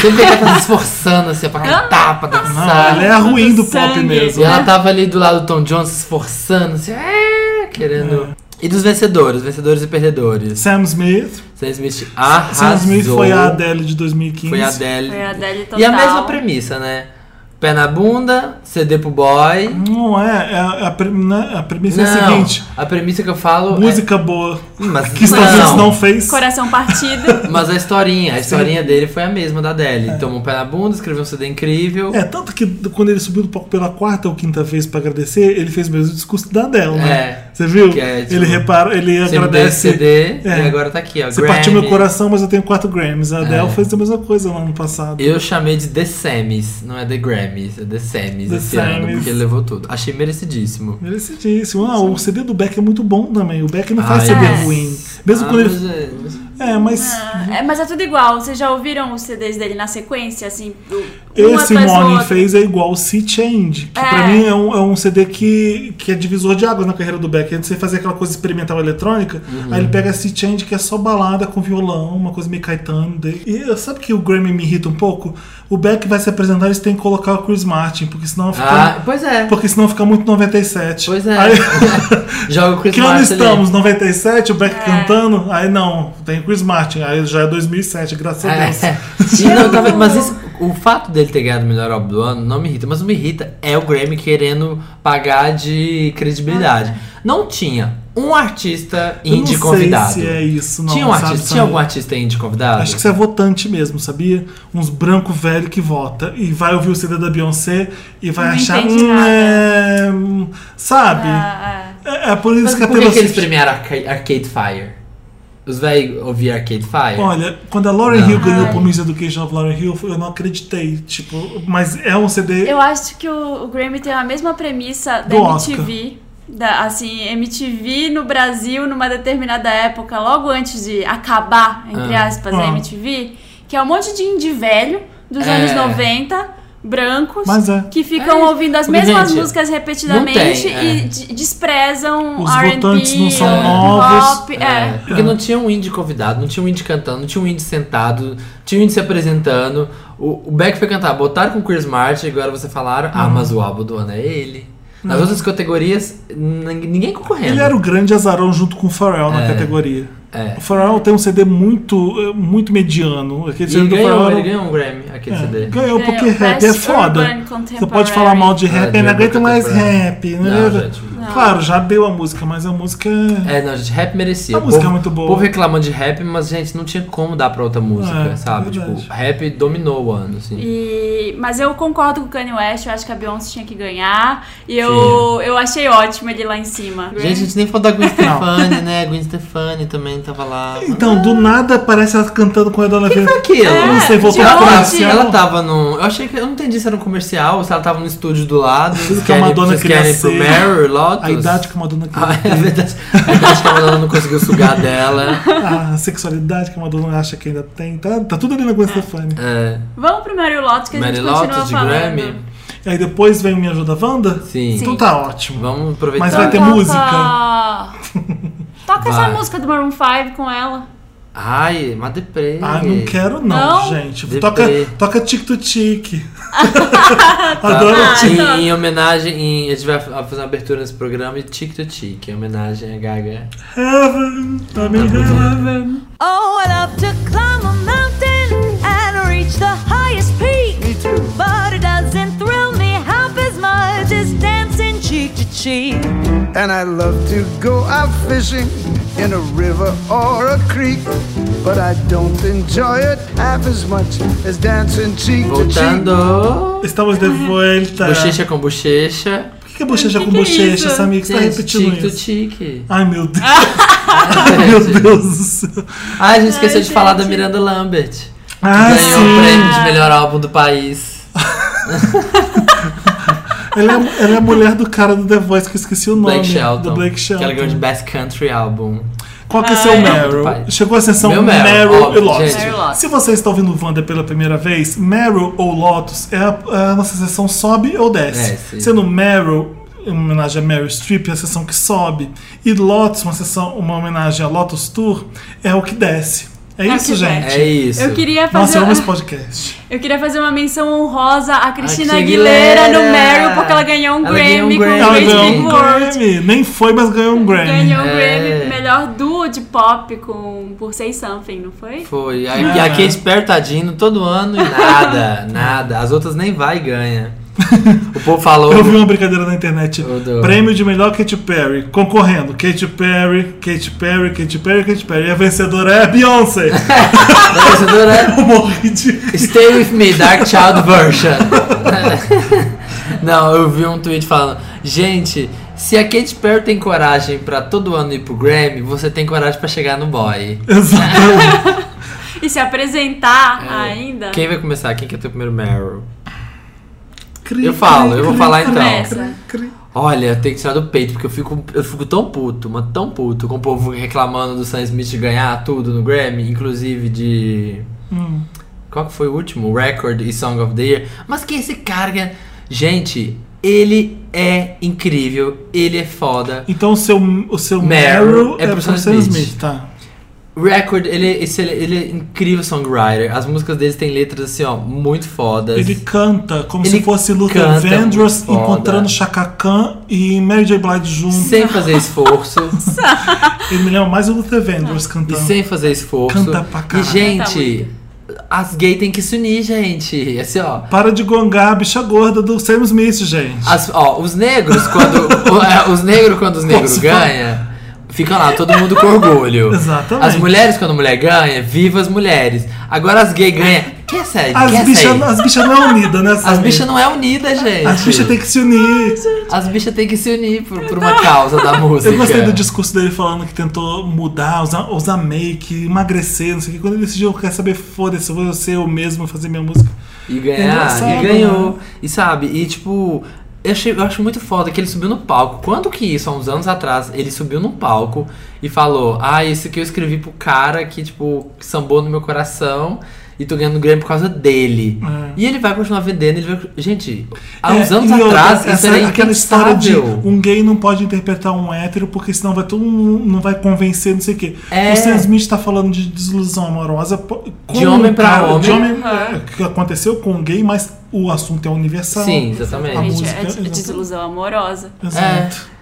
[SPEAKER 3] Sempre que ela tá se esforçando, assim, pra cantar, pra
[SPEAKER 1] Não,
[SPEAKER 3] dançar.
[SPEAKER 1] ela é a ruim do
[SPEAKER 2] Do
[SPEAKER 1] pop
[SPEAKER 2] sangue.
[SPEAKER 1] mesmo.
[SPEAKER 3] E ela tava ali do lado do Tom Jones se esforçando, assim, é, querendo. E dos vencedores, vencedores e perdedores.
[SPEAKER 1] Sam Smith.
[SPEAKER 3] Sam Smith arrasou.
[SPEAKER 1] Sam Smith foi a Adele de 2015.
[SPEAKER 3] Foi a Adele.
[SPEAKER 2] Foi É a Adele total.
[SPEAKER 3] tipo, E a mesma premissa, né? Pé na bunda, CD pro boy.
[SPEAKER 1] Não é, é a, a pre- né, a premissa é a
[SPEAKER 3] Não,
[SPEAKER 1] seguinte:
[SPEAKER 3] a premissa que eu falo
[SPEAKER 1] música boa
[SPEAKER 3] é... Mas
[SPEAKER 1] que Estados Unidos não fez.
[SPEAKER 2] Coração partido.
[SPEAKER 3] Mas a historinha, a historinha dele foi a mesma da Adele. Tomou um pé na bunda, escreveu um CD incrível.
[SPEAKER 1] É, tanto que quando ele subiu do palco pela quarta ou quinta vez pra agradecer, ele fez o mesmo discurso da Adele, né?
[SPEAKER 3] É.
[SPEAKER 1] Você viu?
[SPEAKER 3] Que é, tipo,
[SPEAKER 1] ele repara, ele
[SPEAKER 3] Você me deu esse
[SPEAKER 1] agradece.
[SPEAKER 3] CD
[SPEAKER 1] É.
[SPEAKER 3] e agora tá aqui, ó.
[SPEAKER 1] Você partiu meu
[SPEAKER 3] Grammy.
[SPEAKER 1] coração, mas eu tenho quatro Grammys. A Adele
[SPEAKER 3] É.
[SPEAKER 1] fez a mesma coisa no ano passado.
[SPEAKER 3] Eu chamei de The Semis, não é The Grammys, é The Semis
[SPEAKER 1] The
[SPEAKER 3] esse ano,
[SPEAKER 1] Semis.
[SPEAKER 3] porque ele levou tudo. Achei merecidíssimo.
[SPEAKER 1] Merecidíssimo. Ah, o CD do Beck é muito bom também. O Beck não faz
[SPEAKER 3] Ai, é.
[SPEAKER 1] CD
[SPEAKER 2] mas-
[SPEAKER 1] ruim. Mesmo
[SPEAKER 3] Ah,
[SPEAKER 1] quando ele.
[SPEAKER 3] mas é-
[SPEAKER 1] É, mas.
[SPEAKER 2] Ah, é, mas é tudo igual. Vocês já ouviram os CDs dele na sequência, assim? do- uma
[SPEAKER 1] É, Esse
[SPEAKER 2] atrás do
[SPEAKER 1] Morning
[SPEAKER 2] outro?
[SPEAKER 1] Phase é igual o Sea Change, que
[SPEAKER 2] É.
[SPEAKER 1] pra mim é um, é um CD que, que é divisor de águas na carreira do Beck. Antes de você fazer aquela coisa experimental eletrônica, aí ele pega Sea Change, que é só balada com violão, uma coisa meio Caetano. dele. E eu- sabe que o Grammy me irrita um pouco? O Beck vai se apresentar e eles têm que colocar o Chris Martin, porque senão
[SPEAKER 3] Ah,
[SPEAKER 1] fica,
[SPEAKER 3] pois é.
[SPEAKER 1] porque senão fica muito 97.
[SPEAKER 3] Pois é.
[SPEAKER 1] Aí,
[SPEAKER 3] Joga o Chris
[SPEAKER 1] que ano
[SPEAKER 3] Martin ali.
[SPEAKER 1] estamos? 97? O Beck
[SPEAKER 2] É.
[SPEAKER 1] cantando? Aí não, tem Chris Martin. Aí já é 2007, graças a Deus.
[SPEAKER 3] É. E não, tá vendo? mas isso- o fato dele ter ganhado o melhor álbum do ano não me irrita, mas o que me irrita é o Grammy querendo pagar de credibilidade. Não tinha um artista
[SPEAKER 1] Ah. Eu
[SPEAKER 3] indie
[SPEAKER 1] não
[SPEAKER 3] convidado.
[SPEAKER 1] Sei se é isso, não.
[SPEAKER 3] tinha um
[SPEAKER 1] sabe,
[SPEAKER 3] artista,
[SPEAKER 1] Sam?
[SPEAKER 3] tinha algum artista indie convidado?
[SPEAKER 1] Acho que você é votante mesmo, sabia? Uns branco velho que vota e vai ouvir o CD da Beyoncé e vai
[SPEAKER 2] Não
[SPEAKER 1] achar.
[SPEAKER 2] entende
[SPEAKER 1] "Hum,
[SPEAKER 2] nada."
[SPEAKER 1] é, hum, Sabe?
[SPEAKER 2] Ah, ah.
[SPEAKER 1] É, é por isso
[SPEAKER 3] Mas
[SPEAKER 1] que a
[SPEAKER 3] por que,
[SPEAKER 1] Taylor
[SPEAKER 3] que eles
[SPEAKER 1] Swift-
[SPEAKER 3] premiaram Arca- Arcade Fire? Os velhos ouviam Arcade Fire?
[SPEAKER 1] Olha, quando a Lauren Hill ganhou
[SPEAKER 2] Ai.
[SPEAKER 1] por Miss Education of Lauren Hill, eu não acreditei. Tipo, mas é um CD.
[SPEAKER 2] Eu acho que o, o Grammy tem a mesma premissa
[SPEAKER 1] Do
[SPEAKER 2] da MTV. Da, assim, MTV no Brasil, numa determinada época, logo antes de acabar, entre
[SPEAKER 3] Ah.
[SPEAKER 2] aspas,
[SPEAKER 1] Ah.
[SPEAKER 2] a MTV, que é um monte de indie velho dos
[SPEAKER 3] É.
[SPEAKER 2] anos 90, brancos,
[SPEAKER 1] Mas é.
[SPEAKER 2] que ficam
[SPEAKER 3] É.
[SPEAKER 2] ouvindo as
[SPEAKER 3] Porque,
[SPEAKER 2] mesmas
[SPEAKER 3] gente,
[SPEAKER 2] músicas repetidamente
[SPEAKER 3] não tem,
[SPEAKER 2] e
[SPEAKER 3] é.
[SPEAKER 2] de- desprezam
[SPEAKER 1] Os
[SPEAKER 2] R&B,
[SPEAKER 1] votantes não são
[SPEAKER 2] é,
[SPEAKER 1] novos.
[SPEAKER 2] pop,
[SPEAKER 3] É,
[SPEAKER 2] é.
[SPEAKER 3] porque não tinha um indie convidado, não tinha um indie cantando, não tinha um indie sentado, tinha um indie se apresentando. O, o Beck foi cantar, botaram com o Chris Martin, agora você falaram,
[SPEAKER 1] Uhum.
[SPEAKER 3] ah, mas o álbum do ano é ele. Nas outras categorias, n- ninguém concorrendo.
[SPEAKER 1] Ele era o grande azarão junto com o Pharrell na
[SPEAKER 3] né? É.
[SPEAKER 1] categoria.
[SPEAKER 3] É.
[SPEAKER 1] O Pharrell tem um CD muito, eh, muito mediano. Aquele
[SPEAKER 3] E ele
[SPEAKER 1] CD do
[SPEAKER 3] ganhou,
[SPEAKER 1] Pharrell
[SPEAKER 3] ele
[SPEAKER 1] era-
[SPEAKER 3] ganhou um Grammy, aquele
[SPEAKER 1] É,
[SPEAKER 3] CD.
[SPEAKER 1] ganhou
[SPEAKER 2] Ganhou
[SPEAKER 1] porque rap é
[SPEAKER 2] Best
[SPEAKER 1] foda.
[SPEAKER 2] Urban
[SPEAKER 1] Você pode falar mal de rap,
[SPEAKER 3] É,
[SPEAKER 1] ainda
[SPEAKER 3] de
[SPEAKER 1] aguento mais
[SPEAKER 3] contemporâneo.
[SPEAKER 1] rap. né?
[SPEAKER 3] Não, gente.
[SPEAKER 2] Não.
[SPEAKER 1] Claro, já deu a música, mas a música.
[SPEAKER 3] É, não, gente, rap merecia.
[SPEAKER 1] A
[SPEAKER 3] O
[SPEAKER 1] música
[SPEAKER 3] povo-
[SPEAKER 1] é muito boa.
[SPEAKER 3] O povo reclamando de rap, mas, gente, não tinha como dar pra outra música,
[SPEAKER 1] É,
[SPEAKER 3] sabe?
[SPEAKER 1] verdade.
[SPEAKER 3] Tipo, rap dominou o ano, assim.
[SPEAKER 2] E- mas eu concordo com o Kanye West, eu acho que a Beyoncé tinha que ganhar. E eu, eu achei ótimo ele lá em cima.
[SPEAKER 3] Gente, a gente nem falou da Gwen Stefani, né? A Gwen Stefani também tava lá.
[SPEAKER 1] Então, É, do nada parece ela cantando com a Dona Vê.
[SPEAKER 3] Pra quê?
[SPEAKER 1] Eu não sei, voltou
[SPEAKER 2] de
[SPEAKER 1] pra
[SPEAKER 3] ela,
[SPEAKER 2] onde?
[SPEAKER 1] comercial.
[SPEAKER 3] ela, tava num. Eu achei que. Eu não entendi se era um comercial, se ela tava no estúdio do lado. Vocês
[SPEAKER 1] que a Madonna
[SPEAKER 3] vocês
[SPEAKER 1] queria
[SPEAKER 3] querem
[SPEAKER 1] ser.
[SPEAKER 3] pro Mary Lotus?
[SPEAKER 1] A idade que a Madonna
[SPEAKER 3] Ah,
[SPEAKER 1] quer.
[SPEAKER 3] é verdade. A idade que a Madonna não conseguiu sugar dela.
[SPEAKER 1] A sexualidade que a Madonna acha que ainda tem. Tá, tá tudo ali na Gwen Stefani.
[SPEAKER 3] É,
[SPEAKER 2] Vamos pro Mary Lotus que a
[SPEAKER 3] Mary
[SPEAKER 2] gente continua
[SPEAKER 3] Lotus de
[SPEAKER 2] falando.
[SPEAKER 3] Grammy.
[SPEAKER 1] E aí depois vem o Me Ajuda Wanda?
[SPEAKER 3] Sim.
[SPEAKER 1] Então tá ótimo.
[SPEAKER 3] Vamos aproveitar.
[SPEAKER 1] Mas vai ter
[SPEAKER 2] Toca-
[SPEAKER 1] música.
[SPEAKER 2] Toca essa
[SPEAKER 3] Tá. Vai.
[SPEAKER 2] música do Maroon 5 com ela.
[SPEAKER 3] Ai, mas deprê.
[SPEAKER 1] Ah, não quero não,
[SPEAKER 2] Não?
[SPEAKER 1] gente.
[SPEAKER 3] Depê.
[SPEAKER 1] Toca, toca Tic to Tic.
[SPEAKER 3] Tá.
[SPEAKER 1] Adoro
[SPEAKER 2] Ah,
[SPEAKER 1] Tic.
[SPEAKER 3] Em-
[SPEAKER 2] então-
[SPEAKER 3] Em homenagem, em- a gente vai fazer uma abertura nesse programa e tic to tic, em homenagem a Gaga.
[SPEAKER 1] Heaven, I'm in
[SPEAKER 3] Tá
[SPEAKER 1] heaven.
[SPEAKER 5] Oh, I love to climb a mountain and reach the highest peak. Me too. But it doesn't thrill me half as much as dancing cheek to cheek.
[SPEAKER 6] And I love to go out fishing in a river or a creek. But I don't enjoy it half as much as dancing cheek to cheek.
[SPEAKER 3] Voltando.
[SPEAKER 1] Estamos de volta.
[SPEAKER 3] Bochecha com bochecha.
[SPEAKER 1] Por que, que é bochecha
[SPEAKER 2] Que
[SPEAKER 1] com
[SPEAKER 2] que é
[SPEAKER 1] bochecha,
[SPEAKER 2] isso?
[SPEAKER 1] Samir? Que você tá
[SPEAKER 3] Gente,
[SPEAKER 1] repetindo
[SPEAKER 3] tic Ah, to
[SPEAKER 1] isso?
[SPEAKER 3] tic.
[SPEAKER 1] Ai, meu Deus. Ai, meu Deus do céu.
[SPEAKER 3] Ah, a gente esqueceu de
[SPEAKER 2] gente.
[SPEAKER 3] falar da Miranda Lambert.
[SPEAKER 1] Ah,
[SPEAKER 3] Ganhou o
[SPEAKER 1] sim.
[SPEAKER 3] prêmio de melhor álbum do país.
[SPEAKER 1] Ela é, ela é a mulher do cara do The Voice, que eu esqueci o nome.
[SPEAKER 3] Blake Shelton.
[SPEAKER 1] Do Blake
[SPEAKER 3] Que ela ganhou de
[SPEAKER 1] Shelton.
[SPEAKER 3] Best Country Album.
[SPEAKER 1] Qual que é seu
[SPEAKER 3] Meu
[SPEAKER 1] Meryl?
[SPEAKER 3] pai.
[SPEAKER 1] Chegou a sessão
[SPEAKER 3] Meu Meryl,
[SPEAKER 1] Meryl e
[SPEAKER 3] óbvio,
[SPEAKER 1] Lotus.
[SPEAKER 3] gente. Meryl
[SPEAKER 2] Lotus.
[SPEAKER 1] Se você está ouvindo o Wanda pela primeira vez, Meryl ou Lotus é a, é a nossa sessão sobe ou desce.
[SPEAKER 3] Desce.
[SPEAKER 1] Sendo Meryl, em homenagem a Meryl Streep, é a sessão que sobe. E Lotus, uma, sessão, uma homenagem a Lotus Tour, é o que desce. É,
[SPEAKER 2] É o
[SPEAKER 1] isso,
[SPEAKER 2] que
[SPEAKER 1] gente.
[SPEAKER 3] É isso.
[SPEAKER 2] Eu queria
[SPEAKER 1] Nossa, é
[SPEAKER 2] fazer
[SPEAKER 1] eu amo esse podcast.
[SPEAKER 2] eu queria fazer uma menção honrosa a Cristina
[SPEAKER 3] Cristina
[SPEAKER 2] Aguilera, no
[SPEAKER 3] Aguilera.
[SPEAKER 2] Meryl porque ela ganhou um
[SPEAKER 3] Ela
[SPEAKER 2] Grammy
[SPEAKER 3] ganhou um
[SPEAKER 2] com
[SPEAKER 3] Grammy.
[SPEAKER 1] Ela
[SPEAKER 2] o Great
[SPEAKER 1] ganhou
[SPEAKER 2] Big
[SPEAKER 1] um
[SPEAKER 2] World.
[SPEAKER 1] Grammy. Nem foi, mas ganhou um Grammy.
[SPEAKER 2] Ganhou um
[SPEAKER 3] É.
[SPEAKER 2] Grammy, melhor duo de pop com por Say Something, não foi?
[SPEAKER 3] Foi. A,
[SPEAKER 1] Ah.
[SPEAKER 3] e a Kate Pertadino todo ano e nada, nada. As outras nem vai e ganha. O povo falou.
[SPEAKER 1] Eu vi um- uma brincadeira na internet.
[SPEAKER 3] Eu adoro.
[SPEAKER 1] Prêmio de melhor Katy Perry. Concorrendo. Katy Perry, Katy Perry, Katy Perry, Katy Perry. E a vencedora é a Beyoncé.
[SPEAKER 3] A vencedora
[SPEAKER 1] Eu morri de.
[SPEAKER 3] é Stay With Me, Dark Child Version. Não, eu vi um tweet falando, gente, Se a Katy Perry tem coragem pra todo ano ir pro Grammy, você tem coragem pra chegar no boy.
[SPEAKER 1] Exatamente.
[SPEAKER 2] E se apresentar ainda.
[SPEAKER 3] É. Quem vai começar? Quem quer ter o primeiro Meryl? Eu falo, eu vou falar então.
[SPEAKER 2] Começa.
[SPEAKER 3] Olha, tem que tirar do peito, porque eu fico, eu fico tão puto, mas tão puto, com o povo reclamando do Sam Smith ganhar tudo no Grammy, inclusive de.
[SPEAKER 1] Hum.
[SPEAKER 3] Qual que foi o último? Record e Song of the Year. Mas que esse carga. Gente, ele é incrível, ele é foda.
[SPEAKER 1] Então o seu, o seu
[SPEAKER 3] Meryl
[SPEAKER 1] Meryl
[SPEAKER 3] é
[SPEAKER 1] é,
[SPEAKER 3] pro
[SPEAKER 1] pro
[SPEAKER 3] Sam
[SPEAKER 1] Sam
[SPEAKER 3] Smith.
[SPEAKER 1] Smith, tá?
[SPEAKER 3] Record, ele, esse- ele é incrível songwriter. As músicas dele têm letras assim, ó, muito fodas.
[SPEAKER 1] Ele canta como
[SPEAKER 3] Ele
[SPEAKER 1] se fosse Luther
[SPEAKER 3] canta
[SPEAKER 1] Vandross
[SPEAKER 3] muito foda.
[SPEAKER 1] encontrando Chaka Khan e Mary J. Blige junto.
[SPEAKER 3] Sem fazer esforço.
[SPEAKER 1] Ele me lembra mais o Luther Vandross
[SPEAKER 3] e
[SPEAKER 1] cantando.
[SPEAKER 3] sem fazer esforço.
[SPEAKER 1] Canta pra
[SPEAKER 3] e,
[SPEAKER 1] caralho.
[SPEAKER 3] gente, as gays têm que se unir, gente. Assim, ó.
[SPEAKER 1] Para de gongar a bicha gorda do Sam Smith, gente.
[SPEAKER 3] As- ó, os negros, quando. o- é, os negros, quando os negros
[SPEAKER 1] Posso
[SPEAKER 3] ganham, ficam lá, todo mundo com orgulho.
[SPEAKER 1] Exatamente.
[SPEAKER 3] As mulheres, quando a mulher ganha, viva as mulheres. Agora as gays ganham. Quem é essa? aí? Quem é
[SPEAKER 1] As
[SPEAKER 3] essa
[SPEAKER 1] bichas
[SPEAKER 3] aí?
[SPEAKER 1] as bicha não é unidas, né?
[SPEAKER 3] As bichas não é unida, gente.
[SPEAKER 1] As bichas têm que se unir.
[SPEAKER 3] As bichas têm que se unir por, por uma causa da música.
[SPEAKER 1] Eu gostei do discurso dele falando que tentou mudar, usar, usar make, emagrecer, não sei o que. Quando ele decidiu, quer saber, foda-se, eu vou ser eu mesmo, fazer minha música.
[SPEAKER 3] E ganhar,
[SPEAKER 1] É Engraçado,
[SPEAKER 3] e ganhou.
[SPEAKER 1] né?
[SPEAKER 3] E sabe, e tipo, eu, achei, eu acho muito foda que ele subiu no palco. Quando que isso, há uns anos atrás, ele subiu no palco e falou: Ah, isso aqui eu escrevi pro cara que, tipo, sambou no meu coração e tô ganhando Grammy por causa dele. E ele vai continuar vendendo, ele vai. Gente, há uns
[SPEAKER 1] É,
[SPEAKER 3] anos
[SPEAKER 1] e outra,
[SPEAKER 3] atrás, isso
[SPEAKER 1] essa-
[SPEAKER 3] era
[SPEAKER 1] aquela história de
[SPEAKER 3] impensável.
[SPEAKER 1] um gay não pode interpretar um hétero porque senão vai todo mundo não vai convencer, não sei o quê.
[SPEAKER 3] É.
[SPEAKER 1] O Sam Smith tá falando de desilusão amorosa pô, com
[SPEAKER 3] De homem
[SPEAKER 1] um
[SPEAKER 3] pra
[SPEAKER 1] cara-
[SPEAKER 3] homem.
[SPEAKER 1] de homem, é, que aconteceu com um gay, mas o assunto é universal.
[SPEAKER 3] Sim, exatamente.
[SPEAKER 1] A
[SPEAKER 2] Gente,
[SPEAKER 1] música,
[SPEAKER 2] é des- desilusão amorosa.
[SPEAKER 1] Exato.
[SPEAKER 3] É. Tipo,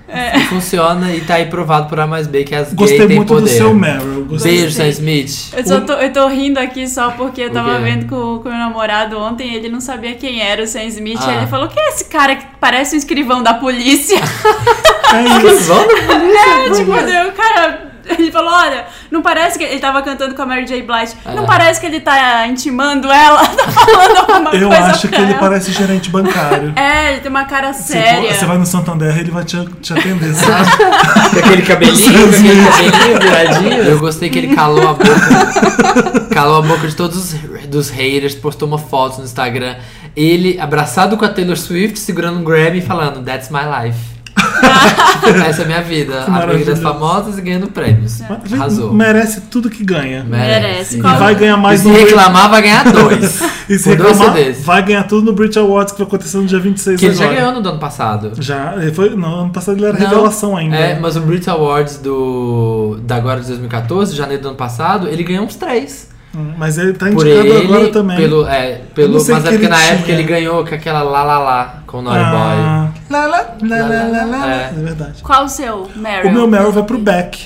[SPEAKER 3] Funciona e tá aí provado por A mais B que as
[SPEAKER 1] Gostei
[SPEAKER 3] gays têm
[SPEAKER 1] muito
[SPEAKER 3] poder.
[SPEAKER 1] do seu Meryl. Gostei.
[SPEAKER 3] Beijo, Sam Smith.
[SPEAKER 2] Eu, só tô, eu tô rindo aqui só porque eu tava
[SPEAKER 3] quê?
[SPEAKER 2] vendo com, com meu namorado ontem, ele não sabia quem era o Sam Smith.
[SPEAKER 3] Ah.
[SPEAKER 2] Aí ele falou: que é esse cara que parece um escrivão da polícia?
[SPEAKER 1] É isso.
[SPEAKER 2] É, tipo, deu, cara. Ele falou: olha, não parece que. Ele tava cantando com a Mary J. Blige.
[SPEAKER 3] Ah.
[SPEAKER 2] Não parece que ele tá intimando ela, tá falando alguma
[SPEAKER 1] Eu
[SPEAKER 2] coisa.
[SPEAKER 1] acho
[SPEAKER 2] pra
[SPEAKER 1] que ele
[SPEAKER 2] ela.
[SPEAKER 1] parece gerente bancário.
[SPEAKER 2] É, ele tem uma cara
[SPEAKER 1] Você-
[SPEAKER 2] séria.
[SPEAKER 1] Você vai no Santander, ele vai te, te atender, sabe?
[SPEAKER 3] Com aquele cabelinho, com aquele cabelinho viradinho. Eu gostei que ele calou a boca. calou a boca de todos os dos haters, postou uma foto no Instagram. Ele abraçado com a Taylor Swift, segurando um Grammy e falando, That's my life. Essa é a minha vida. Amiga das
[SPEAKER 1] Maravilhoso.
[SPEAKER 3] famosas e ganhando prêmios.
[SPEAKER 1] Mas
[SPEAKER 3] Arrasou.
[SPEAKER 1] Merece tudo que ganha.
[SPEAKER 2] Merece.
[SPEAKER 3] Merece.
[SPEAKER 1] E vai ganhar
[SPEAKER 3] E
[SPEAKER 1] mais
[SPEAKER 3] se
[SPEAKER 1] no Brit-
[SPEAKER 3] reclamar, vai ganhar dois.
[SPEAKER 1] E se
[SPEAKER 3] Com dois
[SPEAKER 1] reclamar,
[SPEAKER 3] CDs.
[SPEAKER 1] vai ganhar tudo no Brit Awards que vai acontecer no dia 26
[SPEAKER 3] Que ele já
[SPEAKER 1] agora.
[SPEAKER 3] ganhou no do ano passado.
[SPEAKER 1] Já, ele foi, não, ano passado ele era
[SPEAKER 3] Não.
[SPEAKER 1] revelação ainda.
[SPEAKER 3] É, mas o Brit Awards do, da agora de 2014, janeiro do ano passado, ele ganhou uns três.
[SPEAKER 1] Hum, Mas ele tá
[SPEAKER 3] Por
[SPEAKER 1] indicado
[SPEAKER 3] ele,
[SPEAKER 1] agora também.
[SPEAKER 3] pelo, é,
[SPEAKER 1] Eu
[SPEAKER 3] pelo,
[SPEAKER 1] não
[SPEAKER 3] mas
[SPEAKER 1] sei
[SPEAKER 3] é
[SPEAKER 1] que
[SPEAKER 3] porque
[SPEAKER 1] ele
[SPEAKER 3] na
[SPEAKER 1] tinha.
[SPEAKER 3] época ele ganhou com aquela lá lá lá com o Naughty Boy.
[SPEAKER 1] ah, lá, lá, lá, lá, lá, lá,
[SPEAKER 3] É.
[SPEAKER 1] é. verdade.
[SPEAKER 2] Qual o seu, Meryl?
[SPEAKER 1] O meu Meryl vai pro Beck.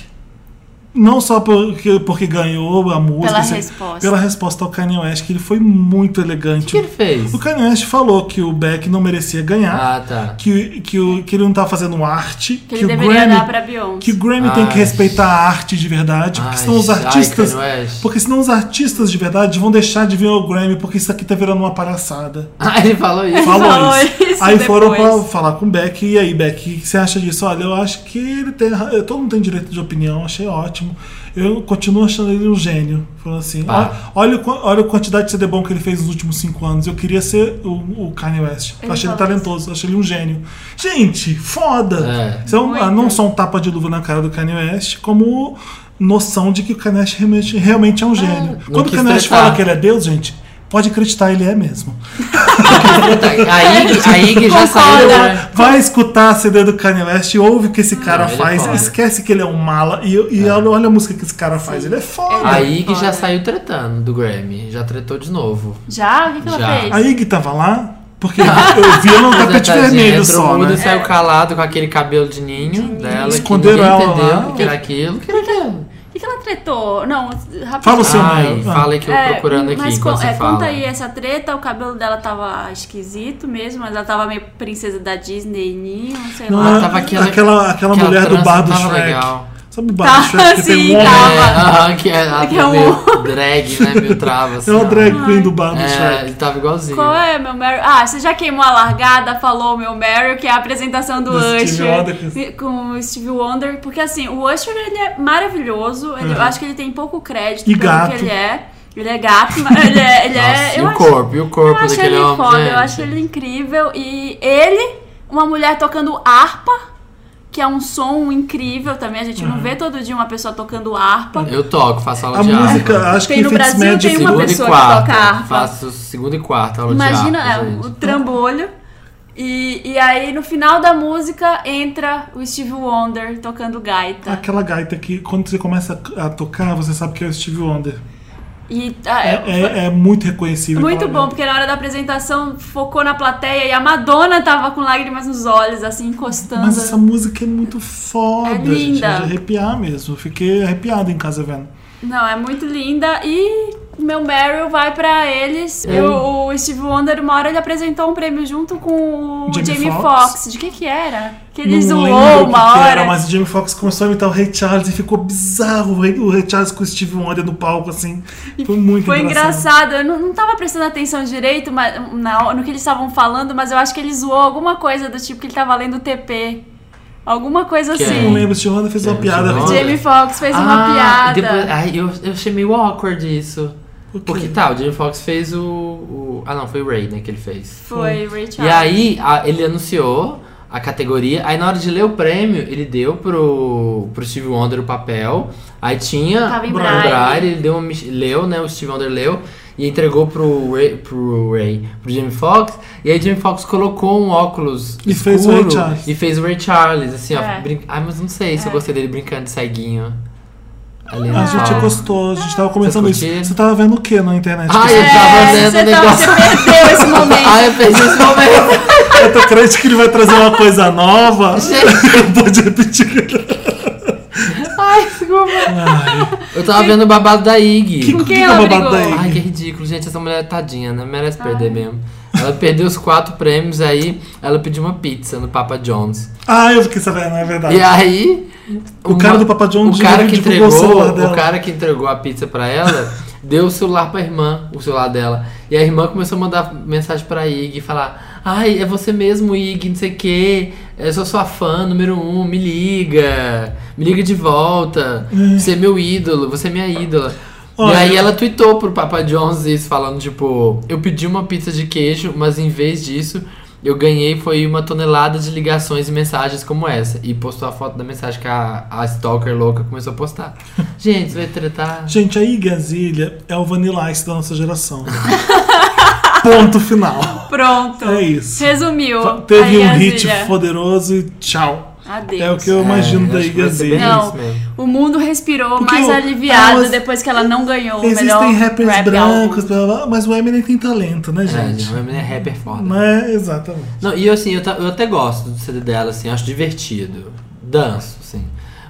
[SPEAKER 1] Não só porque, porque ganhou a música.
[SPEAKER 2] Pela
[SPEAKER 1] assim,
[SPEAKER 2] resposta.
[SPEAKER 1] Pela resposta ao Kanye West, que ele foi muito elegante.
[SPEAKER 3] O que ele fez?
[SPEAKER 1] O Kanye West falou que o Beck não merecia ganhar.
[SPEAKER 3] Ah, tá.
[SPEAKER 1] Que, que, o- que ele não tava fazendo arte.
[SPEAKER 2] Que ele deveria dar pra Beyoncé.
[SPEAKER 1] Que o Grammy tem que
[SPEAKER 3] Ai.
[SPEAKER 1] respeitar a arte de verdade,
[SPEAKER 3] Ai,
[SPEAKER 1] porque senão os
[SPEAKER 3] ai, é.
[SPEAKER 1] artistas.
[SPEAKER 3] Kanye West.
[SPEAKER 1] porque senão os artistas de verdade vão deixar de vir ao Grammy, porque isso aqui tá virando uma palhaçada.
[SPEAKER 3] Ah, ele falou isso.
[SPEAKER 1] Falou,
[SPEAKER 2] falou
[SPEAKER 1] isso.
[SPEAKER 2] isso
[SPEAKER 1] Aí foram
[SPEAKER 2] depois.
[SPEAKER 1] pra falar com o Beck, e aí, Beck, o que você acha disso? Olha, eu acho que ele tem. ra- eu- Todo mundo tem direito de opinião, achei ótimo. Eu continuo achando ele um gênio. Falando assim:
[SPEAKER 3] Pá.
[SPEAKER 1] ó, olha, o qua- olha a quantidade de CD bom que ele fez nos últimos cinco anos. Eu queria ser o, o Kanye West. Eu
[SPEAKER 2] Ele
[SPEAKER 1] achei ele
[SPEAKER 2] falou
[SPEAKER 1] talentoso, eu achei ele um gênio. Gente, foda!
[SPEAKER 3] É.
[SPEAKER 1] Isso é um-
[SPEAKER 2] Muito.
[SPEAKER 1] não só um tapa de luva na cara do Kanye West, como noção de que o Kanye West realmente, realmente é um gênio.
[SPEAKER 3] não
[SPEAKER 1] Quando o
[SPEAKER 3] quis
[SPEAKER 1] Kanye West
[SPEAKER 3] tretar.
[SPEAKER 1] fala que ele é Deus, gente, pode acreditar, ele é mesmo.
[SPEAKER 3] Aí, aí que já saiu.
[SPEAKER 2] Concorda.
[SPEAKER 3] né?
[SPEAKER 1] Vai escutar a CD do Kanye West, ouve o que esse cara
[SPEAKER 3] ele é
[SPEAKER 1] faz,
[SPEAKER 3] foda. É.
[SPEAKER 1] esquece que ele é um mala e, e olha, olha a música que esse cara faz, ele é foda.
[SPEAKER 2] Ai.
[SPEAKER 3] Aí que já saiu tretando do Grammy. Já tretou de novo.
[SPEAKER 2] Já? O que, que ela
[SPEAKER 3] Já.
[SPEAKER 2] fez?
[SPEAKER 1] A Iggy tava lá, porque eu vi ela no tapete
[SPEAKER 3] Sentadinha,
[SPEAKER 1] Ah, tá vermelho
[SPEAKER 3] entrou
[SPEAKER 1] só,
[SPEAKER 3] mudo e
[SPEAKER 1] né?
[SPEAKER 3] saiu calado com aquele cabelo de ninho dela.
[SPEAKER 1] Esconderam
[SPEAKER 3] que ninguém
[SPEAKER 1] ela
[SPEAKER 3] entendeu
[SPEAKER 1] lá.
[SPEAKER 3] o que era aquilo. Que era aquilo.
[SPEAKER 2] O que, que ela tretou? Não, rapidinho.
[SPEAKER 1] Fala o seu
[SPEAKER 3] Ai,
[SPEAKER 1] meio.
[SPEAKER 3] fala aí que eu
[SPEAKER 2] É,
[SPEAKER 3] procurando aqui.
[SPEAKER 2] mas
[SPEAKER 3] enquanto
[SPEAKER 2] con-
[SPEAKER 3] você
[SPEAKER 2] é,
[SPEAKER 3] fala.
[SPEAKER 2] conta aí essa treta, o cabelo dela tava esquisito mesmo, mas ela tava meio princesa da Disney, ninho, sei
[SPEAKER 1] Não, é.
[SPEAKER 2] lá.
[SPEAKER 3] tava
[SPEAKER 1] aquela,
[SPEAKER 3] aquela-
[SPEAKER 1] aquela,
[SPEAKER 3] aquela
[SPEAKER 1] mulher do
[SPEAKER 3] trança
[SPEAKER 1] bar do
[SPEAKER 3] tava
[SPEAKER 1] Shrek.
[SPEAKER 3] legal.
[SPEAKER 1] Sabe Sabe baixo?
[SPEAKER 2] Tá,
[SPEAKER 1] é, que tem
[SPEAKER 2] sim,
[SPEAKER 1] um homem.
[SPEAKER 2] tá.
[SPEAKER 3] É, aham, que é, a-
[SPEAKER 2] Que é o-
[SPEAKER 3] meio drag, né? Meio trava, assim.
[SPEAKER 1] É uma
[SPEAKER 3] ó.
[SPEAKER 1] drag queen do bar do
[SPEAKER 3] É,
[SPEAKER 1] Shrek.
[SPEAKER 3] ele tava igualzinho.
[SPEAKER 2] Qual é meu Meryl? Ah, você já queimou a largada, falou o meu Meryl, que é a apresentação do,
[SPEAKER 1] Do
[SPEAKER 2] Usher.
[SPEAKER 1] Steve Wonder.
[SPEAKER 2] E- Com o Steve Wonder. Porque assim, o Usher ele é maravilhoso. ele- Eu
[SPEAKER 1] Uhum.
[SPEAKER 2] acho que ele tem pouco crédito
[SPEAKER 1] E
[SPEAKER 2] pelo
[SPEAKER 1] gato.
[SPEAKER 2] que ele é. Ele é gato, mas ele é. Ele
[SPEAKER 3] Nossa,
[SPEAKER 2] é
[SPEAKER 3] e
[SPEAKER 2] eu
[SPEAKER 3] o
[SPEAKER 2] acho-
[SPEAKER 3] corpo, e o
[SPEAKER 2] Eu
[SPEAKER 3] corpo
[SPEAKER 2] acho
[SPEAKER 3] daquele
[SPEAKER 2] ele
[SPEAKER 3] homem. É.
[SPEAKER 2] foda,
[SPEAKER 3] gente.
[SPEAKER 2] eu acho ele incrível. E ele, uma mulher tocando harpa, que é um som incrível também. A gente não vê todo dia uma pessoa tocando harpa.
[SPEAKER 3] Eu toco, faço aula
[SPEAKER 1] A
[SPEAKER 3] de harpa.
[SPEAKER 1] música, acho
[SPEAKER 2] Tem
[SPEAKER 1] que é
[SPEAKER 2] no
[SPEAKER 1] Fitz
[SPEAKER 2] Brasil,
[SPEAKER 1] Magic.
[SPEAKER 2] tem uma
[SPEAKER 3] Segunda
[SPEAKER 2] pessoa
[SPEAKER 3] e
[SPEAKER 2] que
[SPEAKER 3] quarta.
[SPEAKER 2] toca harpa.
[SPEAKER 3] Faço segunda e quarta aula
[SPEAKER 2] Imagina
[SPEAKER 3] de harpa,
[SPEAKER 2] é, o
[SPEAKER 3] gente.
[SPEAKER 2] trambolho. E, e aí, no final da música, entra o Steve Wonder tocando gaita.
[SPEAKER 1] Aquela gaita que quando você começa a tocar, você sabe que é o Steve Wonder.
[SPEAKER 2] E ah,
[SPEAKER 1] É,
[SPEAKER 2] é-
[SPEAKER 1] é- é muito reconhecível.
[SPEAKER 2] muito
[SPEAKER 1] aquela
[SPEAKER 2] bom, né?
[SPEAKER 1] gaita.
[SPEAKER 2] porque na hora da apresentação focou na plateia e a Madonna tava com lágrimas nos olhos, assim, encostando.
[SPEAKER 1] Mas essa música é muito foda,
[SPEAKER 2] É
[SPEAKER 1] gente.
[SPEAKER 2] linda.
[SPEAKER 1] É de arrepiar mesmo. Fiquei arrepiado em casa vendo.
[SPEAKER 2] Não, é muito linda e meu Meryl vai pra eles. E o, o Steve Wonder, uma hora ele apresentou um prêmio junto com o Jamie,
[SPEAKER 1] Jamie
[SPEAKER 2] Foxx.
[SPEAKER 1] Foxx.
[SPEAKER 2] De que que era? Que ele zoou
[SPEAKER 1] lembro o
[SPEAKER 2] uma
[SPEAKER 1] que que
[SPEAKER 2] hora.
[SPEAKER 1] Era, mas o Jamie Foxx começou a imitar o Ray Charles e ficou bizarro o Ray, o Ray Charles com o Steve Wonder no palco, assim. Foi muito
[SPEAKER 2] Foi engraçado, eu não, não tava prestando atenção direito mas, na- no que eles estavam falando, mas eu acho que ele zoou alguma coisa do tipo que ele tava lendo TP. Alguma coisa
[SPEAKER 3] Que
[SPEAKER 1] Não
[SPEAKER 2] assim.
[SPEAKER 1] lembro, o Steve Wonder fez uma
[SPEAKER 3] É, Steve
[SPEAKER 1] piada.
[SPEAKER 3] Wonder.
[SPEAKER 2] O Jamie Foxx fez uma
[SPEAKER 3] Ah,
[SPEAKER 2] piada.
[SPEAKER 3] Depois, ai, eu, eu achei meio awkward isso.
[SPEAKER 1] Por quê?
[SPEAKER 3] Porque tá, o Jamie Foxx fez o, o- Ah, não, foi o Ray, né, que ele fez.
[SPEAKER 2] Foi, Richard.
[SPEAKER 3] E aí, a- ele anunciou a categoria. Aí, na hora de ler o prêmio, ele deu pro, pro Steve Wonder o papel. Aí tinha
[SPEAKER 2] Tava em
[SPEAKER 3] o
[SPEAKER 2] braille.
[SPEAKER 3] ele deu uma, mex- leu, né? O Steve Wonder leu e entregou pro Ray, pro, Ray, pro Jamie Foxx. E aí, Jamie Foxx colocou um óculos
[SPEAKER 1] E
[SPEAKER 3] escuro
[SPEAKER 1] fez o Ray Charles.
[SPEAKER 3] e fez o Ray Charles. Assim,
[SPEAKER 2] É.
[SPEAKER 3] ó. brin- Ai, mas não sei se eu gostei dele brincando de ceguinho. Ali no
[SPEAKER 1] A Ah, gente
[SPEAKER 3] palco.
[SPEAKER 1] gostou, a gente tava comentando isso.
[SPEAKER 3] curtiram?
[SPEAKER 1] Você tava vendo o que na internet?
[SPEAKER 3] Ai,
[SPEAKER 2] é,
[SPEAKER 3] eu tava
[SPEAKER 2] você,
[SPEAKER 3] vendo o
[SPEAKER 2] tá-
[SPEAKER 3] negócio.
[SPEAKER 2] você perdeu esse momento.
[SPEAKER 3] Ai, Ah, eu perdi esse momento.
[SPEAKER 1] Eu tô crente que ele vai trazer uma coisa nova. Pode repetir.
[SPEAKER 3] Ai, desculpa. Eu tava vendo o babado da Ig.
[SPEAKER 1] Que-
[SPEAKER 2] Com
[SPEAKER 1] que
[SPEAKER 2] quem
[SPEAKER 1] tá
[SPEAKER 2] ela
[SPEAKER 1] babado
[SPEAKER 2] brigou?
[SPEAKER 1] daí?
[SPEAKER 3] Ai, que ridículo, gente. Essa mulher é tadinha, né? Merece perder mesmo. Ela perdeu os quatro prêmios, aí ela pediu uma pizza no Papa John's.
[SPEAKER 1] Ah, eu fiquei sabendo, é verdade.
[SPEAKER 3] E aí.
[SPEAKER 1] O cara do Papa John's
[SPEAKER 3] o cara que
[SPEAKER 1] divulgou
[SPEAKER 3] entregou
[SPEAKER 1] o celular
[SPEAKER 3] O
[SPEAKER 1] dela.
[SPEAKER 3] cara que entregou a pizza pra ela deu o celular pra irmã, o celular dela. E a irmã começou a mandar mensagem pra Ig e falar: Ai, é você mesmo, Ig, não sei o quê. Eu sou sua fã número um, me liga. Me liga de volta. Você é meu ídolo, você é minha ídola.
[SPEAKER 1] Olha.
[SPEAKER 3] E aí ela tweetou pro Papa John's isso, falando, tipo, eu pedi uma pizza de queijo, mas em vez disso, eu ganhei foi uma tonelada de ligações e mensagens como essa. E postou a foto da mensagem que a, a stalker louca começou a postar. Gente, você vai tretar.
[SPEAKER 1] Gente, a Igazilha é o Vanilla Ice da nossa geração. Ponto final.
[SPEAKER 2] Pronto.
[SPEAKER 1] É isso.
[SPEAKER 2] Resumiu.
[SPEAKER 1] Fa- Teve
[SPEAKER 2] Aí,
[SPEAKER 1] um hit
[SPEAKER 2] Brasília.
[SPEAKER 1] poderoso e tchau.
[SPEAKER 2] Adeus.
[SPEAKER 1] É o que eu imagino assim.
[SPEAKER 3] É,
[SPEAKER 1] da
[SPEAKER 3] acho que vai ser
[SPEAKER 1] Igazilha.
[SPEAKER 3] bem
[SPEAKER 2] Não,
[SPEAKER 3] isso mesmo.
[SPEAKER 2] o mundo respirou
[SPEAKER 1] Porque
[SPEAKER 2] mais
[SPEAKER 1] o-
[SPEAKER 2] aliviado
[SPEAKER 1] elas-
[SPEAKER 2] depois que ela não ganhou o melhor
[SPEAKER 1] Existem rappers
[SPEAKER 2] rap
[SPEAKER 1] brancos, blá,
[SPEAKER 2] álbum.
[SPEAKER 1] blá, blá, mas o Eminem tem talento, né,
[SPEAKER 3] É,
[SPEAKER 1] gente?
[SPEAKER 3] gente, mas é rapper foda.
[SPEAKER 1] Não é exatamente.
[SPEAKER 3] Não, e eu, assim, eu, ta- eu até gosto do CD dela, assim, acho divertido. Danço, assim.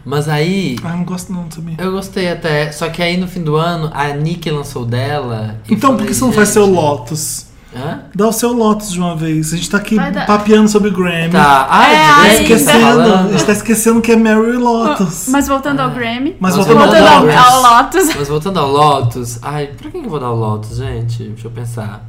[SPEAKER 3] Mas aí.
[SPEAKER 1] Ah, não gosto não também.
[SPEAKER 3] Eu gostei até, só que aí no fim do ano a Nick lançou dela. e
[SPEAKER 1] Então por
[SPEAKER 3] falei,
[SPEAKER 1] que você não faz
[SPEAKER 3] gente,
[SPEAKER 1] seu Lotus?
[SPEAKER 3] Hã?
[SPEAKER 1] Dá o seu Lotus de uma vez. A gente tá aqui
[SPEAKER 2] Vai dar-
[SPEAKER 1] papeando sobre Grammy.
[SPEAKER 3] Tá, ai,
[SPEAKER 2] É,
[SPEAKER 3] é,
[SPEAKER 1] Tá
[SPEAKER 2] ai,
[SPEAKER 1] esquecendo. A gente
[SPEAKER 3] falando.
[SPEAKER 1] tá esquecendo que é Mary Lotus. É.
[SPEAKER 2] Mas voltando ao Grammy.
[SPEAKER 1] Mas
[SPEAKER 3] Mas
[SPEAKER 1] voltando
[SPEAKER 2] voltando
[SPEAKER 3] ao
[SPEAKER 2] ao,
[SPEAKER 3] Grammy.
[SPEAKER 2] ao Lotus.
[SPEAKER 3] Mas voltando ao Lotus, ai, pra quem que eu vou dar o Lotus, gente? Deixa eu pensar.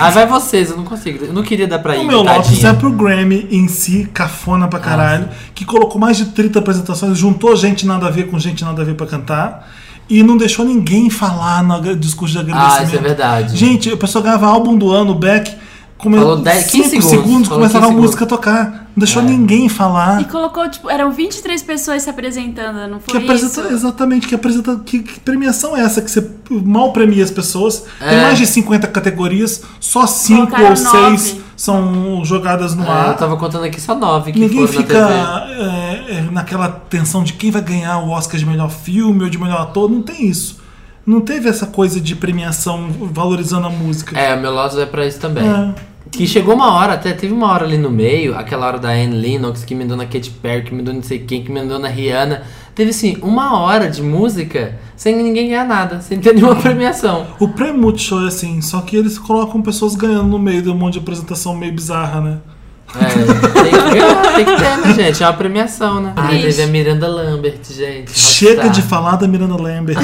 [SPEAKER 3] Ah, vai vocês, eu não consigo. Eu não queria dar pra
[SPEAKER 1] O
[SPEAKER 3] ele.
[SPEAKER 1] meu Lotus é pro Grammy em si, cafona
[SPEAKER 3] Ah,
[SPEAKER 1] pra caralho, que colocou mais de 30 apresentações, juntou gente nada a ver com gente nada a ver pra cantar. E não deixou ninguém falar no agra- discurso de agradecimento.
[SPEAKER 3] Ah, isso é verdade.
[SPEAKER 1] Gente, a pessoa ganhava álbum do ano, back, come...
[SPEAKER 3] Falou dez-
[SPEAKER 1] 5
[SPEAKER 3] 15
[SPEAKER 1] segundos,
[SPEAKER 3] segundos, falou É.
[SPEAKER 1] começava a
[SPEAKER 3] 15
[SPEAKER 1] música a tocar. Não deixou ninguém falar.
[SPEAKER 2] E colocou, tipo, eram 23 pessoas se apresentando, não foi
[SPEAKER 1] Que
[SPEAKER 2] isso?
[SPEAKER 1] apresenta, exatamente, que apresenta. Que, que premiação é essa? Que você mal premia as pessoas. Tem
[SPEAKER 3] É.
[SPEAKER 1] mais de 50 categorias, só 5
[SPEAKER 2] Colocaram
[SPEAKER 1] ou 6
[SPEAKER 2] nove.
[SPEAKER 1] são jogadas no
[SPEAKER 3] Ah, eu
[SPEAKER 1] ar.
[SPEAKER 3] tava contando aqui só nove que
[SPEAKER 1] Ninguém
[SPEAKER 3] foram
[SPEAKER 1] fica
[SPEAKER 3] na TV.
[SPEAKER 1] é, é, naquela tensão de quem vai ganhar o Oscar de melhor filme ou de melhor ator. Não tem isso. Não teve essa coisa de premiação valorizando a música.
[SPEAKER 3] É, o meu Lotus é pra isso também.
[SPEAKER 1] É.
[SPEAKER 3] Que chegou uma hora, até teve uma hora ali no meio, aquela hora da Anne Lennox, que emendou na Katy Perry, que emendou não sei quem, que emendou na Rihanna. Teve assim, uma hora de música sem ninguém ganhar nada, sem ter nenhuma premiação.
[SPEAKER 1] O prêmio Multishow é assim, só que eles colocam pessoas ganhando no meio de um monte de apresentação meio bizarra, né?
[SPEAKER 3] É, tem que ganhar, tem que ter, né, gente? É uma premiação, né? Ai,
[SPEAKER 2] Triste.
[SPEAKER 3] teve a Miranda Lambert, gente.
[SPEAKER 1] Chega
[SPEAKER 3] rockstar.
[SPEAKER 1] de falar da Miranda Lambert.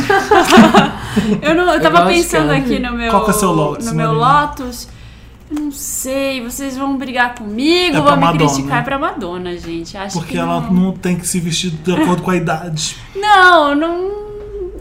[SPEAKER 2] Eu, não, eu tava
[SPEAKER 3] gosto,
[SPEAKER 2] pensando
[SPEAKER 3] cara.
[SPEAKER 2] aqui no meu.
[SPEAKER 1] Qual que é seu Lotus,
[SPEAKER 2] No meu
[SPEAKER 1] Marina?
[SPEAKER 2] Lotus. Eu não sei, vocês vão brigar comigo,
[SPEAKER 1] É pra
[SPEAKER 2] vão me
[SPEAKER 1] Madonna.
[SPEAKER 2] criticar. É pra Madonna, gente. Acho
[SPEAKER 1] Porque
[SPEAKER 2] que
[SPEAKER 1] ela
[SPEAKER 2] não...
[SPEAKER 1] não tem que se vestir de acordo com a idade.
[SPEAKER 2] Não, não.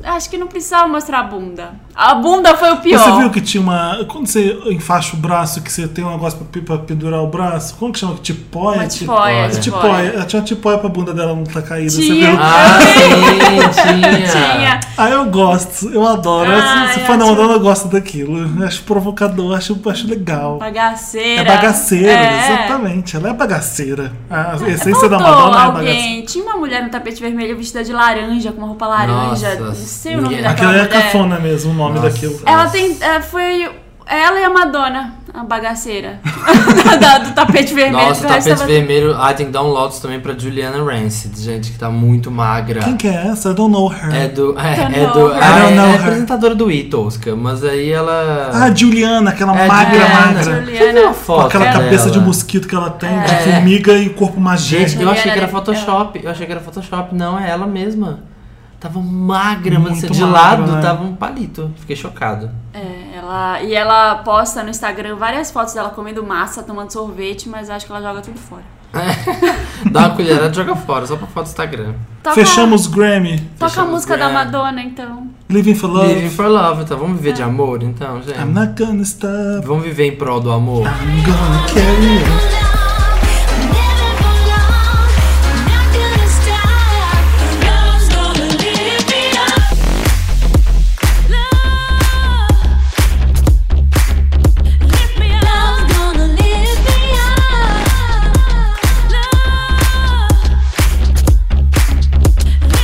[SPEAKER 2] Acho que não precisava mostrar a bunda. A bunda foi o pior.
[SPEAKER 1] Você viu que tinha uma. Quando você enfaixa o braço, que você tem um negócio pra, pra pendurar o braço? Como que chama? Tipóia?
[SPEAKER 2] Uma tipoia,
[SPEAKER 1] Ti-
[SPEAKER 2] tipoia.
[SPEAKER 1] tipoia. Ela tinha uma tipoia pra bunda dela não tá caída. Você
[SPEAKER 2] Tinha.
[SPEAKER 1] viu?
[SPEAKER 3] Ah, sim, tinha.
[SPEAKER 2] Tinha.
[SPEAKER 1] Ah, eu gosto, eu adoro.
[SPEAKER 2] Ah,
[SPEAKER 1] se
[SPEAKER 2] eu
[SPEAKER 1] for na
[SPEAKER 2] acho-
[SPEAKER 1] Madonna, eu gosto daquilo. Eu acho provocador, acho, acho legal.
[SPEAKER 2] Bagaceira.
[SPEAKER 1] É bagaceira,
[SPEAKER 2] É.
[SPEAKER 1] exatamente. Ela é bagaceira. A essência
[SPEAKER 2] Faltou
[SPEAKER 1] da Madonna é bagaceira.
[SPEAKER 2] alguém. Tinha uma mulher no tapete vermelho vestida de laranja, com uma roupa laranja.
[SPEAKER 3] Nossa,
[SPEAKER 2] não sei o nome
[SPEAKER 3] ninguém-
[SPEAKER 2] daquela
[SPEAKER 1] Aquilo é
[SPEAKER 2] mulher.
[SPEAKER 1] cafona mesmo, o nome
[SPEAKER 3] Nossa.
[SPEAKER 1] daquilo.
[SPEAKER 2] Ela tem. é, foi ela e a Madonna, a bagaceira. da, do tapete vermelho.
[SPEAKER 3] Nossa,
[SPEAKER 2] que
[SPEAKER 3] o
[SPEAKER 2] o resto
[SPEAKER 3] tapete
[SPEAKER 2] tava-
[SPEAKER 3] vermelho. Ah, tem que dar um lotus também pra Juliana Rancid, gente, que tá muito magra.
[SPEAKER 1] Quem que é essa? I don't know her.
[SPEAKER 3] É do. É,
[SPEAKER 2] Don't
[SPEAKER 3] é
[SPEAKER 2] know
[SPEAKER 3] do.
[SPEAKER 2] her.
[SPEAKER 3] Ah,
[SPEAKER 1] I don't
[SPEAKER 3] é,
[SPEAKER 1] know
[SPEAKER 3] é
[SPEAKER 1] her.
[SPEAKER 3] apresentadora do Itosca, mas aí ela.
[SPEAKER 1] Ah, Juliana, aquela
[SPEAKER 3] É,
[SPEAKER 1] magra,
[SPEAKER 3] Juliana.
[SPEAKER 1] magra.
[SPEAKER 2] Juliana.
[SPEAKER 3] Você viu a
[SPEAKER 1] Com
[SPEAKER 3] foto
[SPEAKER 1] aquela
[SPEAKER 3] dela?
[SPEAKER 1] cabeça de mosquito que ela tem, de
[SPEAKER 3] É.
[SPEAKER 1] formiga e corpo magético.
[SPEAKER 3] Gente, eu achei que era
[SPEAKER 2] Juliana,
[SPEAKER 3] Photoshop. Eu achei que era Photoshop. Não, é ela mesma. Tava magra, mas
[SPEAKER 1] Muito
[SPEAKER 3] de
[SPEAKER 1] magra,
[SPEAKER 3] lado
[SPEAKER 1] né?
[SPEAKER 3] tava um palito. Fiquei chocado.
[SPEAKER 2] É, ela, e ela posta no Instagram várias fotos dela comendo massa, tomando sorvete, mas acho que ela joga tudo fora.
[SPEAKER 3] Dá uma colherada e joga fora, só pra foto do Instagram.
[SPEAKER 2] Toca,
[SPEAKER 1] Fechamos Grammy.
[SPEAKER 2] Toca a
[SPEAKER 3] Fechamos,
[SPEAKER 2] música da
[SPEAKER 3] é.
[SPEAKER 2] Madonna, É. então.
[SPEAKER 1] Living for Love.
[SPEAKER 3] Living for love, tá? Vamos viver de amor então, gente?
[SPEAKER 1] I'm not gonna stop.
[SPEAKER 3] Vamos viver em prol do amor.
[SPEAKER 1] I'm gonna carry on. é Ah,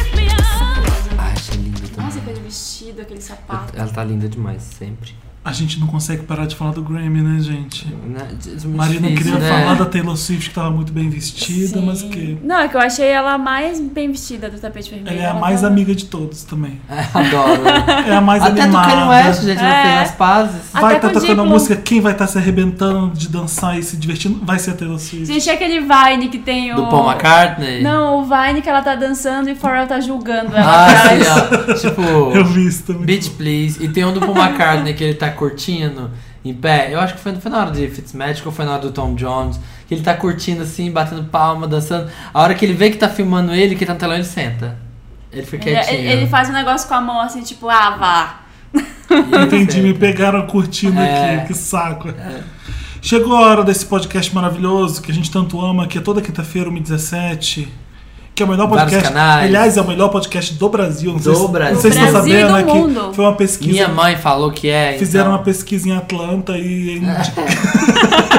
[SPEAKER 3] Ai, achei lindo também.
[SPEAKER 2] Nossa, que de vestido, aquele sapato.
[SPEAKER 3] Ela tá linda demais, sempre.
[SPEAKER 1] A gente não consegue parar de falar do Grammy, né, gente?
[SPEAKER 3] Né? É muito
[SPEAKER 1] Marina
[SPEAKER 3] difícil,
[SPEAKER 1] queria
[SPEAKER 3] né?
[SPEAKER 1] falar da Taylor Swift, que tava muito bem vestida,
[SPEAKER 2] Sim.
[SPEAKER 1] mas que.
[SPEAKER 2] Não, é que eu achei ela mais bem vestida do tapete vermelho.
[SPEAKER 1] Ela é a mais
[SPEAKER 2] tava-
[SPEAKER 1] amiga de todos também.
[SPEAKER 3] Adoro.
[SPEAKER 1] É a mais
[SPEAKER 3] Até do
[SPEAKER 1] animada.
[SPEAKER 3] Kanye West, né? gente, ela
[SPEAKER 2] É.
[SPEAKER 3] fez as pazes.
[SPEAKER 1] Vai
[SPEAKER 2] Até
[SPEAKER 1] estar
[SPEAKER 2] com
[SPEAKER 1] tá tocando a
[SPEAKER 2] Diplo.
[SPEAKER 1] música, quem vai estar se arrebentando de dançar e se divertindo vai ser a Taylor Swift.
[SPEAKER 2] Gente, é aquele Vine que tem o.
[SPEAKER 3] Do Paul McCartney.
[SPEAKER 2] Não, o Vine que ela tá dançando e o Pharrell tá julgando ela
[SPEAKER 3] Ah,
[SPEAKER 2] atrás.
[SPEAKER 3] sim, ó.
[SPEAKER 1] Eu
[SPEAKER 3] Tipo,
[SPEAKER 1] vi isso também.
[SPEAKER 3] Beach Please. E tem um do Paul McCartney que ele tá curtindo em pé. Eu acho que foi, foi na hora de Fitzmagic ou foi na hora do Tom Jones. Que ele tá curtindo assim, batendo palma, dançando. A hora que ele vê que tá filmando ele, que tá no telão, ele senta. Ele fica
[SPEAKER 2] Ele,
[SPEAKER 3] quietinho.
[SPEAKER 2] ele- ele faz um negócio com a mão assim, tipo, ah, vá.
[SPEAKER 3] Ele
[SPEAKER 1] Entendi,
[SPEAKER 3] senta.
[SPEAKER 1] me pegaram curtindo
[SPEAKER 3] Tá É.
[SPEAKER 1] aqui, que saco. Chegou a hora desse podcast maravilhoso que a gente tanto ama, que é toda quinta-feira, 1h17. Que é o melhor
[SPEAKER 3] Vários
[SPEAKER 1] podcast.
[SPEAKER 3] canais.
[SPEAKER 1] Aliás, é o melhor podcast do Brasil. Não
[SPEAKER 3] Do
[SPEAKER 1] sei se,
[SPEAKER 3] Brasil.
[SPEAKER 1] Não sei se
[SPEAKER 2] Do
[SPEAKER 1] estão
[SPEAKER 2] Brasil e
[SPEAKER 1] sabendo,
[SPEAKER 2] do
[SPEAKER 1] é
[SPEAKER 2] mundo.
[SPEAKER 1] que foi uma pesquisa.
[SPEAKER 3] Minha mãe falou que é.
[SPEAKER 1] Fizeram uma
[SPEAKER 3] então. É.
[SPEAKER 1] pesquisa em Atlanta e,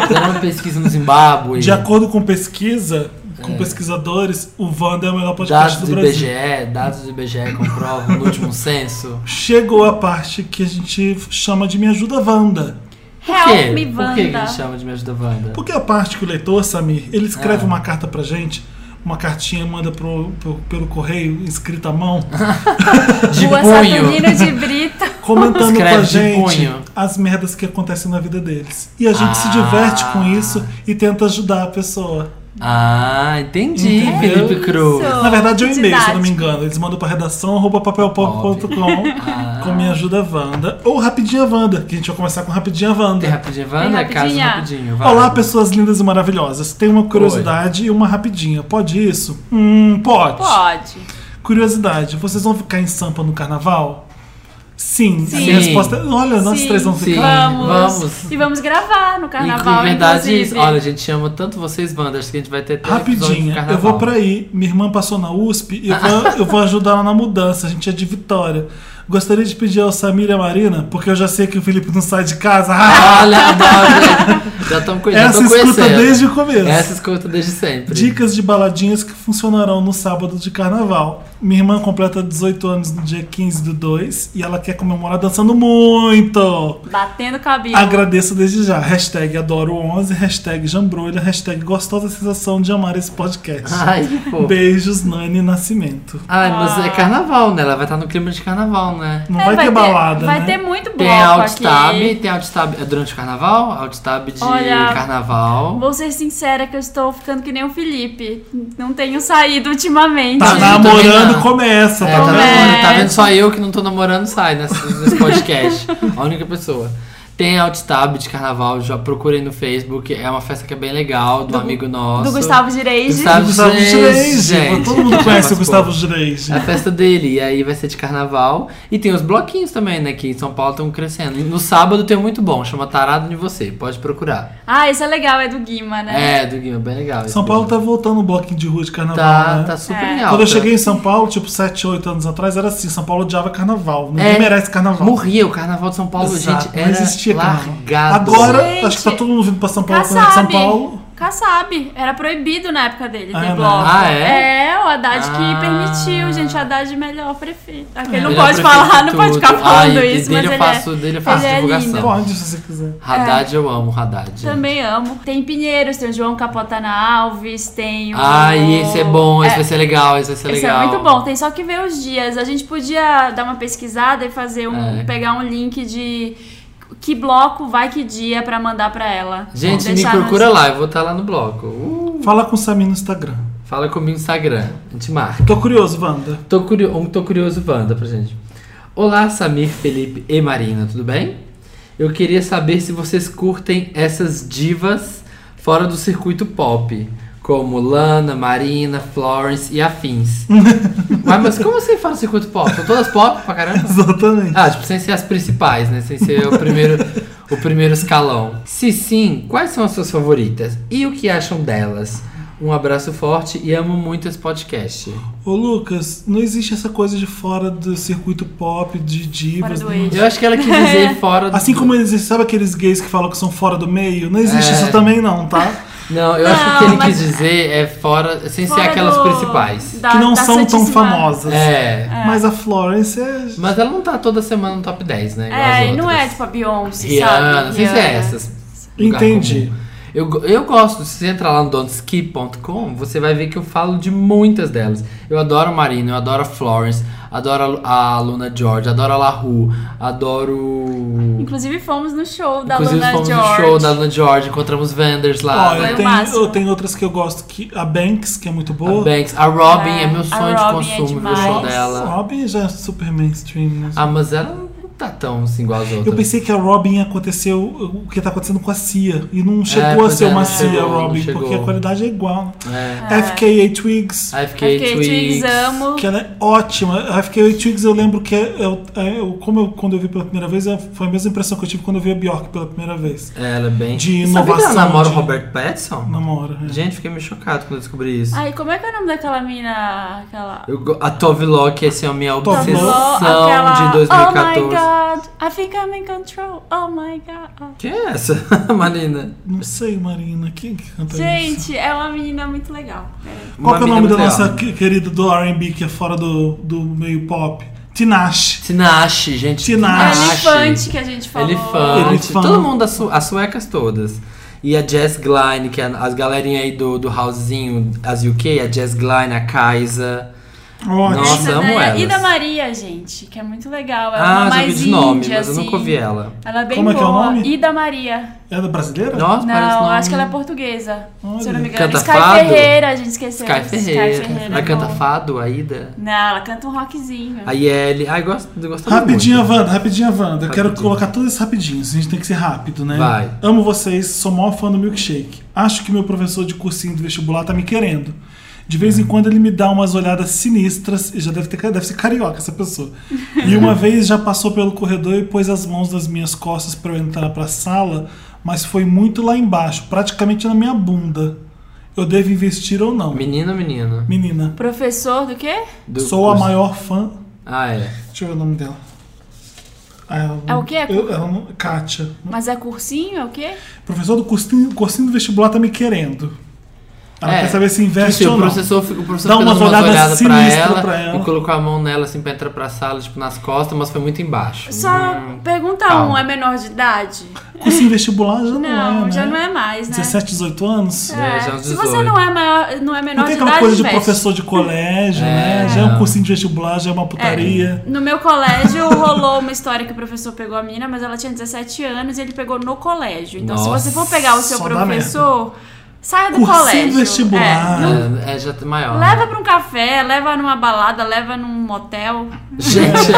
[SPEAKER 3] Fizeram uma pesquisa no Zimbábue.
[SPEAKER 1] de acordo com pesquisa, com pesquisadores, o Wanda é o melhor podcast
[SPEAKER 3] É. Dados
[SPEAKER 1] do
[SPEAKER 3] do
[SPEAKER 1] Brasil.
[SPEAKER 3] IBGE, dados do IBGE comprovam no último censo.
[SPEAKER 1] Chegou a parte que a gente chama de Me Ajuda Wanda.
[SPEAKER 3] Por quê?
[SPEAKER 2] Help me,
[SPEAKER 3] Por que que a
[SPEAKER 2] É Wanda.
[SPEAKER 3] gente chama de Me Ajuda Wanda?
[SPEAKER 1] Porque a parte que o leitor, Samir, ele escreve
[SPEAKER 3] Ah.
[SPEAKER 1] uma carta pra gente, uma cartinha manda pro- pro- pelo correio, escrita à mão,
[SPEAKER 3] De
[SPEAKER 2] Rua
[SPEAKER 3] punho.
[SPEAKER 2] Saturnino de Brito.
[SPEAKER 1] comentando
[SPEAKER 3] Escreve
[SPEAKER 1] pra
[SPEAKER 3] de
[SPEAKER 1] gente
[SPEAKER 3] punho.
[SPEAKER 1] as merdas que acontecem na vida deles. E a gente se
[SPEAKER 3] Ah.
[SPEAKER 1] diverte com isso e tenta ajudar a pessoa.
[SPEAKER 3] Ah, entendi,
[SPEAKER 1] Entendeu?
[SPEAKER 3] Felipe Cruz.
[SPEAKER 2] Isso.
[SPEAKER 1] Na verdade é um e-mail, se eu não me
[SPEAKER 2] Didático.
[SPEAKER 1] engano. Eles mandam pra redação arroba papelpop.com com Me Ajuda Wanda. Ou Rapidinha Wanda, que a gente vai começar com Rapidinha
[SPEAKER 3] Tem
[SPEAKER 1] Wanda.
[SPEAKER 3] rapidinho, Wanda?
[SPEAKER 2] Tem
[SPEAKER 3] Caso
[SPEAKER 2] rapidinha.
[SPEAKER 3] rapidinho. vai.
[SPEAKER 1] Olá, pessoas lindas e maravilhosas. Tem uma curiosidade e uma rapidinha. Pode isso? Hum, pode.
[SPEAKER 2] Pode.
[SPEAKER 1] Curiosidade, vocês vão ficar em Sampa no carnaval? Sim. A minha
[SPEAKER 3] Sim.
[SPEAKER 1] resposta é, olha, nós
[SPEAKER 2] Sim,
[SPEAKER 1] três vamos
[SPEAKER 3] sim.
[SPEAKER 1] ficar.
[SPEAKER 2] Vamos.
[SPEAKER 3] vamos.
[SPEAKER 2] E vamos gravar no
[SPEAKER 3] E,
[SPEAKER 2] carnaval,
[SPEAKER 3] na verdade,
[SPEAKER 2] inclusive.
[SPEAKER 3] olha, a gente ama tanto vocês, Wanda, acho que a gente vai ter até um episódio de
[SPEAKER 1] Rapidinha, eu
[SPEAKER 3] carnaval.
[SPEAKER 1] vou pra aí. Minha irmã passou na USP e eu vou, eu vou ajudar ela na mudança. A gente é de Vitória. Gostaria de pedir ao Samir e a Marina, porque eu já sei que o Felipe não sai de casa. Ah,
[SPEAKER 3] Olha, adoro. né? Já estamos conhecendo.
[SPEAKER 1] Essa escuta desde o começo.
[SPEAKER 3] Essa é escuta desde sempre.
[SPEAKER 1] Dicas de baladinhas que funcionarão no sábado de carnaval. Minha irmã completa 18 anos no dia 15 do 2 e ela quer comemorar dançando muito.
[SPEAKER 2] Batendo cabelo.
[SPEAKER 1] Agradeço desde já. Hashtag adoro11, hashtag jambrolha, hashtag gostosa sensação de amar esse podcast.
[SPEAKER 3] Ai, que fofo.
[SPEAKER 1] Beijos, Nani Nascimento.
[SPEAKER 3] Ai, mas é carnaval, né? Ela vai estar no clima de carnaval, né?
[SPEAKER 1] Não
[SPEAKER 2] É,
[SPEAKER 1] vai, ter balada,
[SPEAKER 2] Vai
[SPEAKER 1] né?
[SPEAKER 2] ter muito bloco
[SPEAKER 3] Tem alt tab,
[SPEAKER 2] aqui.
[SPEAKER 3] tem alt tab é durante o carnaval, alt tab de
[SPEAKER 2] Olha,
[SPEAKER 3] carnaval.
[SPEAKER 2] Vou ser sincera que eu estou ficando que nem o Felipe. Não tenho saído ultimamente.
[SPEAKER 1] Tá
[SPEAKER 3] Sim, também
[SPEAKER 1] namorando,
[SPEAKER 3] não.
[SPEAKER 1] começa.
[SPEAKER 3] É,
[SPEAKER 1] tá
[SPEAKER 3] tá,
[SPEAKER 1] vendo?
[SPEAKER 3] namorando. Tá vendo? Só eu que não tô namorando sai nesse, nesse podcast. A única pessoa. Tem Alt-Tab de carnaval, já procurei no Facebook. É uma festa que é bem legal, do, amigo nosso.
[SPEAKER 2] Do Gustavo Direige.
[SPEAKER 3] Gustavo
[SPEAKER 1] Gustavo
[SPEAKER 3] Direige,
[SPEAKER 1] Direige.
[SPEAKER 3] gente.
[SPEAKER 1] Todo mundo conhece o
[SPEAKER 3] Já participou.
[SPEAKER 1] Gustavo Direige.
[SPEAKER 3] É a festa dele, e aí vai ser de carnaval. E tem os bloquinhos também, né? Que em São Paulo estão crescendo. E no sábado tem um muito bom, chama Tarado de Você, pode procurar.
[SPEAKER 2] Ah, esse é legal, é do Guima, né?
[SPEAKER 3] É, do Guima, bem legal. esse
[SPEAKER 1] São Paulo tá
[SPEAKER 3] bloco.
[SPEAKER 1] voltando o bloquinho de rua de carnaval.
[SPEAKER 3] tá,
[SPEAKER 1] né?
[SPEAKER 3] tá super
[SPEAKER 2] É.
[SPEAKER 3] em
[SPEAKER 1] Quando
[SPEAKER 3] alta.
[SPEAKER 1] eu cheguei em São Paulo, tipo 7, 8 anos atrás, era assim: São Paulo odiava carnaval. Ninguém
[SPEAKER 3] É.
[SPEAKER 1] merece carnaval.
[SPEAKER 3] Morria, o carnaval de São Paulo,
[SPEAKER 1] Exato,
[SPEAKER 3] gente, era
[SPEAKER 1] não existia carnaval.
[SPEAKER 3] largado.
[SPEAKER 1] Agora,
[SPEAKER 2] Gente,
[SPEAKER 1] acho que tá todo mundo vindo pra São Paulo, pra São
[SPEAKER 2] Kassab.
[SPEAKER 1] Paulo.
[SPEAKER 2] Kassab. Era proibido na época dele
[SPEAKER 1] Ah,
[SPEAKER 2] ter
[SPEAKER 1] não.
[SPEAKER 2] bloco.
[SPEAKER 3] Ah, é?
[SPEAKER 2] o Haddad
[SPEAKER 3] Ah.
[SPEAKER 2] que permitiu, gente. O Haddad é melhor prefeito. Ah, que Ele não
[SPEAKER 3] Melhor
[SPEAKER 2] pode falar, não
[SPEAKER 3] prefeito
[SPEAKER 2] pode ficar
[SPEAKER 3] tudo.
[SPEAKER 2] falando
[SPEAKER 3] Ai,
[SPEAKER 2] isso, mas
[SPEAKER 3] dele
[SPEAKER 2] ele
[SPEAKER 3] eu faço,
[SPEAKER 2] é.
[SPEAKER 3] dele eu faço
[SPEAKER 2] ele é
[SPEAKER 3] divulgação.
[SPEAKER 2] lindo.
[SPEAKER 1] Pode, se você quiser.
[SPEAKER 3] Haddad, eu amo Haddad. gente.
[SPEAKER 2] Também amo. Tem Pinheiros, tem o João Capotana Alves, tem o.
[SPEAKER 3] Ai, esse é bom, esse vai ser legal, esse vai ser
[SPEAKER 2] Então, Esse
[SPEAKER 3] legal.
[SPEAKER 2] é muito bom, tem só que ver os dias. A gente podia dar uma pesquisada e fazer um.
[SPEAKER 3] É.
[SPEAKER 2] pegar um link de que bloco vai que dia pra mandar pra ela.
[SPEAKER 3] Gente, me
[SPEAKER 2] Deixar nos-
[SPEAKER 3] procura lá, eu vou estar lá no bloco. Uh,
[SPEAKER 1] Fala com o Samir no Instagram.
[SPEAKER 3] fala comigo no Instagram, a gente marca.
[SPEAKER 1] Tô curioso, Wanda.
[SPEAKER 3] Tô curioso, um tô curioso, Wanda, pra gente. Olá, Samir, Felipe e Marina, tudo bem? Eu queria saber se vocês curtem essas divas fora do circuito pop, como Lana, Marina, Florence e afins. Ué, mas como assim fora do circuito pop? São todas pop pra caramba?
[SPEAKER 1] Exatamente.
[SPEAKER 3] Ah, tipo, sem ser as principais, né? Sem ser o primeiro, o primeiro escalão. Se sim, quais são as suas favoritas? E o que acham delas? Um abraço forte e amo muito esse podcast.
[SPEAKER 1] Ô, Lucas, não existe essa coisa de fora do circuito pop, de
[SPEAKER 2] Fora
[SPEAKER 1] divas.
[SPEAKER 2] do
[SPEAKER 1] não-
[SPEAKER 2] eixo.
[SPEAKER 3] Eu acho que ela quis dizer fora do...
[SPEAKER 1] Assim como existe, sabe aqueles gays que falam que são fora do meio? Não existe
[SPEAKER 3] É.
[SPEAKER 1] isso também, não, tá?
[SPEAKER 3] Não, eu acho que o que
[SPEAKER 2] Não,
[SPEAKER 3] ele
[SPEAKER 2] mas-
[SPEAKER 3] quis dizer é fora... Sem
[SPEAKER 2] Fora
[SPEAKER 3] ser aquelas
[SPEAKER 2] do-
[SPEAKER 3] principais.
[SPEAKER 2] da-
[SPEAKER 1] que não
[SPEAKER 2] da
[SPEAKER 1] são tão
[SPEAKER 2] Tá, Santíssima-
[SPEAKER 1] famosas.
[SPEAKER 3] É.
[SPEAKER 1] Mas a Florence é.
[SPEAKER 3] Mas ela não tá toda semana no top 10, né? igual as
[SPEAKER 2] É, e não
[SPEAKER 3] outras.
[SPEAKER 2] é tipo a Beyoncé,
[SPEAKER 3] Rihanna,
[SPEAKER 2] sabe?
[SPEAKER 3] não sei se é
[SPEAKER 2] Rihanna.
[SPEAKER 3] essas. lugar
[SPEAKER 1] Entendi.
[SPEAKER 3] comum. Eu, go- eu gosto, se você entrar lá no donski.com, você vai ver que eu falo de muitas delas. Eu adoro a Marina, eu adoro a Florence, adoro a Lu- a, Luna George, adoro a Lahu, adoro.
[SPEAKER 2] Inclusive fomos no show da
[SPEAKER 3] Inclusive
[SPEAKER 2] Luna
[SPEAKER 3] fomos
[SPEAKER 2] George.
[SPEAKER 3] no show da Luna George, encontramos Vendors lá.
[SPEAKER 1] Ó,
[SPEAKER 2] Foi
[SPEAKER 1] eu
[SPEAKER 2] o
[SPEAKER 1] tenho,
[SPEAKER 2] máximo.
[SPEAKER 1] eu tenho outras que eu gosto, que a Banks, que é muito
[SPEAKER 3] a
[SPEAKER 1] boa.
[SPEAKER 3] Banks, a Robin é,
[SPEAKER 2] É,
[SPEAKER 3] meu
[SPEAKER 2] a
[SPEAKER 3] sonho de
[SPEAKER 2] Robin é
[SPEAKER 3] consumo, ver o show
[SPEAKER 2] demais.
[SPEAKER 3] dela.
[SPEAKER 1] Robin já é super mainstream. Né?
[SPEAKER 3] Ah, mas ela não tá tão assim igual as outras.
[SPEAKER 1] Eu pensei que a Robin aconteceu o que tá acontecendo com a Cia. E não chegou a
[SPEAKER 3] pois
[SPEAKER 1] ser
[SPEAKER 3] é,
[SPEAKER 1] uma
[SPEAKER 3] não
[SPEAKER 1] Cia
[SPEAKER 3] chegou, não
[SPEAKER 1] Robin,
[SPEAKER 3] chegou.
[SPEAKER 1] porque a qualidade é igual.
[SPEAKER 3] É.
[SPEAKER 1] FKA Twigs,
[SPEAKER 3] A FK,
[SPEAKER 2] Fiquei
[SPEAKER 3] Twigs.
[SPEAKER 2] Twigs, amo.
[SPEAKER 1] que ela é ótima. A FKA Twigs eu lembro que é, é- é- eu- como eu, quando eu vi pela primeira vez, é- foi a mesma impressão que eu tive quando eu vi a Bjork pela primeira vez.
[SPEAKER 3] Ela é bem.
[SPEAKER 1] De
[SPEAKER 3] Sabia que ela
[SPEAKER 1] inovação,
[SPEAKER 3] namora o
[SPEAKER 1] de-
[SPEAKER 3] Robert Pattinson?
[SPEAKER 1] Namora. né?
[SPEAKER 3] Gente, fiquei meio chocado quando eu descobri isso.
[SPEAKER 2] Ai, como é que é o nome daquela mina? Aquela.
[SPEAKER 3] Eu go- a Tove Lock, essa é a minha
[SPEAKER 1] Tove
[SPEAKER 3] obsessão
[SPEAKER 2] Loc,
[SPEAKER 3] de 2014.
[SPEAKER 2] Oh my god, I think I'm in control. Oh my god.
[SPEAKER 3] Quem é essa, Marina?
[SPEAKER 1] Não sei, Marina, quem que canta isso?
[SPEAKER 2] Gente, é uma menina muito legal. Peraí.
[SPEAKER 1] Qual que é o
[SPEAKER 3] Uma
[SPEAKER 1] nome da
[SPEAKER 3] menina
[SPEAKER 1] nossa
[SPEAKER 3] muito
[SPEAKER 1] que-
[SPEAKER 3] legal.
[SPEAKER 1] querida do RB que é fora do, do meio pop? Tinashe.
[SPEAKER 3] Tinashe, gente.
[SPEAKER 1] Tinashe.
[SPEAKER 2] É
[SPEAKER 1] Ache.
[SPEAKER 2] elefante que a gente falou.
[SPEAKER 3] Ah, Elefante.
[SPEAKER 1] Elefante.
[SPEAKER 3] Todo mundo, as, su- as suecas todas. E a Jess Glyne, que é as galerinha aí do, do Housezinho, as UK, a Jess Glyne, a Kaisa.
[SPEAKER 1] Ótimo.
[SPEAKER 3] Nossa, amo elas.
[SPEAKER 2] né? E da Maria, gente, que é muito legal. Ela é
[SPEAKER 3] ah,
[SPEAKER 2] uma
[SPEAKER 3] já vi
[SPEAKER 2] mais
[SPEAKER 3] de nome,
[SPEAKER 2] índia,
[SPEAKER 3] mas eu
[SPEAKER 2] assim.
[SPEAKER 3] nunca ouvi ela.
[SPEAKER 2] Ela é bem
[SPEAKER 1] Como é que é o
[SPEAKER 2] boa.
[SPEAKER 1] nome?
[SPEAKER 2] Ida Maria.
[SPEAKER 1] É da brasileira?
[SPEAKER 3] Nossa, parece
[SPEAKER 2] não,
[SPEAKER 3] nome.
[SPEAKER 2] acho que ela é portuguesa. Se eu não me engano.
[SPEAKER 3] Canta
[SPEAKER 2] Sky
[SPEAKER 3] fado?
[SPEAKER 2] Ferreira, a gente esqueceu.
[SPEAKER 3] Sky Ferreira. Ela
[SPEAKER 2] é
[SPEAKER 3] canta
[SPEAKER 2] boa.
[SPEAKER 3] fado, a Ida.
[SPEAKER 2] Não, ela canta um rockzinho.
[SPEAKER 3] A Yeli. Ai, gosto, gosto
[SPEAKER 1] Rapidinha,
[SPEAKER 3] muito.
[SPEAKER 1] Wanda, rapidinha, Wanda. Eu Quero
[SPEAKER 3] Rapidinho.
[SPEAKER 1] colocar todos esses rapidinhos. A gente tem que ser rápido, né?
[SPEAKER 3] Vai.
[SPEAKER 1] Amo vocês, sou maior fã do milkshake. Acho que meu professor de cursinho do vestibular tá me querendo. De vez
[SPEAKER 3] Uhum.
[SPEAKER 1] em quando ele me dá umas olhadas sinistras, e já deve, ter, deve ser carioca essa pessoa. E uma vez já passou pelo corredor e pôs as mãos nas minhas costas pra eu entrar pra sala, mas foi muito lá embaixo, praticamente na minha bunda. Eu devo investir ou não?
[SPEAKER 3] Menino ou menino?
[SPEAKER 1] Menina,
[SPEAKER 2] Professor do quê?
[SPEAKER 3] Do
[SPEAKER 1] sou a
[SPEAKER 3] curso.
[SPEAKER 1] maior fã
[SPEAKER 3] Ah, é.
[SPEAKER 1] Deixa eu ver o nome dela. Ah, ela-
[SPEAKER 2] É o quê?
[SPEAKER 1] Eu, ela não- Kátia.
[SPEAKER 2] Mas é cursinho, é o quê?
[SPEAKER 1] Professor do cursinho, cursinho do vestibular tá me querendo. Ela
[SPEAKER 3] É,
[SPEAKER 1] quer saber se
[SPEAKER 3] Tipo
[SPEAKER 1] investe
[SPEAKER 3] assim,
[SPEAKER 1] ou
[SPEAKER 3] o
[SPEAKER 1] não.
[SPEAKER 3] professor, fica- o professor
[SPEAKER 1] Dá
[SPEAKER 3] fica
[SPEAKER 1] uma
[SPEAKER 3] dando umas
[SPEAKER 1] olhada
[SPEAKER 3] olhadas pra
[SPEAKER 1] sinistra
[SPEAKER 3] ela,
[SPEAKER 1] pra ela.
[SPEAKER 3] e colocou a mão nela assim pra entrar pra sala, tipo, nas costas, mas foi muito embaixo.
[SPEAKER 2] Só pergunta um,
[SPEAKER 3] Hum, calma.
[SPEAKER 2] é menor de idade?
[SPEAKER 1] Curso em vestibular já não, é,
[SPEAKER 2] Não,
[SPEAKER 1] né?
[SPEAKER 2] já não é mais, né?
[SPEAKER 1] 17, 18 anos?
[SPEAKER 2] É,
[SPEAKER 3] já uns
[SPEAKER 2] Se você
[SPEAKER 3] 18.
[SPEAKER 2] não é, maior, não é menor
[SPEAKER 1] Não tem
[SPEAKER 2] de
[SPEAKER 1] aquela
[SPEAKER 2] idade,
[SPEAKER 1] coisa de
[SPEAKER 2] investe.
[SPEAKER 1] professor de colégio, né?
[SPEAKER 3] É.
[SPEAKER 1] Já é um cursinho de vestibular, já é uma putaria.
[SPEAKER 2] No meu colégio rolou uma história que o professor pegou a menina, mas ela tinha 17 anos e ele pegou no colégio. Então, se você for
[SPEAKER 3] Nossa,
[SPEAKER 2] pegar o seu
[SPEAKER 1] só dá
[SPEAKER 2] professor, saia do
[SPEAKER 1] Cursinho
[SPEAKER 2] colégio.
[SPEAKER 1] vestibular.
[SPEAKER 2] É, não-
[SPEAKER 3] É, é já maior. né?
[SPEAKER 2] Leva pra um café, leva numa balada, leva num motel.
[SPEAKER 3] Gente,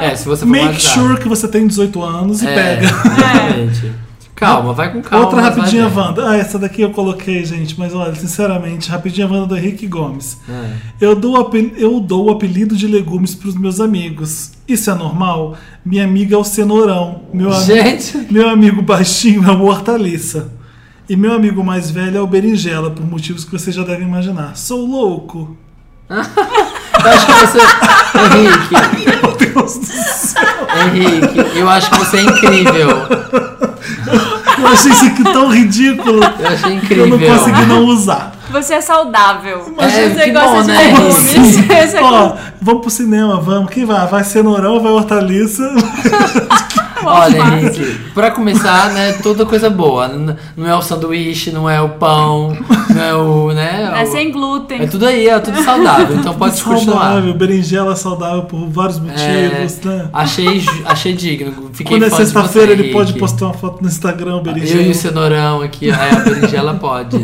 [SPEAKER 3] é. É, se você for
[SPEAKER 1] Make
[SPEAKER 3] mais
[SPEAKER 1] sure que você tem 18 anos e
[SPEAKER 3] é,
[SPEAKER 1] pega.
[SPEAKER 3] Exatamente. Calma, vai com calma.
[SPEAKER 1] Outra
[SPEAKER 3] mas vai
[SPEAKER 1] rapidinha
[SPEAKER 3] bem.
[SPEAKER 1] Wanda. Ah, essa daqui eu coloquei, gente, mas olha, sinceramente, rapidinha Wanda do Henrique Gomes.
[SPEAKER 3] É.
[SPEAKER 1] Eu dou, apel- eu dou o apelido de legumes pros meus amigos. Isso é normal? Minha amiga é o cenourão. Meu, ami-
[SPEAKER 3] Gente,
[SPEAKER 1] meu amigo baixinho é o hortaliça. E meu amigo mais velho é o berinjela, por motivos que vocês já devem imaginar. Sou louco.
[SPEAKER 3] eu acho que você. Henrique,
[SPEAKER 1] Meu Deus do céu.
[SPEAKER 3] Henrique, eu acho que você é incrível.
[SPEAKER 1] Eu achei isso aqui tão ridículo
[SPEAKER 3] Eu achei
[SPEAKER 1] que eu
[SPEAKER 3] incrível.
[SPEAKER 1] não consegui não usar.
[SPEAKER 2] Você é saudável.
[SPEAKER 3] É,
[SPEAKER 2] você
[SPEAKER 3] que
[SPEAKER 2] gosta
[SPEAKER 3] bom,
[SPEAKER 2] de
[SPEAKER 3] né?
[SPEAKER 2] legumes. Você
[SPEAKER 3] é
[SPEAKER 1] Ó, vamos pro cinema, vamos. Quem vai? Vai cenourão, vai hortaliça.
[SPEAKER 3] Olha,
[SPEAKER 2] Alface.
[SPEAKER 3] Henrique, pra começar, né, toda coisa boa. N- Não é o sanduíche, não é o pão, não é o, né?
[SPEAKER 2] É
[SPEAKER 3] o-
[SPEAKER 2] sem glúten.
[SPEAKER 3] é tudo aí, é tudo saudável. Então pode continuar.
[SPEAKER 1] saudável, berinjela saudável por vários motivos,
[SPEAKER 3] É,
[SPEAKER 1] né?
[SPEAKER 3] Achei, ju- achei digno. Fiquei
[SPEAKER 1] Quando é
[SPEAKER 3] fã de
[SPEAKER 1] sexta-feira,
[SPEAKER 3] você,
[SPEAKER 1] ele pode
[SPEAKER 3] Henrique.
[SPEAKER 1] postar uma foto no Instagram,
[SPEAKER 3] Eu e o
[SPEAKER 1] berinjela.
[SPEAKER 3] cenourão aqui, é, a berinjela pode.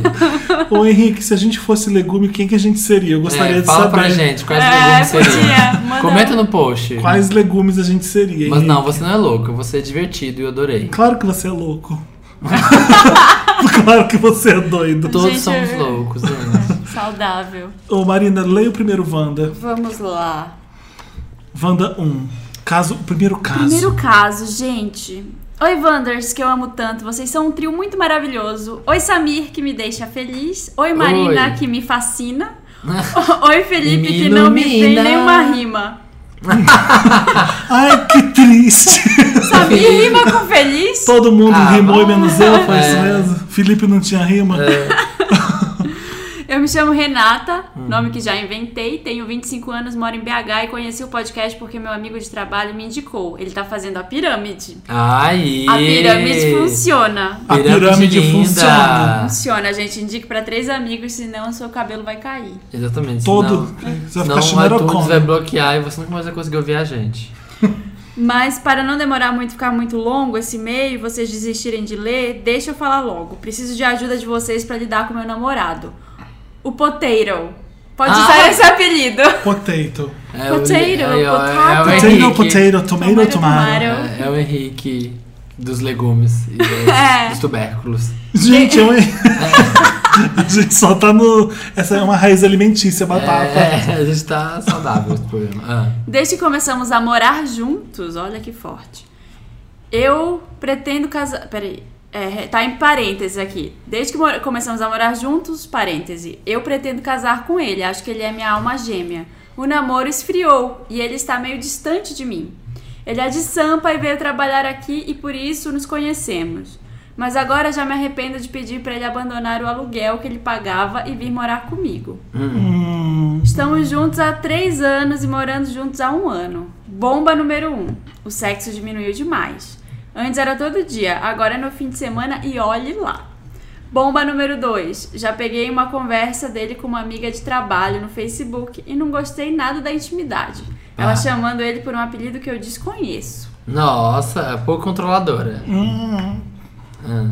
[SPEAKER 1] Ô Henrique, se a gente fosse legume, quem que a gente seria? Eu gostaria
[SPEAKER 3] É,
[SPEAKER 1] de
[SPEAKER 3] fala
[SPEAKER 1] saber
[SPEAKER 3] pra gente quais
[SPEAKER 2] É,
[SPEAKER 3] legumes
[SPEAKER 2] podia,
[SPEAKER 3] seriam.
[SPEAKER 2] manda-
[SPEAKER 3] Comenta no post.
[SPEAKER 1] quais legumes a gente seria.
[SPEAKER 3] Mas
[SPEAKER 1] Henrique.
[SPEAKER 3] não, você não é louco, você é divertido e eu adorei.
[SPEAKER 1] Claro que você é louco. claro que você é doido.
[SPEAKER 3] Todos
[SPEAKER 2] Gente,
[SPEAKER 3] somos
[SPEAKER 2] é-
[SPEAKER 3] loucos, né?
[SPEAKER 2] Saudável.
[SPEAKER 1] Ô Marina, leia o primeiro Wanda.
[SPEAKER 2] Vamos lá.
[SPEAKER 1] Wanda 1. Caso, o primeiro caso.
[SPEAKER 2] Primeiro caso, gente. Oi, Wanders, que eu amo tanto. Vocês são um trio muito maravilhoso. Oi, Samir, que me deixa feliz. Oi, Marina,
[SPEAKER 3] Oi.
[SPEAKER 2] que me fascina. Oi, Felipe,
[SPEAKER 3] Me
[SPEAKER 2] que não me tem
[SPEAKER 3] ilumina.
[SPEAKER 2] nenhuma rima.
[SPEAKER 1] Ai, que triste.
[SPEAKER 2] Samir
[SPEAKER 3] Felipe.
[SPEAKER 2] rima com feliz?
[SPEAKER 1] Todo mundo
[SPEAKER 3] Ah,
[SPEAKER 1] rimou e
[SPEAKER 3] mas-
[SPEAKER 1] menos eu, foi
[SPEAKER 3] É.
[SPEAKER 1] isso mesmo? Felipe não tinha rima?
[SPEAKER 2] Eu me chamo Renata,
[SPEAKER 3] Hum.
[SPEAKER 2] nome que já inventei. Tenho 25 anos, moro em BH e conheci o podcast porque meu amigo de trabalho me indicou. Ele tá fazendo a pirâmide.
[SPEAKER 3] Aí.
[SPEAKER 2] A pirâmide funciona.
[SPEAKER 1] A
[SPEAKER 3] é
[SPEAKER 1] pirâmide
[SPEAKER 3] linda.
[SPEAKER 1] funciona.
[SPEAKER 2] Funciona, gente. Indique pra três amigos, senão o seu cabelo vai cair.
[SPEAKER 3] Exatamente.
[SPEAKER 1] Todo.
[SPEAKER 3] Todo.
[SPEAKER 1] Você vai ficar
[SPEAKER 3] Senão, senão o iTunes vai
[SPEAKER 1] chimarocona.
[SPEAKER 3] bloquear e você nunca mais vai conseguir ouvir a gente.
[SPEAKER 2] Mas para não demorar muito, ficar muito longo esse e-mail e vocês desistirem de ler, deixa eu falar logo. Preciso de ajuda de vocês para lidar com meu namorado. O Poteiro. Pode
[SPEAKER 3] Ah.
[SPEAKER 2] usar esse apelido.
[SPEAKER 1] Potato.
[SPEAKER 3] É o-
[SPEAKER 2] Potato,
[SPEAKER 3] aí, ó, é o
[SPEAKER 2] potato.
[SPEAKER 1] Potato,
[SPEAKER 3] Henrique.
[SPEAKER 1] potato, tomato, tomato.
[SPEAKER 2] Tomato, tomato.
[SPEAKER 3] É, é o Henrique dos legumes e dos,
[SPEAKER 2] É.
[SPEAKER 3] dos tubérculos.
[SPEAKER 1] Gente,
[SPEAKER 3] É.
[SPEAKER 1] eu... a gente só tá no... Essa é uma raiz alimentícia, batata.
[SPEAKER 3] É, a gente tá saudável esse programa. Ah.
[SPEAKER 2] Desde que começamos a morar juntos, olha que forte. Eu pretendo casar. Peraí. É, tá em parênteses aqui. Desde que mora- começamos a morar juntos, parêntese. Eu pretendo casar com ele. Acho que ele é minha alma gêmea. O namoro esfriou e ele está meio distante de mim. Ele é de Sampa e veio trabalhar aqui e por isso nos conhecemos. Mas agora já me arrependo de pedir para ele abandonar o aluguel que ele pagava e vir morar comigo. Estamos juntos há três anos e morando juntos há um ano. Bomba número um. O sexo diminuiu demais. Antes era todo dia, agora é no fim de semana e olhe lá. Bomba número dois. Já peguei uma conversa dele com uma amiga de trabalho no Facebook e não gostei nada da intimidade. Ela
[SPEAKER 3] Ah.
[SPEAKER 2] chamando ele por um apelido que eu desconheço.
[SPEAKER 3] Nossa, é pouco controladora.
[SPEAKER 1] Hum.
[SPEAKER 3] Ah.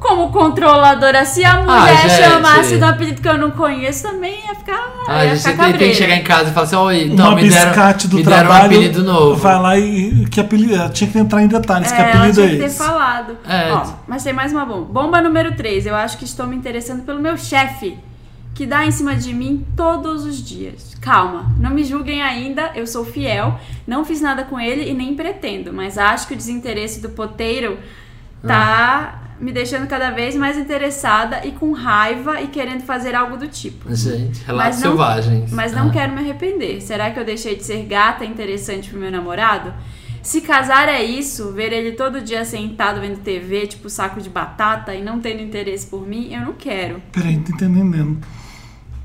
[SPEAKER 2] Como controladora, se a mulher
[SPEAKER 3] gente.
[SPEAKER 2] chamasse de um apelido que eu não conheço, também ia ficar.
[SPEAKER 3] Ah,
[SPEAKER 2] ia
[SPEAKER 3] a
[SPEAKER 2] ficar
[SPEAKER 3] gente tem, tem que
[SPEAKER 2] é cabreira.
[SPEAKER 3] chegar em casa e falar assim: Oi,
[SPEAKER 1] Uma
[SPEAKER 3] então me deram,
[SPEAKER 1] biscate do
[SPEAKER 3] me deram
[SPEAKER 1] trabalho.
[SPEAKER 3] um apelido novo.
[SPEAKER 1] Vai lá e. Que apelido, tinha que entrar em detalhes. que
[SPEAKER 2] É, ela
[SPEAKER 1] apelido
[SPEAKER 2] tinha
[SPEAKER 1] é
[SPEAKER 2] que ter
[SPEAKER 1] esse?
[SPEAKER 2] falado.
[SPEAKER 3] É.
[SPEAKER 2] Ó, mas tem mais uma bomba. Bomba número 3. Eu acho que estou me interessando pelo meu chefe, que dá em cima de mim todos os dias. Calma, não me julguem ainda, eu sou fiel, não fiz nada com ele e nem pretendo, mas acho que o desinteresse do poteiro tá me deixando cada vez mais interessada e com raiva e querendo fazer algo do tipo.
[SPEAKER 3] Gente, relatos
[SPEAKER 2] não-
[SPEAKER 3] selvagens.
[SPEAKER 2] Mas não
[SPEAKER 3] Ah.
[SPEAKER 2] quero me arrepender. Será que eu deixei de ser gata e interessante pro meu namorado? Se casar é isso, ver ele todo dia sentado vendo TV, tipo saco de batata, e não tendo interesse por mim, eu não quero.
[SPEAKER 1] Peraí, não tô entendendo.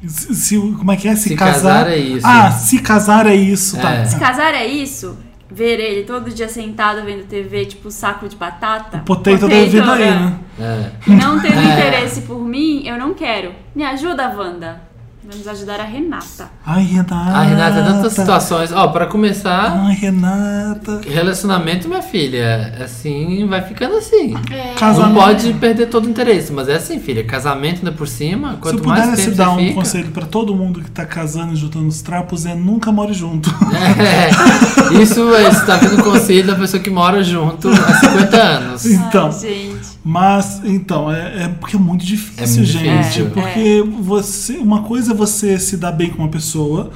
[SPEAKER 1] Se, se- como é que é? Se,
[SPEAKER 3] Se
[SPEAKER 1] casar...
[SPEAKER 3] casar é isso.
[SPEAKER 1] Ah, se casar é isso, tá.
[SPEAKER 3] É.
[SPEAKER 2] Se casar é isso, ver ele todo dia sentado vendo TV, tipo saco de batata.
[SPEAKER 1] Potei toda a vida aí, né?
[SPEAKER 3] É.
[SPEAKER 2] E não tendo
[SPEAKER 3] É.
[SPEAKER 2] interesse por mim, eu não quero. Me ajuda, Wanda. Vamos ajudar a Renata.
[SPEAKER 1] Ai, Renata.
[SPEAKER 3] Ah, Renata,
[SPEAKER 1] tá.
[SPEAKER 3] tantas situações. Ó, pra começar,
[SPEAKER 1] Ai, Renata.
[SPEAKER 3] relacionamento, minha filha, assim, vai ficando assim. Não
[SPEAKER 1] Casamento.
[SPEAKER 3] pode perder todo o interesse, mas é assim, filha. Casamento ainda por cima,
[SPEAKER 1] Se eu
[SPEAKER 3] quanto mais tempo
[SPEAKER 1] pudesse dar
[SPEAKER 3] você
[SPEAKER 1] um
[SPEAKER 3] fica...
[SPEAKER 1] conselho pra todo mundo que tá casando e juntando os trapos, é nunca more junto.
[SPEAKER 3] É, isso você tá vendo o conselho da pessoa que mora junto há 50 anos.
[SPEAKER 1] então.
[SPEAKER 2] Ai, gente.
[SPEAKER 1] Mas, então, é, é porque é muito
[SPEAKER 3] É
[SPEAKER 1] difícil,
[SPEAKER 3] muito
[SPEAKER 1] gente.
[SPEAKER 3] difícil.
[SPEAKER 1] Porque você, uma coisa é você se dar bem com uma pessoa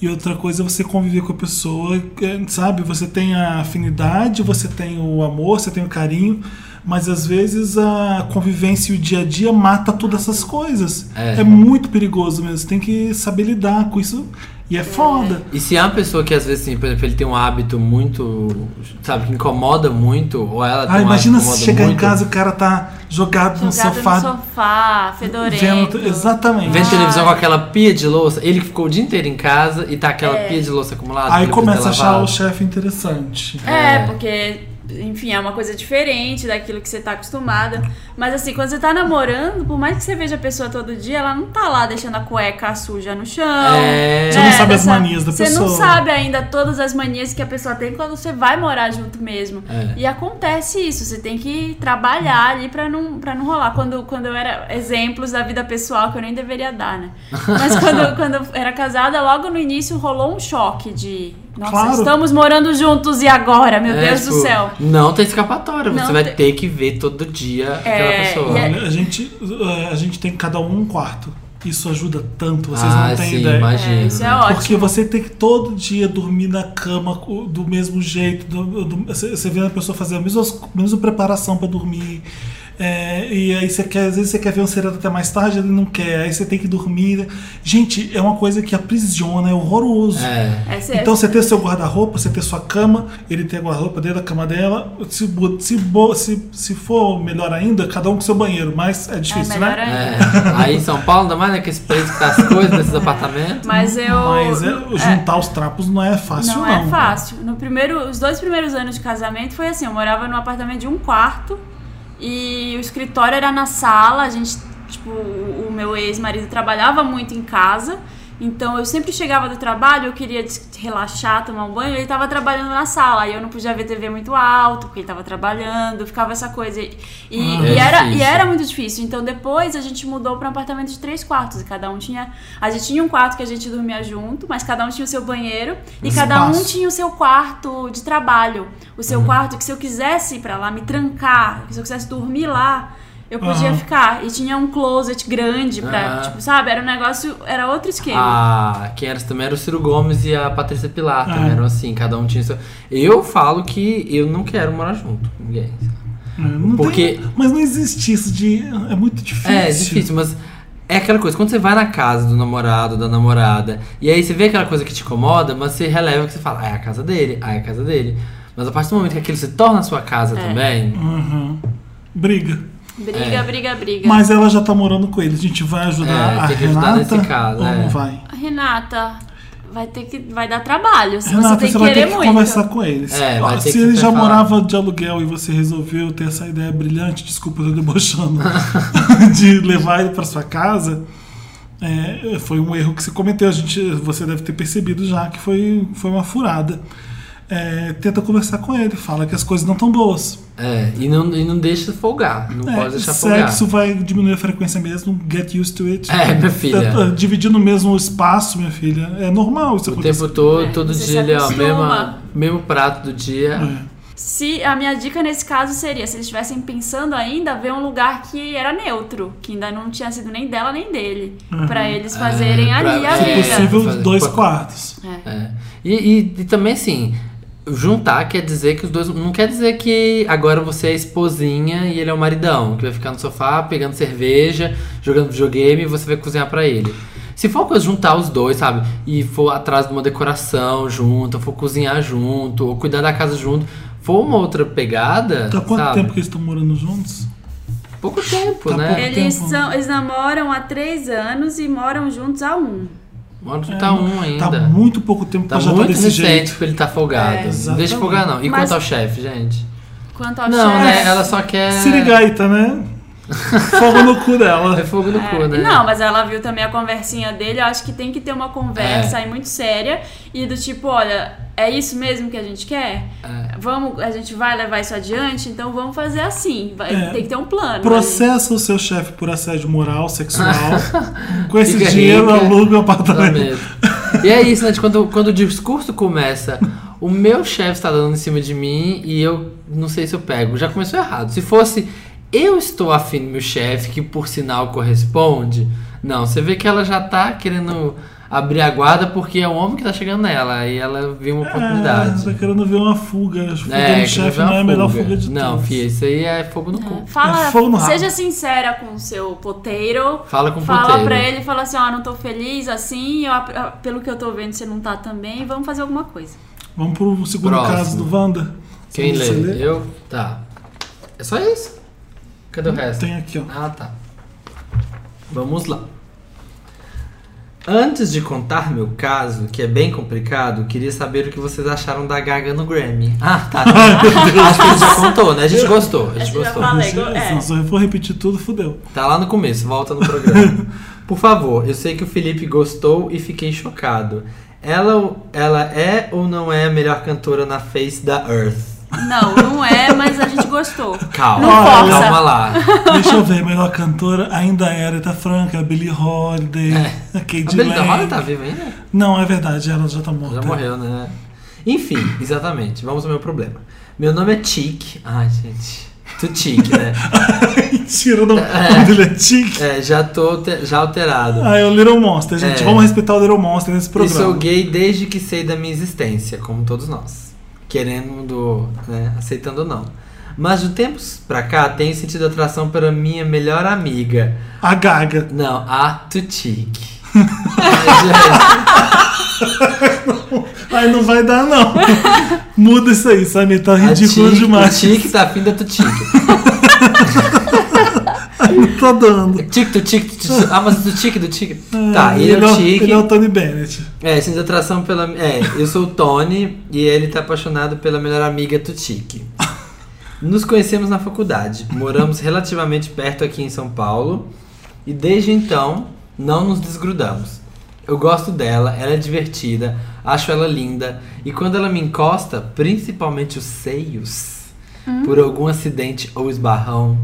[SPEAKER 1] e outra coisa é você conviver com a pessoa, é, sabe? Você tem a afinidade, você tem o amor, você tem o carinho, mas às vezes a convivência e o dia a dia mata todas essas coisas.
[SPEAKER 3] É.
[SPEAKER 1] É, muito perigoso mesmo. Você tem que saber lidar com isso e é foda.
[SPEAKER 3] E se é uma pessoa que às vezes, assim, por exemplo, ele tem um hábito muito, sabe, que incomoda muito, ou ela tem
[SPEAKER 1] Ah,
[SPEAKER 3] um
[SPEAKER 1] imagina
[SPEAKER 3] hábito que
[SPEAKER 1] se
[SPEAKER 3] incomoda
[SPEAKER 1] chegar
[SPEAKER 3] muito,
[SPEAKER 1] em casa e o cara tá jogado,
[SPEAKER 2] Jogado
[SPEAKER 1] no sofá, Ah.
[SPEAKER 2] no sofá, fedorento.
[SPEAKER 1] vendo. Exatamente.
[SPEAKER 2] Ah.
[SPEAKER 3] Vendo televisão com aquela pia de louça, ele que ficou o dia inteiro em casa e tá aquela
[SPEAKER 2] É.
[SPEAKER 3] pia de louça acumulada.
[SPEAKER 1] Aí
[SPEAKER 3] que ele precisa
[SPEAKER 1] começa a achar
[SPEAKER 3] lavar.
[SPEAKER 1] o chefe interessante.
[SPEAKER 2] É,
[SPEAKER 3] É.
[SPEAKER 2] porque, enfim, é uma coisa diferente daquilo que você tá acostumada. Mas assim, quando você tá namorando, por mais que você veja a pessoa todo dia, ela não tá lá deixando a cueca suja no chão.
[SPEAKER 3] É. Você
[SPEAKER 1] não sabe as manias da
[SPEAKER 2] Você não
[SPEAKER 1] pessoa.
[SPEAKER 2] sabe ainda todas as manias que a pessoa tem quando você vai morar junto mesmo.
[SPEAKER 3] É.
[SPEAKER 2] E acontece isso, você tem que trabalhar ali pra não, pra não rolar. Quando, quando eu era exemplos da vida pessoal que eu nem deveria dar, né? Mas quando, quando eu era casada, logo no início rolou um choque de. Nossa,
[SPEAKER 1] Claro.
[SPEAKER 2] estamos morando juntos e agora, meu
[SPEAKER 3] É,
[SPEAKER 2] Deus do
[SPEAKER 3] tipo,
[SPEAKER 2] céu.
[SPEAKER 3] Não tem escapatória,
[SPEAKER 2] Não
[SPEAKER 3] você vai
[SPEAKER 2] tem-
[SPEAKER 3] ter que ver todo dia
[SPEAKER 2] É,
[SPEAKER 3] aquela pessoa.
[SPEAKER 2] e aí-
[SPEAKER 1] Olha, a gente, eh, a gente tem cada um um quarto. Isso ajuda tanto, vocês
[SPEAKER 3] ah,
[SPEAKER 1] não têm
[SPEAKER 3] sim,
[SPEAKER 1] ideia.
[SPEAKER 3] imagino.
[SPEAKER 2] É, isso é
[SPEAKER 3] né?
[SPEAKER 2] ótimo.
[SPEAKER 1] Porque você tem que todo dia dormir na cama co- do mesmo jeito. do- do- Você você vê a pessoa fazer a mesma, mesma preparação pra dormir. É, e aí você quer, às vezes você quer ver um seriado até mais tarde, ele não quer. Aí você tem que dormir. Gente, é uma coisa que aprisiona, é horroroso.
[SPEAKER 3] É.
[SPEAKER 2] É certo.
[SPEAKER 1] Então você ter seu guarda-roupa, você ter sua cama, ele tem a guarda-roupa dentro da cama dela. Se, bo- se, bo- se, se for melhor ainda, cada um com seu banheiro, mas é
[SPEAKER 2] é
[SPEAKER 1] difícil,
[SPEAKER 2] melhor
[SPEAKER 1] né?
[SPEAKER 2] ainda.
[SPEAKER 3] É. Aí em São Paulo, ainda mais né, que esse preço que tá as coisas nesses apartamentos.
[SPEAKER 2] Mas eu.
[SPEAKER 1] Mas é- juntar os trapos não é fácil, não.
[SPEAKER 2] não, é fácil. No primeiro, os dois primeiros anos de casamento foi assim, eu morava num apartamento de um quarto e o escritório era na sala, a gente, tipo, o o meu ex-marido trabalhava muito em casa. Então eu sempre chegava do trabalho, eu queria des- relaxar, tomar um banho, ele tava trabalhando na sala, e eu não podia ver TV muito alto, porque ele tava trabalhando, ficava essa coisa. E, e-
[SPEAKER 3] Ah,
[SPEAKER 2] e
[SPEAKER 3] é
[SPEAKER 2] era, e
[SPEAKER 3] difícil.
[SPEAKER 2] era muito difícil. Então depois a gente mudou para um apartamento de três quartos e cada um tinha. A gente tinha um quarto que a gente dormia junto, mas cada um tinha o seu banheiro e
[SPEAKER 1] Espaço.
[SPEAKER 2] cada um tinha o seu quarto de trabalho. O seu
[SPEAKER 1] Uhum.
[SPEAKER 2] quarto que se eu quisesse ir pra lá, me trancar, que se eu quisesse dormir lá. Eu podia
[SPEAKER 1] Aham.
[SPEAKER 2] ficar. E tinha um closet grande pra,
[SPEAKER 3] Ah.
[SPEAKER 2] tipo, sabe? Era um negócio, era outro esquema.
[SPEAKER 3] Ah, quem era também era o Ciro Gomes e a Patrícia Pilar, também
[SPEAKER 1] Ah.
[SPEAKER 3] eram assim, cada um tinha seu. Eu falo que eu não quero morar junto com ninguém.
[SPEAKER 1] É, não
[SPEAKER 3] Porque-
[SPEAKER 1] tem- mas não existe isso de. É muito difícil.
[SPEAKER 3] É, é difícil, mas é aquela coisa, quando você vai na casa do namorado, da namorada, e aí você vê aquela coisa que te incomoda, mas você releva que você fala, ah, é a casa dele, ah, é a casa dele. Mas a partir do momento que aquilo se torna a sua casa também,
[SPEAKER 1] Uhum. Briga.
[SPEAKER 2] Briga,
[SPEAKER 3] é.
[SPEAKER 2] briga, briga.
[SPEAKER 1] Mas ela já tá morando com ele. A gente vai ajudar
[SPEAKER 3] É,
[SPEAKER 1] a
[SPEAKER 3] tem que
[SPEAKER 1] Renata
[SPEAKER 3] ajudar nesse caso,
[SPEAKER 1] ou não
[SPEAKER 3] é.
[SPEAKER 1] vai?
[SPEAKER 2] Renata, vai ter que. Vai dar trabalho. se
[SPEAKER 1] Renata,
[SPEAKER 2] você tem que
[SPEAKER 1] vai
[SPEAKER 2] querer
[SPEAKER 1] ter que
[SPEAKER 2] muito.
[SPEAKER 1] conversar com ele. Se-
[SPEAKER 3] É, vai
[SPEAKER 1] ó, se
[SPEAKER 3] ter que
[SPEAKER 1] ele já
[SPEAKER 3] falar.
[SPEAKER 1] morava de aluguel e você resolveu ter essa ideia brilhante, desculpa, eu tô debochando, de levar ele pra sua casa, é, foi um erro que você cometeu. A gente, você deve ter percebido já que foi, foi uma furada. É, tenta conversar com ele, fala que as coisas não estão boas.
[SPEAKER 3] é, e não, e não deixa folgar, não
[SPEAKER 1] É,
[SPEAKER 3] pode deixar folgar.
[SPEAKER 1] sexo vai diminuir a frequência mesmo, get used to it.
[SPEAKER 3] É, minha filha.
[SPEAKER 1] Tá- tá Dividindo o mesmo espaço, minha filha, é normal isso
[SPEAKER 3] O
[SPEAKER 1] acontecer.
[SPEAKER 3] tempo todo,
[SPEAKER 2] É,
[SPEAKER 3] todo
[SPEAKER 2] você
[SPEAKER 3] dia
[SPEAKER 2] se
[SPEAKER 3] ele é o mesmo,
[SPEAKER 2] acostuma.
[SPEAKER 3] mesmo prato do dia.
[SPEAKER 1] É.
[SPEAKER 2] Se a minha dica nesse caso seria, se eles estivessem pensando ainda, ver um lugar que era neutro, que ainda não tinha sido nem dela nem dele,
[SPEAKER 1] Uhum.
[SPEAKER 2] Pra eles fazerem
[SPEAKER 3] É, pra-
[SPEAKER 2] ali a
[SPEAKER 3] se
[SPEAKER 1] É
[SPEAKER 2] vida.
[SPEAKER 1] possível,
[SPEAKER 3] Fazer-
[SPEAKER 1] dois
[SPEAKER 3] pode-
[SPEAKER 1] quartos.
[SPEAKER 3] É. E, e- e também assim, juntar quer dizer que os dois. Não quer dizer que agora você é a esposinha e ele é o maridão, que vai ficar no sofá pegando cerveja, jogando videogame e você vai cozinhar pra ele. Se for uma coisa juntar os dois, sabe? E for atrás de uma decoração junto, ou for cozinhar junto, ou cuidar da casa junto, for uma outra pegada.
[SPEAKER 1] Tá quanto
[SPEAKER 3] sabe?
[SPEAKER 1] tempo que eles estão morando juntos?
[SPEAKER 3] Pouco tempo,
[SPEAKER 1] Tá
[SPEAKER 3] né?
[SPEAKER 1] pouco.
[SPEAKER 2] Eles,
[SPEAKER 1] tempo.
[SPEAKER 2] são, eles namoram há três anos e moram juntos há um.
[SPEAKER 3] Mora juntar um ainda.
[SPEAKER 1] É, Tá muito pouco tempo
[SPEAKER 3] Tá
[SPEAKER 1] pra já estar
[SPEAKER 3] muito
[SPEAKER 1] desse
[SPEAKER 3] recente
[SPEAKER 1] jeito. É,
[SPEAKER 3] pra ele tá folgado. não
[SPEAKER 1] exatamente.
[SPEAKER 3] deixa folgar, não. E
[SPEAKER 2] Mas-
[SPEAKER 3] quanto ao chefe, gente?
[SPEAKER 2] Quanto ao
[SPEAKER 3] Não,
[SPEAKER 2] chefe-
[SPEAKER 3] né? Ela só quer.
[SPEAKER 1] Sirigaita, né? Fogo no cu dela.
[SPEAKER 3] É fogo no cu, né?
[SPEAKER 2] Não, mas ela viu também a conversinha dele. Eu acho que tem que ter uma conversa
[SPEAKER 3] É.
[SPEAKER 2] aí muito séria e do tipo, olha, é isso mesmo que a gente quer?
[SPEAKER 3] É.
[SPEAKER 2] Vamos, a gente vai levar isso adiante, então vamos fazer assim. Vai-
[SPEAKER 1] É.
[SPEAKER 2] Tem que ter um plano. ali.
[SPEAKER 1] Processa o seu chefe por assédio moral, sexual. Com esse
[SPEAKER 3] Fica
[SPEAKER 1] dinheiro,
[SPEAKER 3] rica.
[SPEAKER 1] aluga o
[SPEAKER 3] Dá
[SPEAKER 1] apartamento.
[SPEAKER 3] medo. E é isso, né? de Quando, quando o discurso começa, o meu chefe está dando em cima de mim e eu não sei se eu pego. Já começou errado. Se fosse eu estou afim do meu chefe, que por sinal corresponde, não, você vê que ela já tá querendo abrir a guarda porque é o homem que tá chegando nela. Aí ela viu uma
[SPEAKER 1] É,
[SPEAKER 3] oportunidade.
[SPEAKER 1] tá querendo ver uma fuga. Fuga
[SPEAKER 3] É,
[SPEAKER 1] do chefe não
[SPEAKER 3] quer ver
[SPEAKER 1] é
[SPEAKER 3] uma
[SPEAKER 1] a melhor
[SPEAKER 3] fuga.
[SPEAKER 1] fuga de
[SPEAKER 3] Não,
[SPEAKER 1] todas.
[SPEAKER 3] filha, isso aí é fogo no cu.
[SPEAKER 2] Fala,
[SPEAKER 1] É fogo no rabo.
[SPEAKER 2] seja sincera com o seu poteiro.
[SPEAKER 3] Fala com o
[SPEAKER 2] Fala
[SPEAKER 3] poteiro.
[SPEAKER 2] pra ele, fala assim, ó, não tô feliz assim, eu ap- pelo que eu tô vendo você não tá também, vamos fazer alguma coisa.
[SPEAKER 1] Vamos pro segundo
[SPEAKER 3] Próximo.
[SPEAKER 1] caso do Wanda.
[SPEAKER 3] Quem
[SPEAKER 1] Você
[SPEAKER 3] lê?
[SPEAKER 1] lê?
[SPEAKER 3] Eu? Tá. É só isso? Cadê o resto?
[SPEAKER 1] Tem aqui, ó.
[SPEAKER 3] Ah, tá. Vamos lá. Antes de contar meu caso, que é bem complicado, queria saber o que vocês acharam da Gaga no Grammy. Ah, tá. Acho que a gente já contou, né? A gente gostou. A gente
[SPEAKER 2] Eu já
[SPEAKER 3] gostou.
[SPEAKER 2] falei.
[SPEAKER 1] Se
[SPEAKER 2] É.
[SPEAKER 1] Assim, se eu for repetir tudo, fudeu.
[SPEAKER 3] Tá lá no começo, volta no programa. Por favor, eu sei que o Felipe gostou e fiquei chocado. Ela, ela é ou não é a melhor cantora na face da Earth?
[SPEAKER 2] Não, não é, mas a gente gostou.
[SPEAKER 3] Calma,
[SPEAKER 2] Não força.
[SPEAKER 3] calma lá.
[SPEAKER 1] Deixa eu ver, a melhor cantora ainda era Eta Franca, a Billie Holiday, a Kate
[SPEAKER 3] É. A Belinda
[SPEAKER 1] Lang.
[SPEAKER 3] Rola tá viva ainda?
[SPEAKER 1] Não, é verdade, ela já tá morta.
[SPEAKER 3] Já morreu, né? Enfim, exatamente. Vamos ao meu problema. Meu nome é Tic. Ai, gente. Tu Tic, né?
[SPEAKER 1] Mentira, não. O dele é Tic.
[SPEAKER 3] É, já tô te- já alterado.
[SPEAKER 1] Ah, é o Little Monster, gente.
[SPEAKER 3] É.
[SPEAKER 1] Vamos respeitar o Little Monster nesse
[SPEAKER 3] E
[SPEAKER 1] programa.
[SPEAKER 3] sou gay desde que sei da minha existência, como todos nós. Querendo, né? Aceitando ou não. Mas de tempos pra cá tenho sentido atração pela minha melhor amiga.
[SPEAKER 1] A Gaga.
[SPEAKER 3] Não, a Tutic. Ai,
[SPEAKER 1] Ai, não vai dar, não. Muda isso aí, Samir. Tá
[SPEAKER 3] gente, a
[SPEAKER 1] ridículo
[SPEAKER 3] Tic-
[SPEAKER 1] demais.
[SPEAKER 3] O Tic tá afim da Tutic.
[SPEAKER 1] Não tá dando.
[SPEAKER 3] Tic do tic, do tic. Ah, mas do tic do tic. Tá,
[SPEAKER 1] Ah,
[SPEAKER 3] ele é o tic.
[SPEAKER 1] Ele é o Tony Bennett.
[SPEAKER 3] É, sinto atração pela. É, eu sou o Tony e ele tá apaixonado pela melhor amiga Tutique. Nos conhecemos na faculdade, moramos relativamente perto aqui em São Paulo e desde então não nos desgrudamos. Eu gosto dela, ela é divertida, acho ela linda e quando ela me encosta, principalmente os seios, por algum acidente ou esbarrão,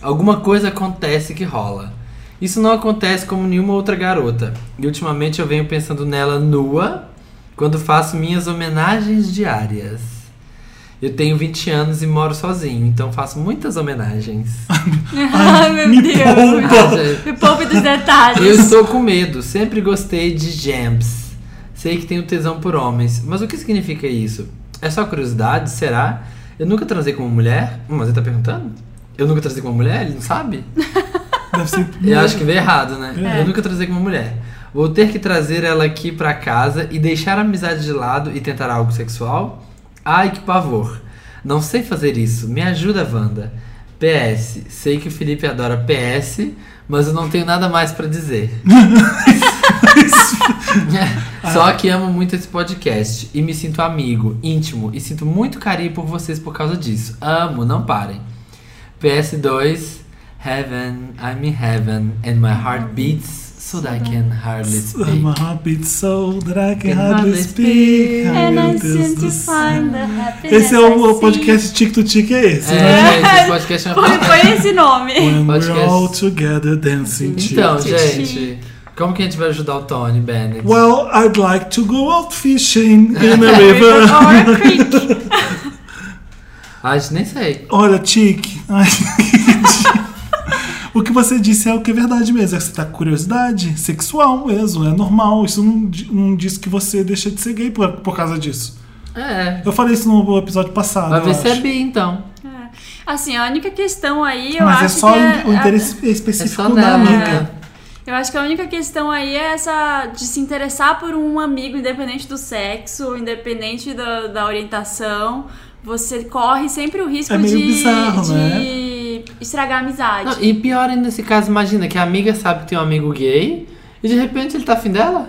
[SPEAKER 3] alguma coisa acontece que rola. Isso não acontece como nenhuma outra garota. E ultimamente eu venho pensando nela nua quando faço minhas homenagens diárias. Eu tenho 20 anos e moro sozinho, então faço muitas homenagens.
[SPEAKER 2] Ai, meu
[SPEAKER 1] me
[SPEAKER 2] Deus.
[SPEAKER 1] poupa.
[SPEAKER 2] Me poupe dos detalhes.
[SPEAKER 3] Eu estou com medo, sempre gostei de gems. Sei que tenho tesão por homens, mas o que significa isso? É só curiosidade? Será? Eu nunca transei com uma mulher? Hum, mas ele tá perguntando? Eu nunca transei com uma mulher? Ele não sabe?
[SPEAKER 1] Deve ser.
[SPEAKER 3] Eu acho que veio errado, né? Eu nunca trazei com uma mulher. Vou ter que trazer ela aqui pra casa e deixar a amizade de lado e tentar algo sexual? Ai, que pavor. Não sei fazer isso. Me ajuda, Wanda. PS. Sei que o Felipe adora PS, mas eu não tenho nada mais pra dizer. Só que amo muito esse podcast e me sinto amigo, íntimo e sinto muito carinho por vocês por causa disso. Amo, não parem. PS2 Heaven, I'm in heaven and my
[SPEAKER 1] Hum.
[SPEAKER 3] heart beats so that I can hardly
[SPEAKER 1] I'm a
[SPEAKER 3] speak.
[SPEAKER 1] hobbit so that I can
[SPEAKER 3] Can
[SPEAKER 1] hardly
[SPEAKER 3] hardly
[SPEAKER 1] speak.
[SPEAKER 3] speak.
[SPEAKER 1] Ai,
[SPEAKER 2] And
[SPEAKER 1] é meu
[SPEAKER 2] I
[SPEAKER 1] Deus
[SPEAKER 2] seem
[SPEAKER 1] do
[SPEAKER 2] to
[SPEAKER 1] céu.
[SPEAKER 2] find the happiness
[SPEAKER 1] Esse é o,
[SPEAKER 2] I
[SPEAKER 1] o podcast Tic to Tic, é esse,
[SPEAKER 3] É,
[SPEAKER 1] né?
[SPEAKER 3] gente, esse podcast é uma
[SPEAKER 2] seek. Foi esse nome.
[SPEAKER 1] When we're
[SPEAKER 3] podcast.
[SPEAKER 1] all together dancing tic
[SPEAKER 3] Então,
[SPEAKER 1] to
[SPEAKER 3] gente, como que a gente vai ajudar o Tony Bennett?
[SPEAKER 1] Well, I'd like to go out fishing in a
[SPEAKER 2] Então,
[SPEAKER 1] river.
[SPEAKER 2] Or Creek.
[SPEAKER 3] Ah, gente, nem sei.
[SPEAKER 1] Olha, Tic. ai, O que você disse é o que é verdade mesmo. É que você tá com curiosidade sexual mesmo, é normal. Isso não, di- não diz que você deixa de ser gay por, por causa disso.
[SPEAKER 3] É.
[SPEAKER 1] Eu falei isso no episódio passado.
[SPEAKER 3] Vai
[SPEAKER 1] eu
[SPEAKER 3] ver se é
[SPEAKER 1] acho.
[SPEAKER 3] bi, então.
[SPEAKER 2] Assim, a única questão aí, eu
[SPEAKER 1] Mas
[SPEAKER 2] acho
[SPEAKER 1] é só
[SPEAKER 2] que é,
[SPEAKER 1] o interesse específico
[SPEAKER 3] É só
[SPEAKER 1] da
[SPEAKER 3] dela,
[SPEAKER 1] amiga.
[SPEAKER 3] né?
[SPEAKER 2] Eu acho que a única questão aí é essa de se interessar por um amigo, independente do sexo, independente da, da orientação. Você corre sempre o risco
[SPEAKER 1] É meio
[SPEAKER 2] de,
[SPEAKER 1] bizarro,
[SPEAKER 2] de
[SPEAKER 1] né?
[SPEAKER 2] estragar a amizade.
[SPEAKER 3] Não, e pior ainda nesse caso, imagina que a amiga sabe que tem um amigo gay e de repente ele tá afim dela.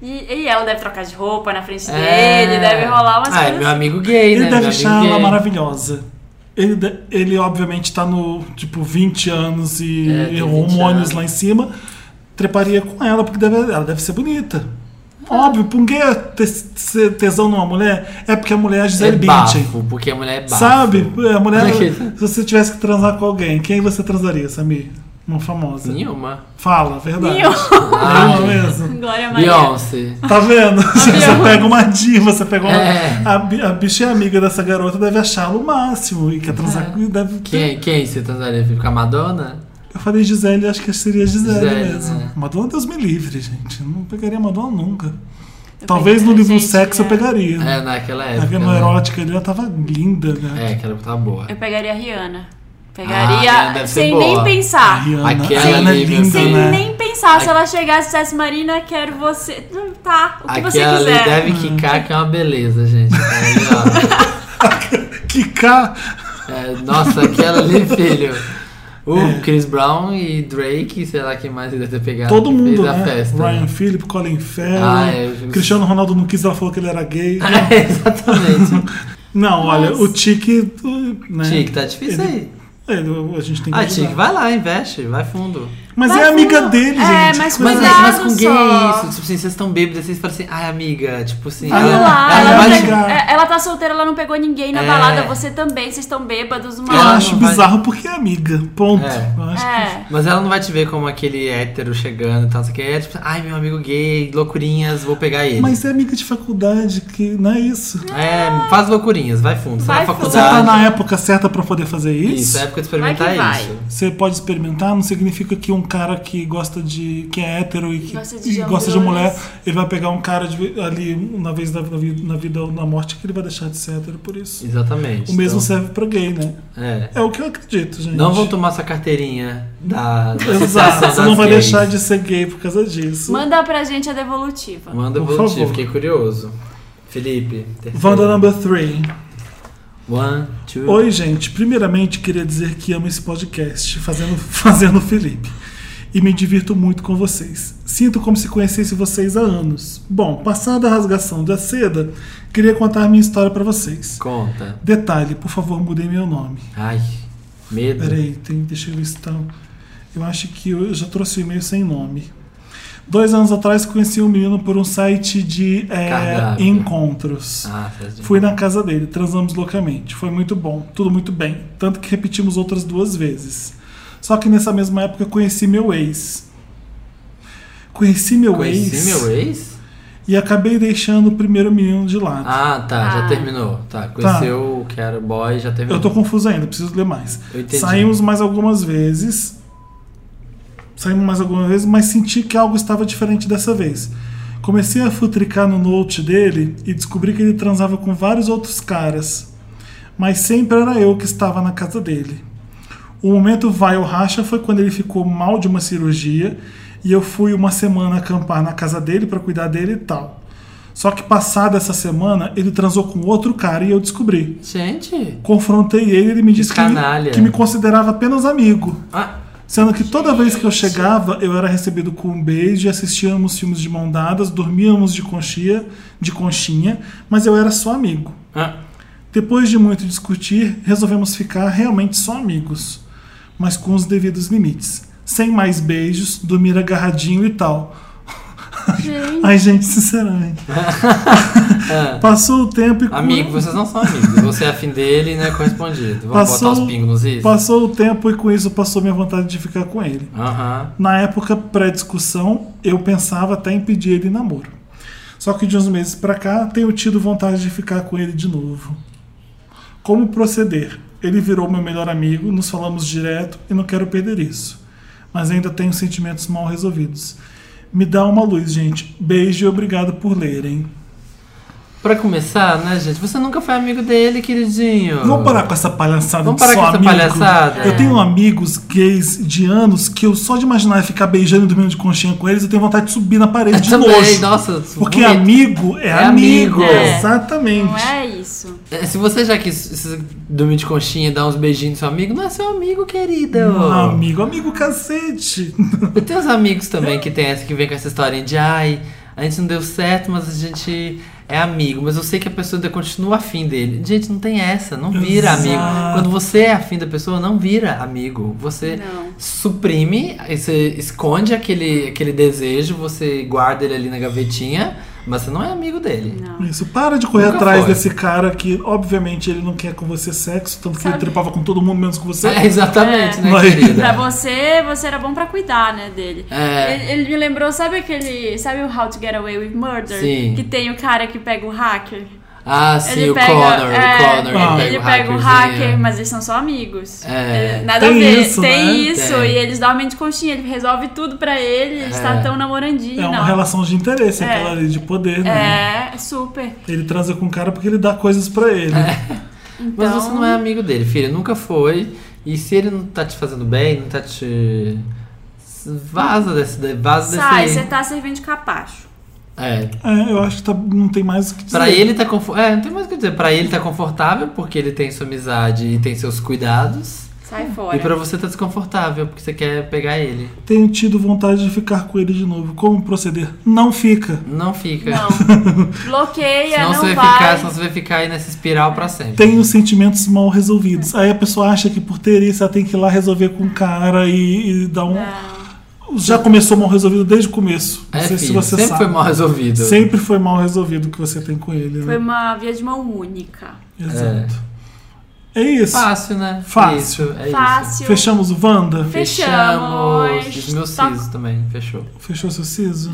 [SPEAKER 2] E, e ela deve trocar de roupa na frente
[SPEAKER 3] É.
[SPEAKER 2] dele, deve rolar umas
[SPEAKER 3] Ah, é
[SPEAKER 2] coisas.
[SPEAKER 3] meu amigo gay,
[SPEAKER 1] Ele
[SPEAKER 3] né?
[SPEAKER 1] deve
[SPEAKER 3] meu
[SPEAKER 1] achar
[SPEAKER 3] amigo
[SPEAKER 1] ela
[SPEAKER 3] gay.
[SPEAKER 1] maravilhosa. Ele, de- ele obviamente tá no tipo 20 anos e,
[SPEAKER 3] É, tem
[SPEAKER 1] e
[SPEAKER 3] 20
[SPEAKER 1] hormônios
[SPEAKER 3] anos.
[SPEAKER 1] lá em cima. Treparia com ela, porque deve- ela deve ser bonita.
[SPEAKER 3] É.
[SPEAKER 1] Óbvio, pra um gay ter, ser tesão numa mulher é porque a mulher é a
[SPEAKER 3] É
[SPEAKER 1] Gisele Bündchen.
[SPEAKER 3] bafo, porque a mulher é bafo.
[SPEAKER 1] Sabe? A mulher.
[SPEAKER 3] Aquele-
[SPEAKER 1] se você tivesse que transar com alguém, quem você transaria, Samir? Uma famosa.
[SPEAKER 3] Nenhuma. Ah,
[SPEAKER 1] Fala, a verdade.
[SPEAKER 2] Nenhuma.
[SPEAKER 1] Nenhuma mesmo.
[SPEAKER 2] Glória Maria.
[SPEAKER 3] Beyoncé.
[SPEAKER 1] Tá vendo? você
[SPEAKER 2] Beyoncé.
[SPEAKER 1] pega uma diva, você pega uma.
[SPEAKER 3] É.
[SPEAKER 1] A, bi- a bicha é amiga dessa garota, deve achar o máximo. E quer transar com. Deve ter-
[SPEAKER 3] Quem, quem você transaria? Fica com a Madonna?
[SPEAKER 1] Eu falei Gisele, acho que seria Gisele,
[SPEAKER 3] Gisele,
[SPEAKER 1] mesmo.
[SPEAKER 3] né?
[SPEAKER 1] Madonna, Deus me livre, gente. Eu não pegaria Madonna nunca. Talvez no livro
[SPEAKER 2] Gente,
[SPEAKER 1] Sexo eu
[SPEAKER 2] é.
[SPEAKER 1] pegaria.
[SPEAKER 3] É, naquela época.
[SPEAKER 1] Porque no
[SPEAKER 3] né?
[SPEAKER 1] erótica ali ela tava linda, né?
[SPEAKER 3] É, aquela época tá boa.
[SPEAKER 2] Eu pegaria a Rihanna.
[SPEAKER 3] Ah, a
[SPEAKER 2] Pegaria
[SPEAKER 3] Rihanna deve ser
[SPEAKER 2] sem
[SPEAKER 3] boa.
[SPEAKER 2] nem
[SPEAKER 1] A
[SPEAKER 2] pensar.
[SPEAKER 1] Rihanna,
[SPEAKER 3] Aquela
[SPEAKER 1] a Rihanna é
[SPEAKER 3] ali, meu
[SPEAKER 1] linda,
[SPEAKER 3] filho.
[SPEAKER 2] Sem
[SPEAKER 1] né?
[SPEAKER 2] nem pensar. Se ela chegasse e dissesse, Marina, quero você. Hum, Tá, o que você
[SPEAKER 3] Aquela ali
[SPEAKER 2] quiser.
[SPEAKER 3] deve quicar, que é uma beleza, gente. Tá aí,
[SPEAKER 1] Kika.
[SPEAKER 3] ó. É, nossa, aquela ali, filho. O
[SPEAKER 1] É.
[SPEAKER 3] Chris Brown e Drake, sei lá quem mais ele deve ter pegado.
[SPEAKER 1] Todo
[SPEAKER 3] que
[SPEAKER 1] mundo,
[SPEAKER 3] fez a
[SPEAKER 1] né?
[SPEAKER 3] festa.
[SPEAKER 1] Ryan Phillip, Colin Farrell.
[SPEAKER 3] Ah, é.
[SPEAKER 1] Cristiano Ronaldo não quis, ela falou que ele era gay.
[SPEAKER 3] É, exatamente.
[SPEAKER 1] Não, olha,
[SPEAKER 2] Nossa.
[SPEAKER 1] o Tique. uh, Né?
[SPEAKER 3] Tique, tá difícil
[SPEAKER 1] Ele-
[SPEAKER 3] aí.
[SPEAKER 1] ele- É, a gente tem que.
[SPEAKER 3] Ah,
[SPEAKER 1] ajudar.
[SPEAKER 3] Tique, vai um. lá, investe, vai fundo.
[SPEAKER 1] Mas
[SPEAKER 2] Mas
[SPEAKER 1] é amiga
[SPEAKER 2] não-
[SPEAKER 1] dele,
[SPEAKER 2] é,
[SPEAKER 1] gente.
[SPEAKER 2] mas
[SPEAKER 1] que
[SPEAKER 3] Mas,
[SPEAKER 1] coisa-
[SPEAKER 2] Cuidado
[SPEAKER 3] mas com gay é
[SPEAKER 2] só.
[SPEAKER 3] isso, tipo assim, vocês estão bêbados, vocês falam assim, ai amiga, tipo assim,
[SPEAKER 1] Vai
[SPEAKER 2] Vamos
[SPEAKER 1] Ela- ela
[SPEAKER 2] lá, ela,
[SPEAKER 1] vai
[SPEAKER 2] tá-
[SPEAKER 3] vai-
[SPEAKER 1] chegar.
[SPEAKER 2] é, ela tá solteira, ela não pegou ninguém na
[SPEAKER 3] É.
[SPEAKER 2] balada, você também, vocês estão bêbados, uma
[SPEAKER 1] Eu
[SPEAKER 3] Ela
[SPEAKER 1] acho
[SPEAKER 3] não vai-
[SPEAKER 1] bizarro porque é amiga. Ponto.
[SPEAKER 3] É.
[SPEAKER 1] Eu acho que-
[SPEAKER 2] É.
[SPEAKER 3] Mas ela não vai te ver como aquele hétero chegando e tal, não sei o que. É tipo, ai, meu amigo gay, loucurinhas, vou pegar ele.
[SPEAKER 1] Mas é amiga de faculdade, que não é isso.
[SPEAKER 3] É, faz loucurinhas, vai fundo. Você
[SPEAKER 2] Vai
[SPEAKER 3] na
[SPEAKER 2] fundo.
[SPEAKER 1] Você tá
[SPEAKER 3] faculdade.
[SPEAKER 1] na época certa pra poder fazer isso?
[SPEAKER 3] Isso, é época de experimentar
[SPEAKER 2] Vai que vai.
[SPEAKER 3] isso.
[SPEAKER 1] Você pode experimentar, não significa que um cara que gosta de. que é hétero e que
[SPEAKER 2] Gosta de
[SPEAKER 1] e gosta de
[SPEAKER 2] amores.
[SPEAKER 1] mulher, ele vai pegar um cara de- ali uma vez na, na vida- na vida ou na morte que ele vai deixar de ser hétero por isso.
[SPEAKER 3] Exatamente.
[SPEAKER 1] O mesmo
[SPEAKER 3] então,
[SPEAKER 1] serve pra gay, né?
[SPEAKER 3] É.
[SPEAKER 1] É o que eu acredito, gente.
[SPEAKER 3] Não vão tomar sua carteirinha da. da
[SPEAKER 1] Exato,
[SPEAKER 3] Associação
[SPEAKER 1] você
[SPEAKER 3] das
[SPEAKER 1] não vai
[SPEAKER 3] Gays.
[SPEAKER 1] deixar de ser gay por causa disso.
[SPEAKER 2] Manda pra gente a devolutiva.
[SPEAKER 3] Manda
[SPEAKER 1] Por
[SPEAKER 3] evolutiva,
[SPEAKER 1] favor.
[SPEAKER 3] fiquei curioso. Felipe. terceiro.
[SPEAKER 1] Wanda number three.
[SPEAKER 3] One, two.
[SPEAKER 1] Oi, gente. Primeiramente, queria dizer que amo esse podcast, fazendo, fazendo o Felipe. E me divirto muito com vocês. Sinto como se conhecesse vocês há anos. Bom, passada a rasgação da seda, queria contar minha história pra vocês.
[SPEAKER 3] Conta.
[SPEAKER 1] Detalhe, por favor, mudem meu nome.
[SPEAKER 3] Ai, medo.
[SPEAKER 1] Peraí, tem, deixa eu listar. um- Eu acho que eu já trouxe o e-mail sem nome. Dois anos atrás conheci um menino por um site de é,
[SPEAKER 3] Cardápio.
[SPEAKER 1] encontros.
[SPEAKER 3] Ah, faz de-
[SPEAKER 1] Fui na casa dele, transamos loucamente. Foi muito bom, tudo muito bem. Tanto que repetimos outras duas vezes. Só que nessa mesma época eu conheci meu ex. Conheci meu
[SPEAKER 3] Conheci
[SPEAKER 1] ex
[SPEAKER 3] meu ex?
[SPEAKER 1] e acabei deixando o primeiro menino de lado.
[SPEAKER 3] Ah, tá, já
[SPEAKER 2] Ah.
[SPEAKER 3] terminou. Tá, conheceu o que era boy, já terminou.
[SPEAKER 1] Eu tô confuso ainda, preciso ler mais.
[SPEAKER 3] Eu entendi.
[SPEAKER 1] Saímos mais algumas vezes. Saímos mais algumas vezes, mas senti que algo estava diferente dessa vez. Comecei a futricar no note dele e descobri que ele transava com vários outros caras. Mas sempre era eu que estava na casa dele. O momento vai ou racha foi quando ele ficou mal de uma cirurgia e eu fui uma semana acampar na casa dele para cuidar dele e tal. Só que passada essa semana, ele transou com outro cara e eu descobri.
[SPEAKER 3] Gente.
[SPEAKER 1] Confrontei ele e ele me disse que,
[SPEAKER 3] canalha.
[SPEAKER 1] que me considerava apenas amigo.
[SPEAKER 3] Ah,
[SPEAKER 1] Sendo que toda vez que eu chegava, eu era recebido com um beijo e assistíamos filmes de mão dadas, dormíamos de conchinha, de conchinha, mas eu era só amigo.
[SPEAKER 3] ah,
[SPEAKER 1] Depois de muito discutir, resolvemos ficar realmente só amigos, mas com os devidos limites. Sem mais beijos, dormir agarradinho e tal.
[SPEAKER 2] Gente.
[SPEAKER 1] Ai, gente, sinceramente.
[SPEAKER 3] ah.
[SPEAKER 1] Passou o tempo e.
[SPEAKER 3] Amigo, vocês não são amigos. Você é afim dele e não é correspondido. Vamos
[SPEAKER 1] Passou-
[SPEAKER 3] botar os pingos nos is?
[SPEAKER 1] Passou o tempo e com isso passou minha vontade de ficar com ele.
[SPEAKER 3] Aham.
[SPEAKER 1] Na época pré-discussão, eu pensava até em pedir ele em namoro. Só que de uns meses pra cá, tenho tido vontade de ficar com ele de novo. Como proceder? Ele virou meu melhor amigo, nos falamos direto e não quero perder isso. Mas ainda tenho sentimentos mal resolvidos. Me dá uma luz, gente. Beijo e obrigado por lerem.
[SPEAKER 3] Pra começar, né, gente? Você nunca foi amigo dele, queridinho.
[SPEAKER 1] Vamos parar com essa palhaçada
[SPEAKER 3] Vamos
[SPEAKER 1] de
[SPEAKER 3] parar
[SPEAKER 1] só
[SPEAKER 3] com essa
[SPEAKER 1] amigo.
[SPEAKER 3] palhaçada? é.
[SPEAKER 1] Eu tenho amigos gays de anos que eu só de imaginar ficar beijando e dormindo de conchinha com eles, eu tenho vontade de subir na parede de
[SPEAKER 3] Também,
[SPEAKER 1] nojo.
[SPEAKER 3] nossa,
[SPEAKER 1] Porque
[SPEAKER 3] bonito.
[SPEAKER 1] amigo é,
[SPEAKER 3] É
[SPEAKER 1] amigo.
[SPEAKER 3] amigo.
[SPEAKER 2] É.
[SPEAKER 1] Exatamente.
[SPEAKER 2] Não é isso.
[SPEAKER 3] É, Se você já quis se você dormir de conchinha e dar uns beijinhos no seu amigo, não é seu amigo, querido.
[SPEAKER 1] Ah, Amigo, amigo cacete.
[SPEAKER 3] Eu tenho uns amigos também que tem essa que vem com essa historinha de ai, a gente não deu certo, mas a gente é amigo. Mas eu sei que a pessoa ainda continua afim dele. Gente, não tem essa, não vira
[SPEAKER 1] Exato.
[SPEAKER 3] amigo. Quando você é afim da pessoa, não vira amigo. Você
[SPEAKER 2] Não.
[SPEAKER 3] suprime, aí você esconde aquele, aquele desejo, você guarda ele ali na gavetinha, mas você não é amigo dele.
[SPEAKER 1] Isso, para de correr
[SPEAKER 3] Nunca
[SPEAKER 1] atrás
[SPEAKER 3] foi.
[SPEAKER 1] desse cara que, obviamente, ele não quer com você sexo, tanto que ele
[SPEAKER 2] Sabe?
[SPEAKER 1] trepava com todo mundo, menos com você.
[SPEAKER 3] É, exatamente,
[SPEAKER 2] É.
[SPEAKER 3] né,
[SPEAKER 1] Mas-
[SPEAKER 3] querida?
[SPEAKER 2] Pra você, você era bom pra cuidar, né, dele.
[SPEAKER 3] É.
[SPEAKER 2] Ele, ele me lembrou, sabe aquele. Sabe o How to Get Away with Murder?
[SPEAKER 3] Sim.
[SPEAKER 2] Que tem o cara que pega o hacker.
[SPEAKER 3] Ah, sim,
[SPEAKER 2] ele
[SPEAKER 3] o
[SPEAKER 2] pega,
[SPEAKER 3] Connor,
[SPEAKER 2] é,
[SPEAKER 3] o Connor,
[SPEAKER 1] Ah.
[SPEAKER 2] ele pega
[SPEAKER 3] o
[SPEAKER 2] um
[SPEAKER 3] hackerzinho.
[SPEAKER 2] hacker, mas eles são só amigos.
[SPEAKER 3] É.
[SPEAKER 2] Ele- Nada
[SPEAKER 1] Tem
[SPEAKER 2] a ver.
[SPEAKER 1] isso,
[SPEAKER 2] tem
[SPEAKER 1] né?
[SPEAKER 2] isso.
[SPEAKER 3] Tem.
[SPEAKER 2] E eles dormem de conchinha, ele resolve tudo pra ele, eles
[SPEAKER 3] É.
[SPEAKER 2] tá tão namorandinho.
[SPEAKER 1] É uma
[SPEAKER 2] não.
[SPEAKER 1] relação de interesse,
[SPEAKER 2] É.
[SPEAKER 1] aquela ali de poder, né?
[SPEAKER 2] É, super.
[SPEAKER 1] Ele transa com o cara porque ele dá coisas pra ele.
[SPEAKER 3] É. Mas
[SPEAKER 2] Então-
[SPEAKER 3] você não é amigo dele, filho, nunca foi. E se ele não tá te fazendo bem, não tá te. Vaza desse. Vaza
[SPEAKER 2] Sai,
[SPEAKER 3] desse.
[SPEAKER 2] você tá servindo de capacho.
[SPEAKER 3] É.
[SPEAKER 1] É, eu acho que tá- não tem mais o que dizer.
[SPEAKER 3] Pra ele tá confortável. É, não tem mais o que dizer. Pra ele tá confortável porque ele tem sua amizade e tem seus cuidados.
[SPEAKER 2] Sai fora.
[SPEAKER 3] E pra você tá desconfortável porque você quer pegar ele.
[SPEAKER 1] Tenho tido vontade de ficar com ele de novo. Como proceder? Não fica.
[SPEAKER 3] Não fica.
[SPEAKER 2] Não. Bloqueia,
[SPEAKER 3] Senão
[SPEAKER 2] não
[SPEAKER 3] você vai
[SPEAKER 2] vai.
[SPEAKER 3] ficar, senão você vai ficar aí nessa espiral pra sempre.
[SPEAKER 1] Tenho sentimentos mal resolvidos. Aí a pessoa acha que por ter isso ela tem que ir lá resolver com o cara e, e dar um.
[SPEAKER 2] É.
[SPEAKER 1] Já começou mal resolvido desde o começo. Não
[SPEAKER 3] É,
[SPEAKER 1] sei
[SPEAKER 3] filho,
[SPEAKER 1] se você
[SPEAKER 3] sempre
[SPEAKER 1] sabe.
[SPEAKER 3] foi mal resolvido.
[SPEAKER 1] Sempre foi mal resolvido o que você tem com ele,
[SPEAKER 2] Foi
[SPEAKER 1] né?
[SPEAKER 2] uma via de mão única.
[SPEAKER 1] Exato. É, isso.
[SPEAKER 3] Fácil, né?
[SPEAKER 1] Fácil.
[SPEAKER 3] Isso, é isso.
[SPEAKER 2] Fácil.
[SPEAKER 1] Fechamos o Wanda?
[SPEAKER 2] Fechamos.
[SPEAKER 3] Fechamos. Fiz meu
[SPEAKER 2] Tá-
[SPEAKER 3] siso também, fechou.
[SPEAKER 1] Fechou seu siso?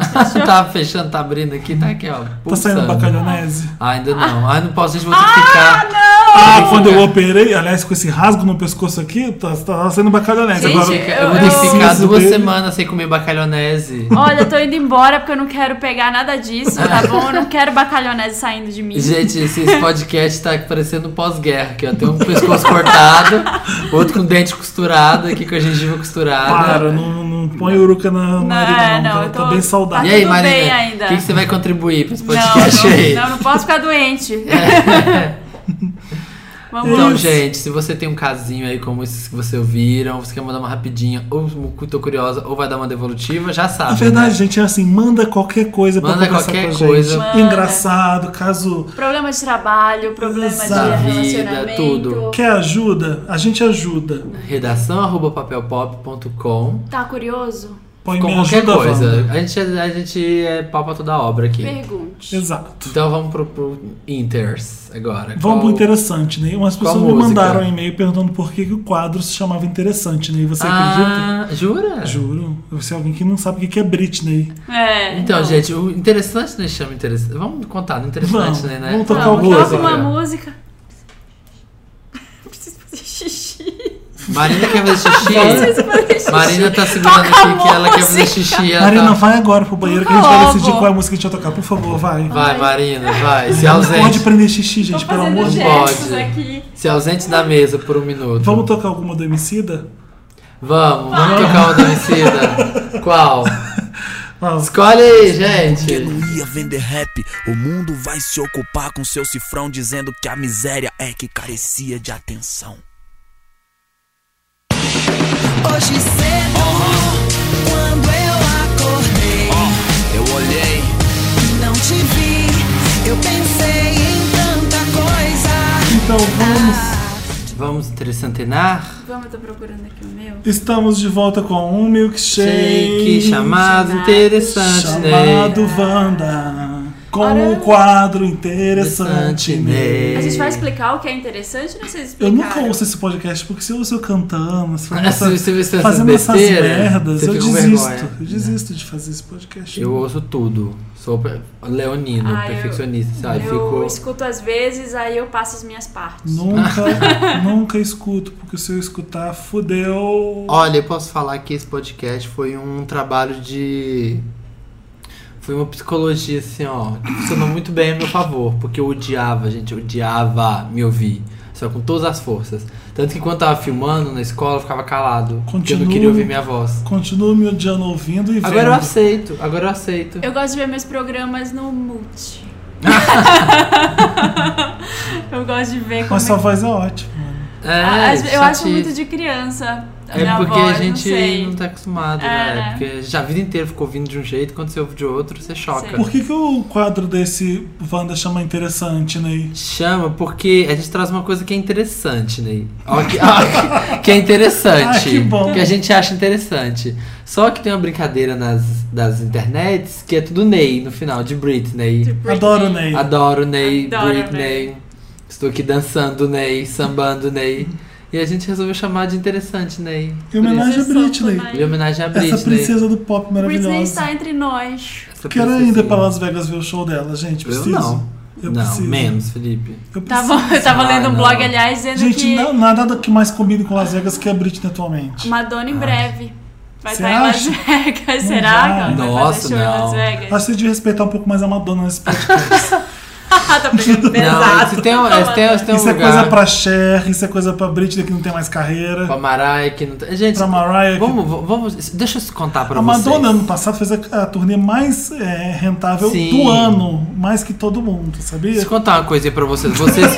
[SPEAKER 3] tá fechando, tá abrindo aqui, tá aqui, ó.
[SPEAKER 1] tá saindo
[SPEAKER 3] pulsando.
[SPEAKER 1] bacalhonese?
[SPEAKER 3] Ah, ainda não. Ah, não posso, gente, vou ter que ficar.
[SPEAKER 1] Ah,
[SPEAKER 3] Fica.
[SPEAKER 1] quando eu operei, aliás, com esse rasgo no pescoço aqui, tá, tá saindo bacalhonese.
[SPEAKER 2] Gente,
[SPEAKER 1] Agora,
[SPEAKER 3] Eu vou
[SPEAKER 2] Eu-
[SPEAKER 3] ter que
[SPEAKER 2] eu-
[SPEAKER 3] ficar
[SPEAKER 1] siso
[SPEAKER 3] duas
[SPEAKER 1] dele-
[SPEAKER 3] semanas sem comer bacalhonese.
[SPEAKER 2] Olha, eu tô indo embora porque eu não quero pegar nada disso, tá bom? Eu não quero bacalhonese saindo de mim.
[SPEAKER 3] Gente, esse esse podcast tá parecendo um pós-guerra aqui, ó. Tem um pescoço cortado, outro com dente costurado, aqui com a gengiva costurada.
[SPEAKER 1] Para, não, não põe uruca na
[SPEAKER 2] Não,
[SPEAKER 1] nariz, não.
[SPEAKER 2] não,
[SPEAKER 1] tá-
[SPEAKER 2] eu
[SPEAKER 1] Tá
[SPEAKER 2] tô-
[SPEAKER 1] bem
[SPEAKER 3] E
[SPEAKER 1] saudável.
[SPEAKER 3] aí,
[SPEAKER 2] Tudo bem
[SPEAKER 3] Marina,
[SPEAKER 2] ainda.
[SPEAKER 3] o que, que você vai contribuir pra esse
[SPEAKER 2] Não,
[SPEAKER 3] podcast é aí?
[SPEAKER 2] não, não, não posso ficar doente. Vamos
[SPEAKER 3] Então,
[SPEAKER 2] lá.
[SPEAKER 3] gente, se você tem um casinho aí como esses que você ouviram, você quer mandar uma rapidinha, ou tô curiosa, ou vai dar uma devolutiva, já
[SPEAKER 2] Ah,
[SPEAKER 3] sabe.
[SPEAKER 1] Na
[SPEAKER 3] né?
[SPEAKER 1] verdade, gente, é assim, manda qualquer coisa pra
[SPEAKER 3] Manda
[SPEAKER 1] conversar
[SPEAKER 3] qualquer
[SPEAKER 1] com a
[SPEAKER 3] coisa.
[SPEAKER 1] gente.
[SPEAKER 2] Manda.
[SPEAKER 1] Engraçado, caso
[SPEAKER 2] Problema de trabalho, problema
[SPEAKER 1] Exato.
[SPEAKER 2] de
[SPEAKER 3] Vida,
[SPEAKER 2] relacionamento.
[SPEAKER 3] tudo.
[SPEAKER 1] quer ajuda, a gente ajuda.
[SPEAKER 3] Redação arroba papelpop.com.
[SPEAKER 2] Tá curioso?
[SPEAKER 1] Põe
[SPEAKER 3] Com
[SPEAKER 1] me
[SPEAKER 3] qualquer
[SPEAKER 1] ajuda,
[SPEAKER 3] coisa.
[SPEAKER 1] Wanda.
[SPEAKER 3] A gente, a gente é pau pra toda obra aqui.
[SPEAKER 2] Pergunte.
[SPEAKER 1] Exato.
[SPEAKER 3] Então vamos pro, pro Inters agora.
[SPEAKER 1] Vamos pro
[SPEAKER 3] Qual-
[SPEAKER 1] interessante, né? Umas
[SPEAKER 3] qual
[SPEAKER 1] pessoas me
[SPEAKER 3] música?
[SPEAKER 1] mandaram um e-mail perguntando por que, que o quadro se chamava interessante, né? E Você acredita?
[SPEAKER 3] Ah, jura?
[SPEAKER 1] Juro. Você é alguém que não sabe o que que é Britney.
[SPEAKER 2] É.
[SPEAKER 3] Então,
[SPEAKER 2] não.
[SPEAKER 3] gente, o interessante né, chama interessante. Vamos contar no interessante,
[SPEAKER 1] Vamos,
[SPEAKER 3] né, né?
[SPEAKER 1] vamos tocar
[SPEAKER 2] Vamos,
[SPEAKER 1] alguma
[SPEAKER 2] toca uma música. Preciso fazer xixi.
[SPEAKER 3] Marina quer fazer xixi.
[SPEAKER 2] Preciso fazer xixi.
[SPEAKER 3] Marina tá segurando
[SPEAKER 2] Toca
[SPEAKER 3] aqui que ela quer fazer
[SPEAKER 2] música.
[SPEAKER 3] xixi. Ela
[SPEAKER 1] Marina,
[SPEAKER 3] tá-
[SPEAKER 1] vai agora pro banheiro que a gente
[SPEAKER 2] Logo.
[SPEAKER 1] vai decidir qual é a música que a gente vai tocar. Por favor, vai.
[SPEAKER 3] Vai, Marina, vai. Se
[SPEAKER 1] Não pode
[SPEAKER 3] ausente.
[SPEAKER 1] prender xixi, gente,
[SPEAKER 2] Tô
[SPEAKER 1] pelo
[SPEAKER 2] fazendo
[SPEAKER 1] amor de
[SPEAKER 3] gente.
[SPEAKER 1] Deus.
[SPEAKER 2] gestos
[SPEAKER 3] Pode.
[SPEAKER 2] aqui.
[SPEAKER 3] Se ausente da mesa por um minuto.
[SPEAKER 1] Vamos tocar alguma do Emicida?
[SPEAKER 3] Vamos, vamos tocar o da Emicida. Qual?
[SPEAKER 1] Vamos.
[SPEAKER 3] Escolhe aí, gente.
[SPEAKER 7] não ia vender rap. O mundo vai se ocupar com seu cifrão, dizendo que a miséria é que carecia de atenção.
[SPEAKER 8] Hoje cedo, quando eu acordei,
[SPEAKER 7] Eu olhei,
[SPEAKER 8] não te vi. Eu pensei em tanta coisa.
[SPEAKER 1] Então vamos.
[SPEAKER 3] Vamos trecentenar?
[SPEAKER 2] Vamos, eu tô procurando aqui o meu.
[SPEAKER 1] Estamos de volta com um milkshake
[SPEAKER 3] Shake chamado
[SPEAKER 2] Chamado.
[SPEAKER 3] interessante, né?
[SPEAKER 1] chamado Wanda. Com um quadro interessante,
[SPEAKER 3] Interessante,
[SPEAKER 1] né?
[SPEAKER 3] né?
[SPEAKER 2] A gente vai explicar o que é interessante, não sei se
[SPEAKER 1] Eu nunca ouço esse podcast porque se eu ouço eu cantando, se fazendo,
[SPEAKER 3] Ah, se você ouve essas
[SPEAKER 1] fazendo essas
[SPEAKER 3] besteiras,
[SPEAKER 1] merdas,
[SPEAKER 3] você
[SPEAKER 1] eu
[SPEAKER 3] fica com
[SPEAKER 1] desisto.
[SPEAKER 3] vergonha. né?
[SPEAKER 1] Eu desisto de fazer esse podcast.
[SPEAKER 3] Eu ouço tudo. Sou pe- leonino,
[SPEAKER 2] Ah, eu-
[SPEAKER 3] perfeccionista, sabe?
[SPEAKER 2] Eu
[SPEAKER 3] Fico.
[SPEAKER 2] escuto às vezes, aí eu passo as minhas partes.
[SPEAKER 1] Nunca, nunca escuto, porque se eu escutar, fudeu.
[SPEAKER 3] Olha, eu posso falar que esse podcast foi um trabalho de. Foi uma psicologia assim, ó, que funcionou muito bem a meu favor, porque eu odiava, gente, eu odiava me ouvir. Só com todas as forças. Tanto que quando tava filmando na escola, eu ficava calado. Porque eu não
[SPEAKER 1] Continua.
[SPEAKER 3] queria ouvir minha voz.
[SPEAKER 1] Continuo me odiando ouvindo e vendo.
[SPEAKER 3] Agora eu aceito, agora eu aceito.
[SPEAKER 2] Eu gosto de ver meus programas no multi. eu gosto de ver como
[SPEAKER 1] Mas sua
[SPEAKER 2] é...
[SPEAKER 1] voz é ótima.
[SPEAKER 3] É,
[SPEAKER 2] Ah, as- Eu acho
[SPEAKER 3] chatice.
[SPEAKER 2] muito de criança. a
[SPEAKER 3] É
[SPEAKER 2] minha
[SPEAKER 3] porque
[SPEAKER 2] voz,
[SPEAKER 3] a gente
[SPEAKER 2] não sei.
[SPEAKER 3] não, tá acostumado,
[SPEAKER 2] É,
[SPEAKER 3] né?
[SPEAKER 2] né?
[SPEAKER 3] Porque já a vida inteira ficou ouvindo de um jeito, quando você ouve de outro, você choca.
[SPEAKER 1] Por que, que o quadro desse Wanda chama interessante, né?
[SPEAKER 3] Chama porque a gente traz uma coisa que é interessante, Ney. Ó, que, ó, que- que é interessante.
[SPEAKER 1] Ah, que bom.
[SPEAKER 3] a gente acha interessante. Só que tem uma brincadeira nas, das internets que é tudo Ney no final, de Britney.
[SPEAKER 1] Adoro o Ney.
[SPEAKER 3] Adoro Ney,
[SPEAKER 2] Adoro
[SPEAKER 3] Britney. Estou aqui dançando Ney, sambando Ney. E a gente resolveu chamar de interessante Ney.
[SPEAKER 1] Em homenagem a
[SPEAKER 2] Você solta
[SPEAKER 1] Britney.
[SPEAKER 2] mais.
[SPEAKER 3] Em homenagem a Britney.
[SPEAKER 1] Essa princesa do pop
[SPEAKER 2] Britney
[SPEAKER 1] maravilhosa.
[SPEAKER 2] está entre nós.
[SPEAKER 3] Essa
[SPEAKER 1] Quero
[SPEAKER 3] princesinha.
[SPEAKER 1] ainda ir pra Las Vegas ver o show dela, gente.
[SPEAKER 3] Eu
[SPEAKER 1] Preciso.
[SPEAKER 3] não.
[SPEAKER 1] Eu
[SPEAKER 3] não,
[SPEAKER 1] preciso.
[SPEAKER 3] menos, Felipe.
[SPEAKER 1] Tá Eu
[SPEAKER 2] Tava,
[SPEAKER 1] preciso.
[SPEAKER 2] eu tava
[SPEAKER 3] Ah,
[SPEAKER 2] lendo um
[SPEAKER 3] não.
[SPEAKER 2] blog, aliás, dizendo
[SPEAKER 1] Gente,
[SPEAKER 2] que
[SPEAKER 1] não, nada que mais combine com Las Vegas que a Britney atualmente.
[SPEAKER 2] Madonna em breve
[SPEAKER 1] Ah. Você
[SPEAKER 2] vai estar em Las
[SPEAKER 1] acha?
[SPEAKER 2] Vegas.
[SPEAKER 1] Não
[SPEAKER 2] Será que ela
[SPEAKER 1] vai.
[SPEAKER 2] vai
[SPEAKER 3] Nossa,
[SPEAKER 2] fazer show em Las
[SPEAKER 3] não.
[SPEAKER 2] Vegas?
[SPEAKER 1] Acho que você devia respeitar um pouco mais a Madonna nesse podcast.
[SPEAKER 2] tá pegando
[SPEAKER 3] Não,
[SPEAKER 2] pesado.
[SPEAKER 3] se tem, um-
[SPEAKER 2] Calma.
[SPEAKER 3] se tem, se tem um
[SPEAKER 1] Isso é
[SPEAKER 3] lugar
[SPEAKER 1] coisa pra Cher, isso é coisa pra Britney que não tem mais carreira.
[SPEAKER 3] pra Mariah que não tem... Gente,
[SPEAKER 1] Pra Mariah que-
[SPEAKER 3] vamos, vamos... Deixa eu contar pra
[SPEAKER 1] A
[SPEAKER 3] vocês.
[SPEAKER 1] Madonna, ano passado, fez a, a turnê mais é, rentável
[SPEAKER 3] Sim. é
[SPEAKER 1] do ano. Mais que todo mundo, sabia?
[SPEAKER 3] Deixa eu contar uma coisa aí pra vocês. Vocês,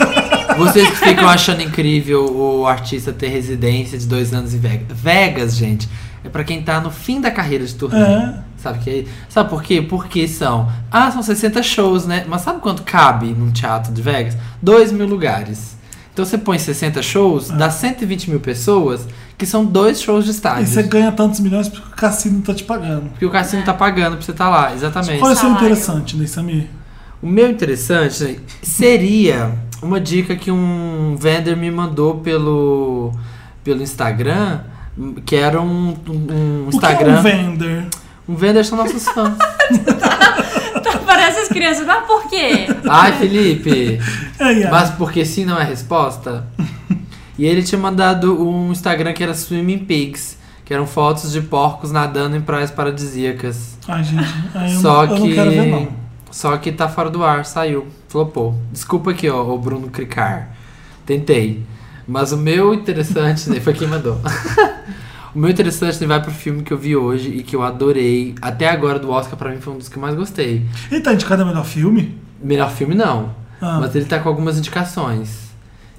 [SPEAKER 3] vocês que ficam achando incrível o artista ter residência de dois anos em Vegas. Vegas, gente, é pra quem tá no fim da carreira de turnê.
[SPEAKER 1] É.
[SPEAKER 3] Sabe, que, sabe por quê? Porque são. Ah, são 60 shows, né? Mas sabe quanto cabe num teatro de Vegas? 2 mil lugares. Então você põe 60 shows,
[SPEAKER 1] É.
[SPEAKER 3] dá 120 mil pessoas, que são dois shows de
[SPEAKER 1] E
[SPEAKER 3] estádio.
[SPEAKER 1] você ganha tantos milhões porque o cassino tá te pagando.
[SPEAKER 3] Porque o cassino tá pagando pra você estar lá, exatamente.
[SPEAKER 1] Qual é o seu
[SPEAKER 2] Salário.
[SPEAKER 1] interessante, né, Samir?
[SPEAKER 3] O meu interessante né, seria uma dica que um vendor me mandou pelo, pelo Instagram, que era um, um, um Instagram.
[SPEAKER 1] O que é um vender?
[SPEAKER 3] um vendor são nossos fãs.
[SPEAKER 2] Parece as crianças, mas por quê?
[SPEAKER 3] Ai, Felipe!
[SPEAKER 1] Ai, ai.
[SPEAKER 3] Mas porque sim não é resposta? E ele tinha mandado um Instagram que era Swimming Pigs, que eram fotos de porcos nadando em praias paradisíacas.
[SPEAKER 1] Ai, gente. ai, eu,
[SPEAKER 3] Só
[SPEAKER 1] não,
[SPEAKER 3] que.
[SPEAKER 1] eu não quero ver, não.
[SPEAKER 3] Só que tá fora do ar, saiu. Flopou. Desculpa aqui, ó, o Bruno Cricar. Tentei. Mas o meu interessante, né? Foi quem mandou. o meu interessante né, vai pro filme que eu vi hoje e que eu adorei. Até agora do Oscar, pra mim, foi um dos que eu mais gostei.
[SPEAKER 1] Ele tá indicado ao melhor filme?
[SPEAKER 3] Melhor filme, não.
[SPEAKER 1] Ah.
[SPEAKER 3] Mas ele tá com algumas indicações.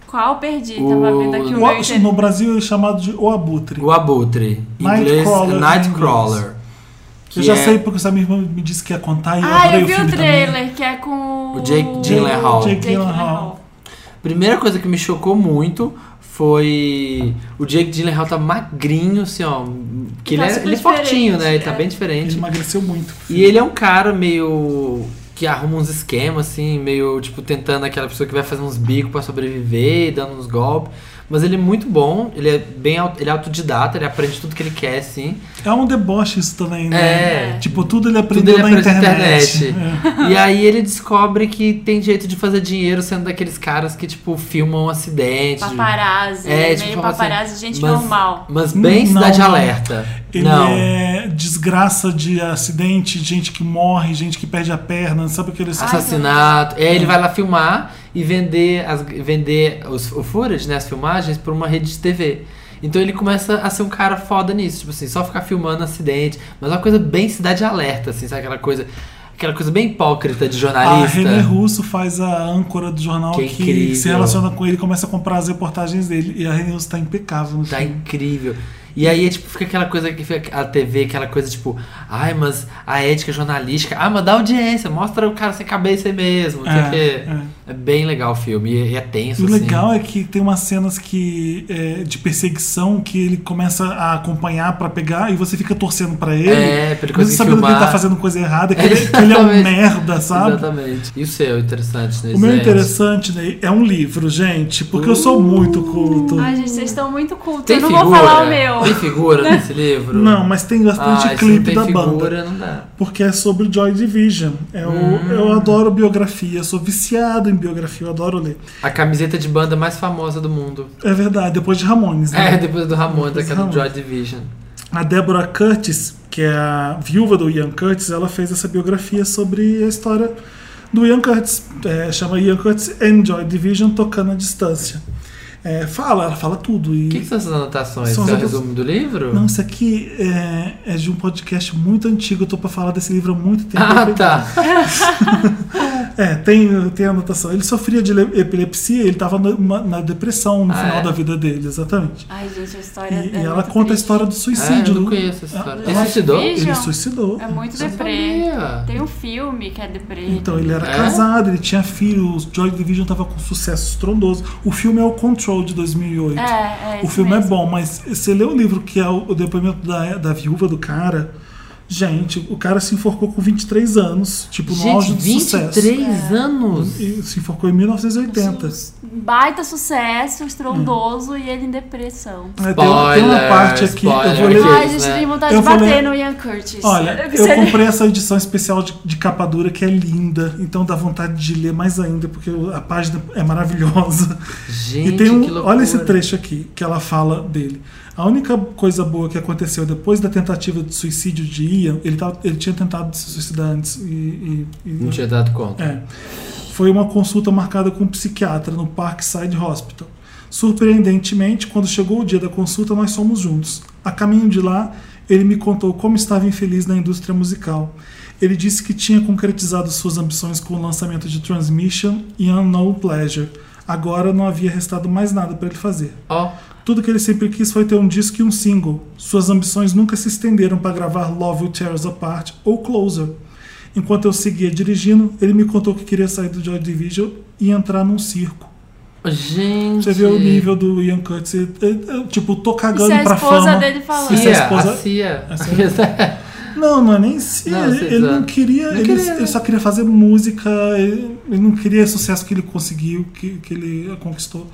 [SPEAKER 2] Qual perdi? Tava
[SPEAKER 3] O-
[SPEAKER 2] vendo aqui um o
[SPEAKER 1] O-
[SPEAKER 2] meu inter-
[SPEAKER 1] no Brasil ele é chamado de O Abutre.
[SPEAKER 3] O Abutre. Em inglês,
[SPEAKER 1] Nightcrawler,
[SPEAKER 3] é
[SPEAKER 1] em
[SPEAKER 3] Nightcrawler.
[SPEAKER 1] inglês.
[SPEAKER 3] Que
[SPEAKER 1] Eu já
[SPEAKER 3] é
[SPEAKER 1] sei porque o Samir me disse que ia contar e eu
[SPEAKER 2] Ah,
[SPEAKER 1] adorei
[SPEAKER 2] eu vi
[SPEAKER 1] o filme
[SPEAKER 2] o
[SPEAKER 1] também.
[SPEAKER 2] trailer, que é com
[SPEAKER 3] O Jake Gyllenhaal.
[SPEAKER 1] Jake Gyllenhaal.
[SPEAKER 2] Gyllenhaal.
[SPEAKER 3] Primeira coisa que me chocou muito foi o Jake Gyllenhaal tá magrinho, assim, ó. Que
[SPEAKER 2] Tá
[SPEAKER 3] ele, é,
[SPEAKER 2] super
[SPEAKER 3] ele é fortinho,
[SPEAKER 2] diferente,
[SPEAKER 3] né? Ele tá
[SPEAKER 2] é.
[SPEAKER 3] bem
[SPEAKER 1] Ele
[SPEAKER 3] diferente.
[SPEAKER 1] emagreceu muito.
[SPEAKER 3] E ele é um cara meio. que arruma uns esquemas, assim, meio tipo tentando aquela pessoa que vai fazer uns bicos pra sobreviver, dando uns golpes. Mas ele é muito bom, ele é bem au- ele é autodidata, ele aprende tudo que ele quer, assim.
[SPEAKER 1] É um deboche isso também, né?
[SPEAKER 3] É.
[SPEAKER 1] Tipo, tudo ele
[SPEAKER 3] Tudo
[SPEAKER 1] aprendeu
[SPEAKER 3] ele
[SPEAKER 1] na
[SPEAKER 3] aprende na
[SPEAKER 1] internet. É.
[SPEAKER 3] internet. E aí ele descobre que tem jeito de fazer dinheiro sendo daqueles caras que, tipo, filmam acidente.
[SPEAKER 2] Paparazzi.
[SPEAKER 3] É,
[SPEAKER 2] meio
[SPEAKER 3] tipo, fala assim,
[SPEAKER 2] paparazzi, gente
[SPEAKER 3] mas-
[SPEAKER 2] normal.
[SPEAKER 3] Mas bem
[SPEAKER 1] Não,
[SPEAKER 3] cidade
[SPEAKER 1] não.
[SPEAKER 3] alerta.
[SPEAKER 1] Ele
[SPEAKER 3] não.
[SPEAKER 1] é desgraça de acidente, gente que morre, gente que perde a perna, sabe aquele
[SPEAKER 3] Assassinato. É, ele vai lá filmar e vender, as, vender os, o footage, né? As filmagens pra uma rede de TV. Então ele começa a ser um cara foda nisso, tipo assim, só ficar filmando acidente, mas é uma coisa bem cidade alerta, assim, sabe aquela coisa, aquela coisa bem hipócrita de
[SPEAKER 1] A
[SPEAKER 3] jornalista.
[SPEAKER 1] Ah, René Russo faz a âncora do jornal
[SPEAKER 3] Que
[SPEAKER 1] que,
[SPEAKER 3] incrível.
[SPEAKER 1] se relaciona com ele e começa a comprar as reportagens dele. E a René Russo tá impecável no
[SPEAKER 3] Tá
[SPEAKER 1] filme.
[SPEAKER 3] incrível. E aí, tipo, fica aquela coisa que fica a TV, aquela coisa tipo, ai, mas a ética jornalística, ah, mas dá audiência, mostra o cara sem cabeça aí mesmo. não sei o
[SPEAKER 1] É,
[SPEAKER 3] quê.
[SPEAKER 1] é.
[SPEAKER 3] é bem legal o filme, e e é tenso.
[SPEAKER 1] E o
[SPEAKER 3] assim.
[SPEAKER 1] legal é que tem umas cenas que é, de perseguição que ele começa a acompanhar pra pegar e você fica torcendo pra ele.
[SPEAKER 3] É, pra
[SPEAKER 1] mesmo
[SPEAKER 3] ele conseguir
[SPEAKER 1] sabendo que ele tá
[SPEAKER 3] filmar.
[SPEAKER 1] fazendo coisa errada, que, ele, que ele é um
[SPEAKER 3] Exatamente.
[SPEAKER 1] merda, sabe?
[SPEAKER 3] Exatamente. E o seu, interessante, né?
[SPEAKER 1] O meu
[SPEAKER 3] Zé?
[SPEAKER 1] interessante, Ney, é um livro, gente, porque eu sou muito
[SPEAKER 3] Uh.
[SPEAKER 1] culto.
[SPEAKER 2] Ai, gente, vocês estão muito cultos.
[SPEAKER 3] Tem
[SPEAKER 2] eu não
[SPEAKER 3] figura?
[SPEAKER 2] vou falar o meu.
[SPEAKER 3] Tem figura nesse livro?
[SPEAKER 1] Não, mas tem bastante
[SPEAKER 3] ah, se
[SPEAKER 1] clipe
[SPEAKER 3] não
[SPEAKER 1] da
[SPEAKER 3] tem
[SPEAKER 1] banda.
[SPEAKER 3] figura, não dá.
[SPEAKER 1] porque é sobre Joy Division. É o-
[SPEAKER 3] Hum.
[SPEAKER 1] Eu adoro biografia, sou viciado em biografia, eu adoro ler.
[SPEAKER 3] A camiseta de banda mais famosa do mundo.
[SPEAKER 1] É verdade, depois de Ramones,
[SPEAKER 3] É,
[SPEAKER 1] né?
[SPEAKER 3] depois do Ramones,
[SPEAKER 1] Depois do
[SPEAKER 3] aquela do Joy
[SPEAKER 1] Ramones.
[SPEAKER 3] Division.
[SPEAKER 1] A Deborah Curtis, que é a viúva do Ian Curtis, ela fez essa biografia sobre a história do Ian Curtis. É, chama Ian Curtis Enjoy Division Tocando à Distância. É, fala, ela fala tudo. E
[SPEAKER 3] O que, que são essas anotações?
[SPEAKER 1] São
[SPEAKER 3] Isso é o
[SPEAKER 1] as-
[SPEAKER 3] resumo do livro?
[SPEAKER 1] Não, isso aqui é, é de um podcast muito antigo. Eu tô pra falar desse livro há muito tempo.
[SPEAKER 3] ah, tá.
[SPEAKER 1] É, tem, tem anotação. Ele sofria de le- epilepsia, ele tava na, uma- na depressão no
[SPEAKER 3] Ah,
[SPEAKER 1] final
[SPEAKER 3] é?
[SPEAKER 1] da vida dele, exatamente.
[SPEAKER 2] Ai, gente, a história
[SPEAKER 1] E,
[SPEAKER 2] é
[SPEAKER 1] e ela
[SPEAKER 2] muito
[SPEAKER 1] conta a
[SPEAKER 2] triste.
[SPEAKER 1] história do
[SPEAKER 3] É, eu
[SPEAKER 1] suicídio.
[SPEAKER 3] não
[SPEAKER 1] do-
[SPEAKER 3] conheço essa história.
[SPEAKER 1] Ah,
[SPEAKER 3] Ele suicidou?
[SPEAKER 2] Veja.
[SPEAKER 1] Ele suicidou.
[SPEAKER 2] É muito
[SPEAKER 3] Eu
[SPEAKER 2] deprê.
[SPEAKER 3] sabia.
[SPEAKER 2] Tem um filme que é deprê.
[SPEAKER 1] Então, ele era
[SPEAKER 3] É?
[SPEAKER 1] casado, ele tinha filho, o Joy Division tava com sucesso estrondoso. O filme é o Control de 2008.
[SPEAKER 2] É, é
[SPEAKER 1] o
[SPEAKER 2] esse
[SPEAKER 1] filme é
[SPEAKER 2] mesmo.
[SPEAKER 1] bom, mas você lê o livro que é o, o depoimento da, da viúva do cara. Gente, o cara se enforcou com 23 anos, tipo, no auge
[SPEAKER 3] Gente,
[SPEAKER 1] do sucesso.
[SPEAKER 3] 23 anos?
[SPEAKER 1] E se enforcou em 1980.
[SPEAKER 2] Baita sucesso, estrondoso e ele em depressão.
[SPEAKER 1] É, tem, tem uma
[SPEAKER 3] Spoiler,
[SPEAKER 1] parte aqui, eu vou
[SPEAKER 3] spoiler.
[SPEAKER 1] ler.
[SPEAKER 2] Ai,
[SPEAKER 3] isso,
[SPEAKER 2] gente,
[SPEAKER 3] né?
[SPEAKER 2] tem vontade
[SPEAKER 1] Eu
[SPEAKER 2] de
[SPEAKER 1] vou
[SPEAKER 2] bater
[SPEAKER 1] ler-
[SPEAKER 2] no Ian Curtis.
[SPEAKER 1] Olha, eu comprei essa edição especial de, de capa dura que é linda, então dá vontade de ler mais ainda, porque o- a página é maravilhosa.
[SPEAKER 3] Gente,
[SPEAKER 1] e tem
[SPEAKER 3] que
[SPEAKER 1] um.
[SPEAKER 3] loucura.
[SPEAKER 1] Olha esse trecho aqui que ela fala dele. A única coisa boa que aconteceu depois da tentativa de suicídio de Ian, ele, tava- ele tinha tentado se suicidar antes e. e- e-
[SPEAKER 3] Não tinha dado conta.
[SPEAKER 1] é. Foi uma consulta marcada com um psiquiatra no Parkside Hospital. Surpreendentemente, quando chegou o dia da consulta, nós fomos juntos. A caminho de lá, ele me contou como estava infeliz na indústria musical. Ele disse que tinha concretizado suas ambições com o lançamento de Transmission e Unknown Pleasure. Agora não havia restado mais nada para ele fazer.
[SPEAKER 3] Ó,
[SPEAKER 1] Tudo que ele sempre quis foi ter um disco e um single. Suas ambições nunca se estenderam para gravar Love Will Tear Us Apart ou Closer. Enquanto eu seguia dirigindo, ele me contou que queria sair do Joy Division e entrar num circo.
[SPEAKER 3] gente.
[SPEAKER 1] Você vê o nível do Ian Curtis. é, é, é, Tipo, tô
[SPEAKER 2] Isso
[SPEAKER 1] cagando
[SPEAKER 2] é a
[SPEAKER 1] pra
[SPEAKER 2] esposa
[SPEAKER 1] fama.
[SPEAKER 2] dele falando.
[SPEAKER 1] Isso é
[SPEAKER 3] Cia,
[SPEAKER 1] a esposa-
[SPEAKER 3] a Cia.
[SPEAKER 1] Não, não é nem se.
[SPEAKER 3] assim. Não,
[SPEAKER 1] ele,
[SPEAKER 3] sei,
[SPEAKER 1] ele não
[SPEAKER 3] tá.
[SPEAKER 1] queria.
[SPEAKER 3] Não
[SPEAKER 1] ele,
[SPEAKER 3] queria,
[SPEAKER 1] ele
[SPEAKER 3] né?
[SPEAKER 1] só queria fazer música. Ele, ele não queria o sucesso que ele conseguiu, que, que ele conquistou.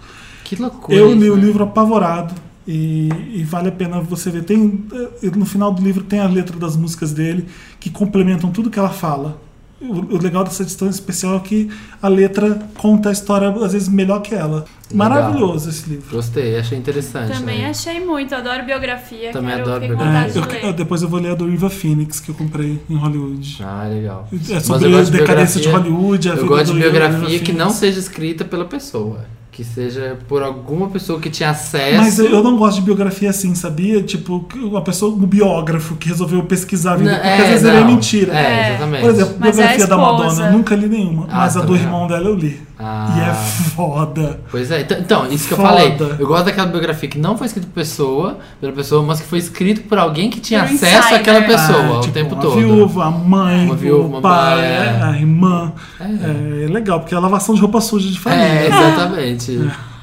[SPEAKER 3] que loucura.
[SPEAKER 1] Eu li
[SPEAKER 3] isso,
[SPEAKER 1] o
[SPEAKER 3] né?
[SPEAKER 1] livro apavorado e, e vale a pena você ver. Tem, eh, no final do livro tem a letra das músicas dele que complementam tudo que ela fala. O, o legal dessa edição especial é que a letra conta a história às vezes melhor que ela. Maravilhoso esse livro.
[SPEAKER 3] Gostei, achei interessante.
[SPEAKER 2] Também
[SPEAKER 3] né?
[SPEAKER 2] achei muito, adoro biografia.
[SPEAKER 3] Também
[SPEAKER 2] quero,
[SPEAKER 3] adoro
[SPEAKER 2] fiquei com
[SPEAKER 3] biografia.
[SPEAKER 1] É,
[SPEAKER 2] vontade
[SPEAKER 1] eu-
[SPEAKER 2] de
[SPEAKER 1] eu-
[SPEAKER 2] ler.
[SPEAKER 1] depois eu vou ler a do Riva Phoenix que eu comprei em Hollywood.
[SPEAKER 3] Ah, legal.
[SPEAKER 1] É
[SPEAKER 3] Mas
[SPEAKER 1] sobre
[SPEAKER 3] eu
[SPEAKER 1] a
[SPEAKER 3] gosto de
[SPEAKER 1] decadência de
[SPEAKER 3] biografia-
[SPEAKER 1] Hollywood, assim, a
[SPEAKER 3] Eu
[SPEAKER 1] vida
[SPEAKER 3] gosto
[SPEAKER 1] do
[SPEAKER 3] de
[SPEAKER 1] Riva
[SPEAKER 3] biografia que
[SPEAKER 1] Phoenix.
[SPEAKER 3] não seja escrita pela pessoa. Que seja por alguma pessoa que tinha acesso.
[SPEAKER 1] Mas eu, eu não gosto de biografia assim, sabia? Tipo, uma pessoa, um biógrafo que resolveu pesquisar a vida,
[SPEAKER 3] Não,
[SPEAKER 1] porque
[SPEAKER 3] é,
[SPEAKER 1] às vezes ele é
[SPEAKER 3] não.
[SPEAKER 1] mentira.
[SPEAKER 3] É, exatamente.
[SPEAKER 1] Por exemplo,
[SPEAKER 2] Mas é a
[SPEAKER 1] biografia da
[SPEAKER 2] esposa.
[SPEAKER 1] Madonna, eu nunca li nenhuma.
[SPEAKER 3] Ah,
[SPEAKER 1] mas a do
[SPEAKER 3] também.
[SPEAKER 1] irmão dela eu li.
[SPEAKER 3] Ah.
[SPEAKER 1] E é foda.
[SPEAKER 3] Pois é, então, então, isso que
[SPEAKER 1] Foda.
[SPEAKER 3] eu falei. Eu gosto daquela biografia que não foi escrita por pessoa, pela pessoa, mas que foi escrita por alguém que tinha
[SPEAKER 2] Por um
[SPEAKER 3] acesso
[SPEAKER 2] insider.
[SPEAKER 3] àquela pessoa
[SPEAKER 1] Ah,
[SPEAKER 3] o
[SPEAKER 1] tipo,
[SPEAKER 3] tempo
[SPEAKER 1] a
[SPEAKER 3] todo.
[SPEAKER 1] viúva, a mãe,
[SPEAKER 3] Uma viúva, uma
[SPEAKER 1] o pai,
[SPEAKER 3] mãe,
[SPEAKER 1] a irmã.
[SPEAKER 3] É.
[SPEAKER 1] É. legal, porque é a lavação de roupa suja de
[SPEAKER 3] É,
[SPEAKER 1] família.
[SPEAKER 3] exatamente.
[SPEAKER 1] Ah.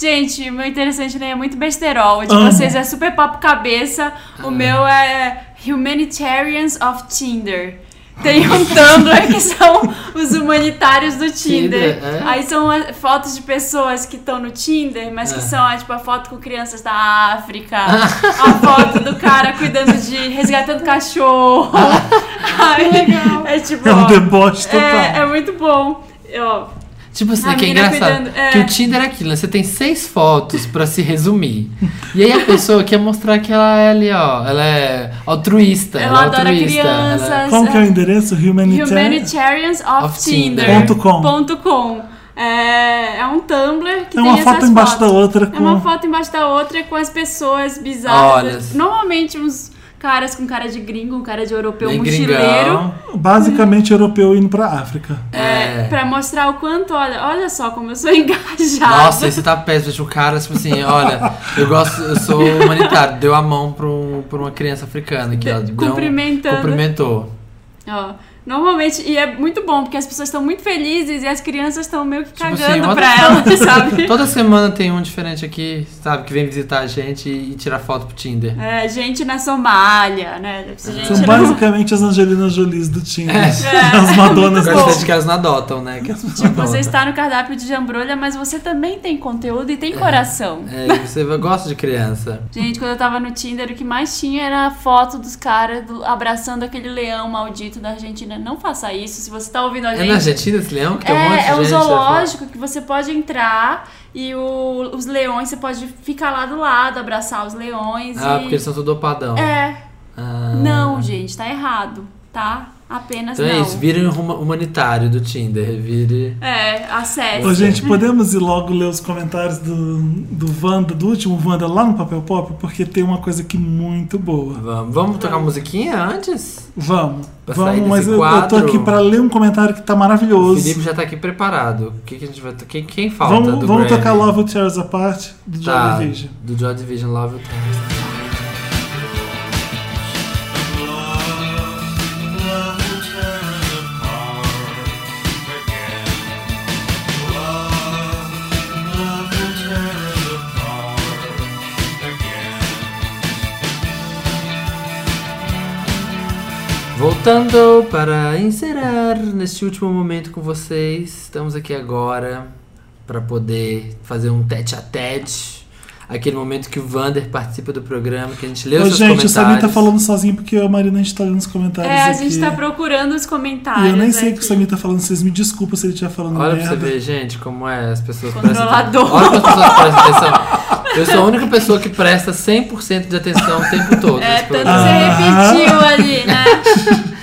[SPEAKER 2] Gente, o meu interessante né, é muito besterol. O de
[SPEAKER 1] Amo.
[SPEAKER 2] vocês é super papo cabeça. O meu é Humanitarians of Tinder. Tem um Tumblr que são os humanitários do Tinder.
[SPEAKER 3] Tinder, é.
[SPEAKER 2] Aí são a- fotos de pessoas que estão no Tinder, mas
[SPEAKER 1] É.
[SPEAKER 2] que são ah, tipo a foto com crianças da África,
[SPEAKER 1] Ah.
[SPEAKER 2] a foto do cara cuidando de. resgatando cachorro. Ai, é tipo.
[SPEAKER 1] Ah. É um
[SPEAKER 2] ó,
[SPEAKER 1] deboche total.
[SPEAKER 2] é, é muito bom. Ó,
[SPEAKER 3] Tipo assim,
[SPEAKER 2] A
[SPEAKER 3] que é
[SPEAKER 2] menina
[SPEAKER 3] engraçado.
[SPEAKER 2] cuidando, é.
[SPEAKER 3] Que o Tinder é aquilo, né? Você tem seis fotos pra se resumir. E aí a pessoa quer mostrar que ela é ali, ó. Ela é altruísta.
[SPEAKER 2] ela
[SPEAKER 3] é
[SPEAKER 2] adora
[SPEAKER 3] altruísta, ela é-
[SPEAKER 2] crianças.
[SPEAKER 1] Qual que é o endereço? Humanitarian.
[SPEAKER 2] Humanitarians of,
[SPEAKER 3] Of
[SPEAKER 2] Tinder.
[SPEAKER 3] Tinder.
[SPEAKER 1] Ponto com.
[SPEAKER 2] Ponto com. É, é um Tumblr que
[SPEAKER 1] É
[SPEAKER 2] tem
[SPEAKER 1] uma foto
[SPEAKER 2] essas
[SPEAKER 1] embaixo
[SPEAKER 2] fotos.
[SPEAKER 1] da outra
[SPEAKER 2] É uma
[SPEAKER 1] com-
[SPEAKER 2] foto embaixo da outra com as pessoas bizarras.
[SPEAKER 3] Olha.
[SPEAKER 2] Normalmente uns caras com cara de gringo, um cara de europeu
[SPEAKER 3] Bem
[SPEAKER 2] mochileiro.
[SPEAKER 3] é gringão.
[SPEAKER 1] Basicamente, europeu indo pra África.
[SPEAKER 2] É, Pra mostrar o quanto, olha, olha só como eu sou engajada.
[SPEAKER 3] Nossa, esse tá péssimo. Tipo, o cara, tipo assim, olha, eu gosto, eu sou humanitário. Deu a mão pra, um, pra uma criança africana aqui, ó. Deu um-
[SPEAKER 2] Cumprimentando.
[SPEAKER 3] cumprimentou.
[SPEAKER 2] Ó, normalmente, e é muito bom, porque as pessoas estão muito felizes e as crianças estão meio que
[SPEAKER 3] Tipo assim,
[SPEAKER 2] cagando
[SPEAKER 3] what
[SPEAKER 2] pra
[SPEAKER 3] the
[SPEAKER 2] elas, sabe?
[SPEAKER 3] Toda semana tem um diferente aqui, sabe, que vem visitar a gente e, e tirar foto pro Tinder.
[SPEAKER 2] É, gente na Somália, né? Gente
[SPEAKER 1] São
[SPEAKER 2] na-
[SPEAKER 1] basicamente as Angelina Jolies do Tinder.
[SPEAKER 2] É.
[SPEAKER 1] As Madonas do
[SPEAKER 3] Agora
[SPEAKER 1] Tinder.
[SPEAKER 3] vocês de que elas não adotam, né? Que elas não adotam.
[SPEAKER 2] Você está no cardápio de jambrolha, mas você também tem conteúdo e tem coração.
[SPEAKER 3] É, e você gosta de criança.
[SPEAKER 2] Gente, quando eu tava no Tinder, o que mais tinha era a foto dos caras do- abraçando aquele leão maldito da Argentina. Não faça isso, se você tá ouvindo a
[SPEAKER 3] É na
[SPEAKER 2] gente.
[SPEAKER 3] Argentina esse leão? Que tem um monte
[SPEAKER 2] É,
[SPEAKER 3] de
[SPEAKER 2] é um
[SPEAKER 3] gente, né, falando.
[SPEAKER 2] zoológico que você pode entrar e o- os leões, você pode ficar lá do lado, abraçar os leões
[SPEAKER 3] Ah,
[SPEAKER 2] e...
[SPEAKER 3] porque eles são tudo dopadão. Ah,
[SPEAKER 2] É. Não, gente, tá errado, tá? Apenas
[SPEAKER 3] Então
[SPEAKER 2] não.
[SPEAKER 3] é isso, vire um huma- humanitário do Tinder, vire.
[SPEAKER 2] É, acesse.
[SPEAKER 1] Ô, gente, podemos ir logo ler os comentários do, do Wanda, do último Wanda, lá no Papel Pop, porque tem uma coisa aqui muito boa.
[SPEAKER 3] Vamos, vamos tocar musiquinha antes?
[SPEAKER 1] Vamos,
[SPEAKER 3] Pra sair
[SPEAKER 1] vamos, mas
[SPEAKER 3] desse
[SPEAKER 1] eu, eu tô
[SPEAKER 3] quadro.
[SPEAKER 1] aqui pra ler um comentário que tá
[SPEAKER 3] O
[SPEAKER 1] maravilhoso.
[SPEAKER 3] Felipe já tá aqui preparado. O que, que a gente vai. to- Quem, quem falta?
[SPEAKER 1] Vamos,
[SPEAKER 3] do
[SPEAKER 1] vamos
[SPEAKER 3] Grammy?
[SPEAKER 1] tocar Love Will Tear Us Apart do
[SPEAKER 3] Tá,
[SPEAKER 1] Joy Division.
[SPEAKER 3] Do Joy Division, Love You Too. Voltando para encerrar neste último momento com vocês, estamos aqui agora para poder fazer um tete a tete. Aquele momento que o Vander participa do programa, que a gente lê os
[SPEAKER 1] Ô,
[SPEAKER 3] seus
[SPEAKER 1] gente, o Samir
[SPEAKER 3] comentários.
[SPEAKER 1] tá falando sozinho porque eu e a Marina a gente tá lendo os comentários.
[SPEAKER 2] É, a
[SPEAKER 1] aqui.
[SPEAKER 2] gente tá procurando os comentários.
[SPEAKER 1] E eu nem sei o que o
[SPEAKER 2] aqui.
[SPEAKER 1] Samir tá falando, vocês me desculpam se ele estiver falando
[SPEAKER 3] Olha pra
[SPEAKER 1] merda.
[SPEAKER 3] você ver, gente, como é as pessoas
[SPEAKER 2] Controlador.
[SPEAKER 3] prestam Olha como as pessoas prestam atenção. Eu sou a única pessoa que presta 100% de atenção o tempo todo.
[SPEAKER 2] É,
[SPEAKER 3] nesse
[SPEAKER 2] tanto
[SPEAKER 3] programa.
[SPEAKER 1] Ah.
[SPEAKER 2] você repetiu ali, né?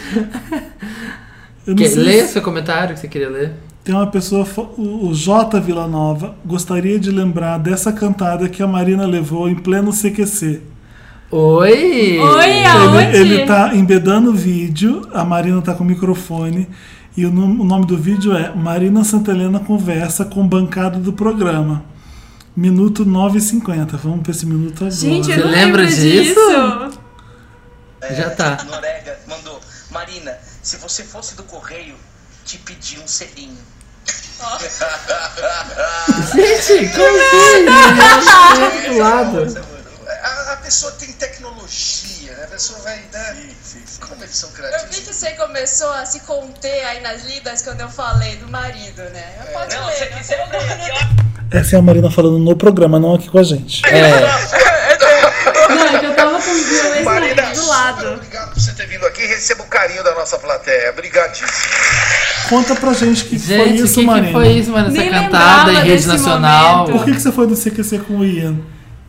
[SPEAKER 1] Eu não
[SPEAKER 3] Quer,
[SPEAKER 1] sei
[SPEAKER 3] lê
[SPEAKER 1] se-
[SPEAKER 3] seu comentário que você queria ler.
[SPEAKER 1] Tem uma pessoa, fa- o o J Villanova, gostaria de lembrar dessa cantada que a Marina levou em pleno CQC.
[SPEAKER 3] Oi!
[SPEAKER 2] Oi, aonde?
[SPEAKER 1] Ele, ele tá embedando o vídeo, a Marina tá com o microfone, e o, nom- o nome do vídeo é Marina Santelena Conversa com o Bancado do Programa. Minuto 9h50. Vamos pra esse minuto agora.
[SPEAKER 2] Gente, eu
[SPEAKER 3] Você
[SPEAKER 2] não
[SPEAKER 3] lembra
[SPEAKER 2] lembro disso.
[SPEAKER 3] disso? Já tá.
[SPEAKER 9] Norega mandou. Marina, se você fosse do correio, te pedi um selinho.
[SPEAKER 3] Gente, como assim? Gente, do lado.
[SPEAKER 9] É, A, a pessoa tem tecnologia, né? A pessoa vai. Né? Como eles são
[SPEAKER 10] Eu
[SPEAKER 9] criativos?
[SPEAKER 10] vi que você começou a se conter aí nas lidas quando eu falei do marido, né? Eu Pode ler, não tem problema.
[SPEAKER 1] Essa é a Marina falando no programa, não aqui com a gente.
[SPEAKER 3] É,
[SPEAKER 2] Não, é que eu tava com o violão é, do
[SPEAKER 9] super
[SPEAKER 2] lado.
[SPEAKER 9] obrigado por você ter vindo aqui. Receba o carinho da nossa plateia. Obrigadíssimo.
[SPEAKER 1] Conta pra gente que foi
[SPEAKER 3] gente, o
[SPEAKER 1] isso,
[SPEAKER 3] que,
[SPEAKER 1] Marina.
[SPEAKER 3] que foi isso, mano? Essa
[SPEAKER 2] Nem
[SPEAKER 3] cantada em
[SPEAKER 2] lembrava
[SPEAKER 3] rede
[SPEAKER 2] desse
[SPEAKER 3] nacional.
[SPEAKER 2] momento.
[SPEAKER 1] Por que, que você foi no CQC com o Ian?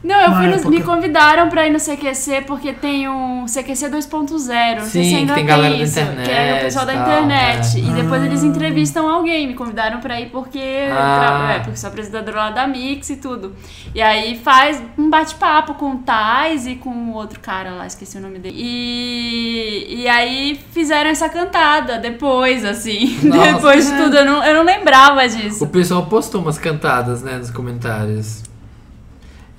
[SPEAKER 2] Não, eu
[SPEAKER 1] Na
[SPEAKER 2] fui nos-
[SPEAKER 1] época.
[SPEAKER 2] me convidaram pra ir no CQC porque tem um CQC 2.0. Não sei
[SPEAKER 3] Sim,
[SPEAKER 2] se ainda
[SPEAKER 3] que tem galera da
[SPEAKER 2] isso, que é o
[SPEAKER 3] internet
[SPEAKER 2] pessoal da
[SPEAKER 3] e tal,
[SPEAKER 2] internet.
[SPEAKER 3] é.
[SPEAKER 2] E depois eles entrevistam alguém. Me convidaram pra ir porque, eu
[SPEAKER 3] Ah.
[SPEAKER 2] tra- é, porque sou apresentadora lá da Mix e tudo. E aí faz um bate-papo com o Tais e com o outro cara lá, esqueci o nome dele. E, e aí fizeram essa cantada depois, assim.
[SPEAKER 3] Nossa,
[SPEAKER 2] depois de
[SPEAKER 3] é.
[SPEAKER 2] tudo, eu não, eu não lembrava disso.
[SPEAKER 3] O pessoal postou umas cantadas, né, nos comentários.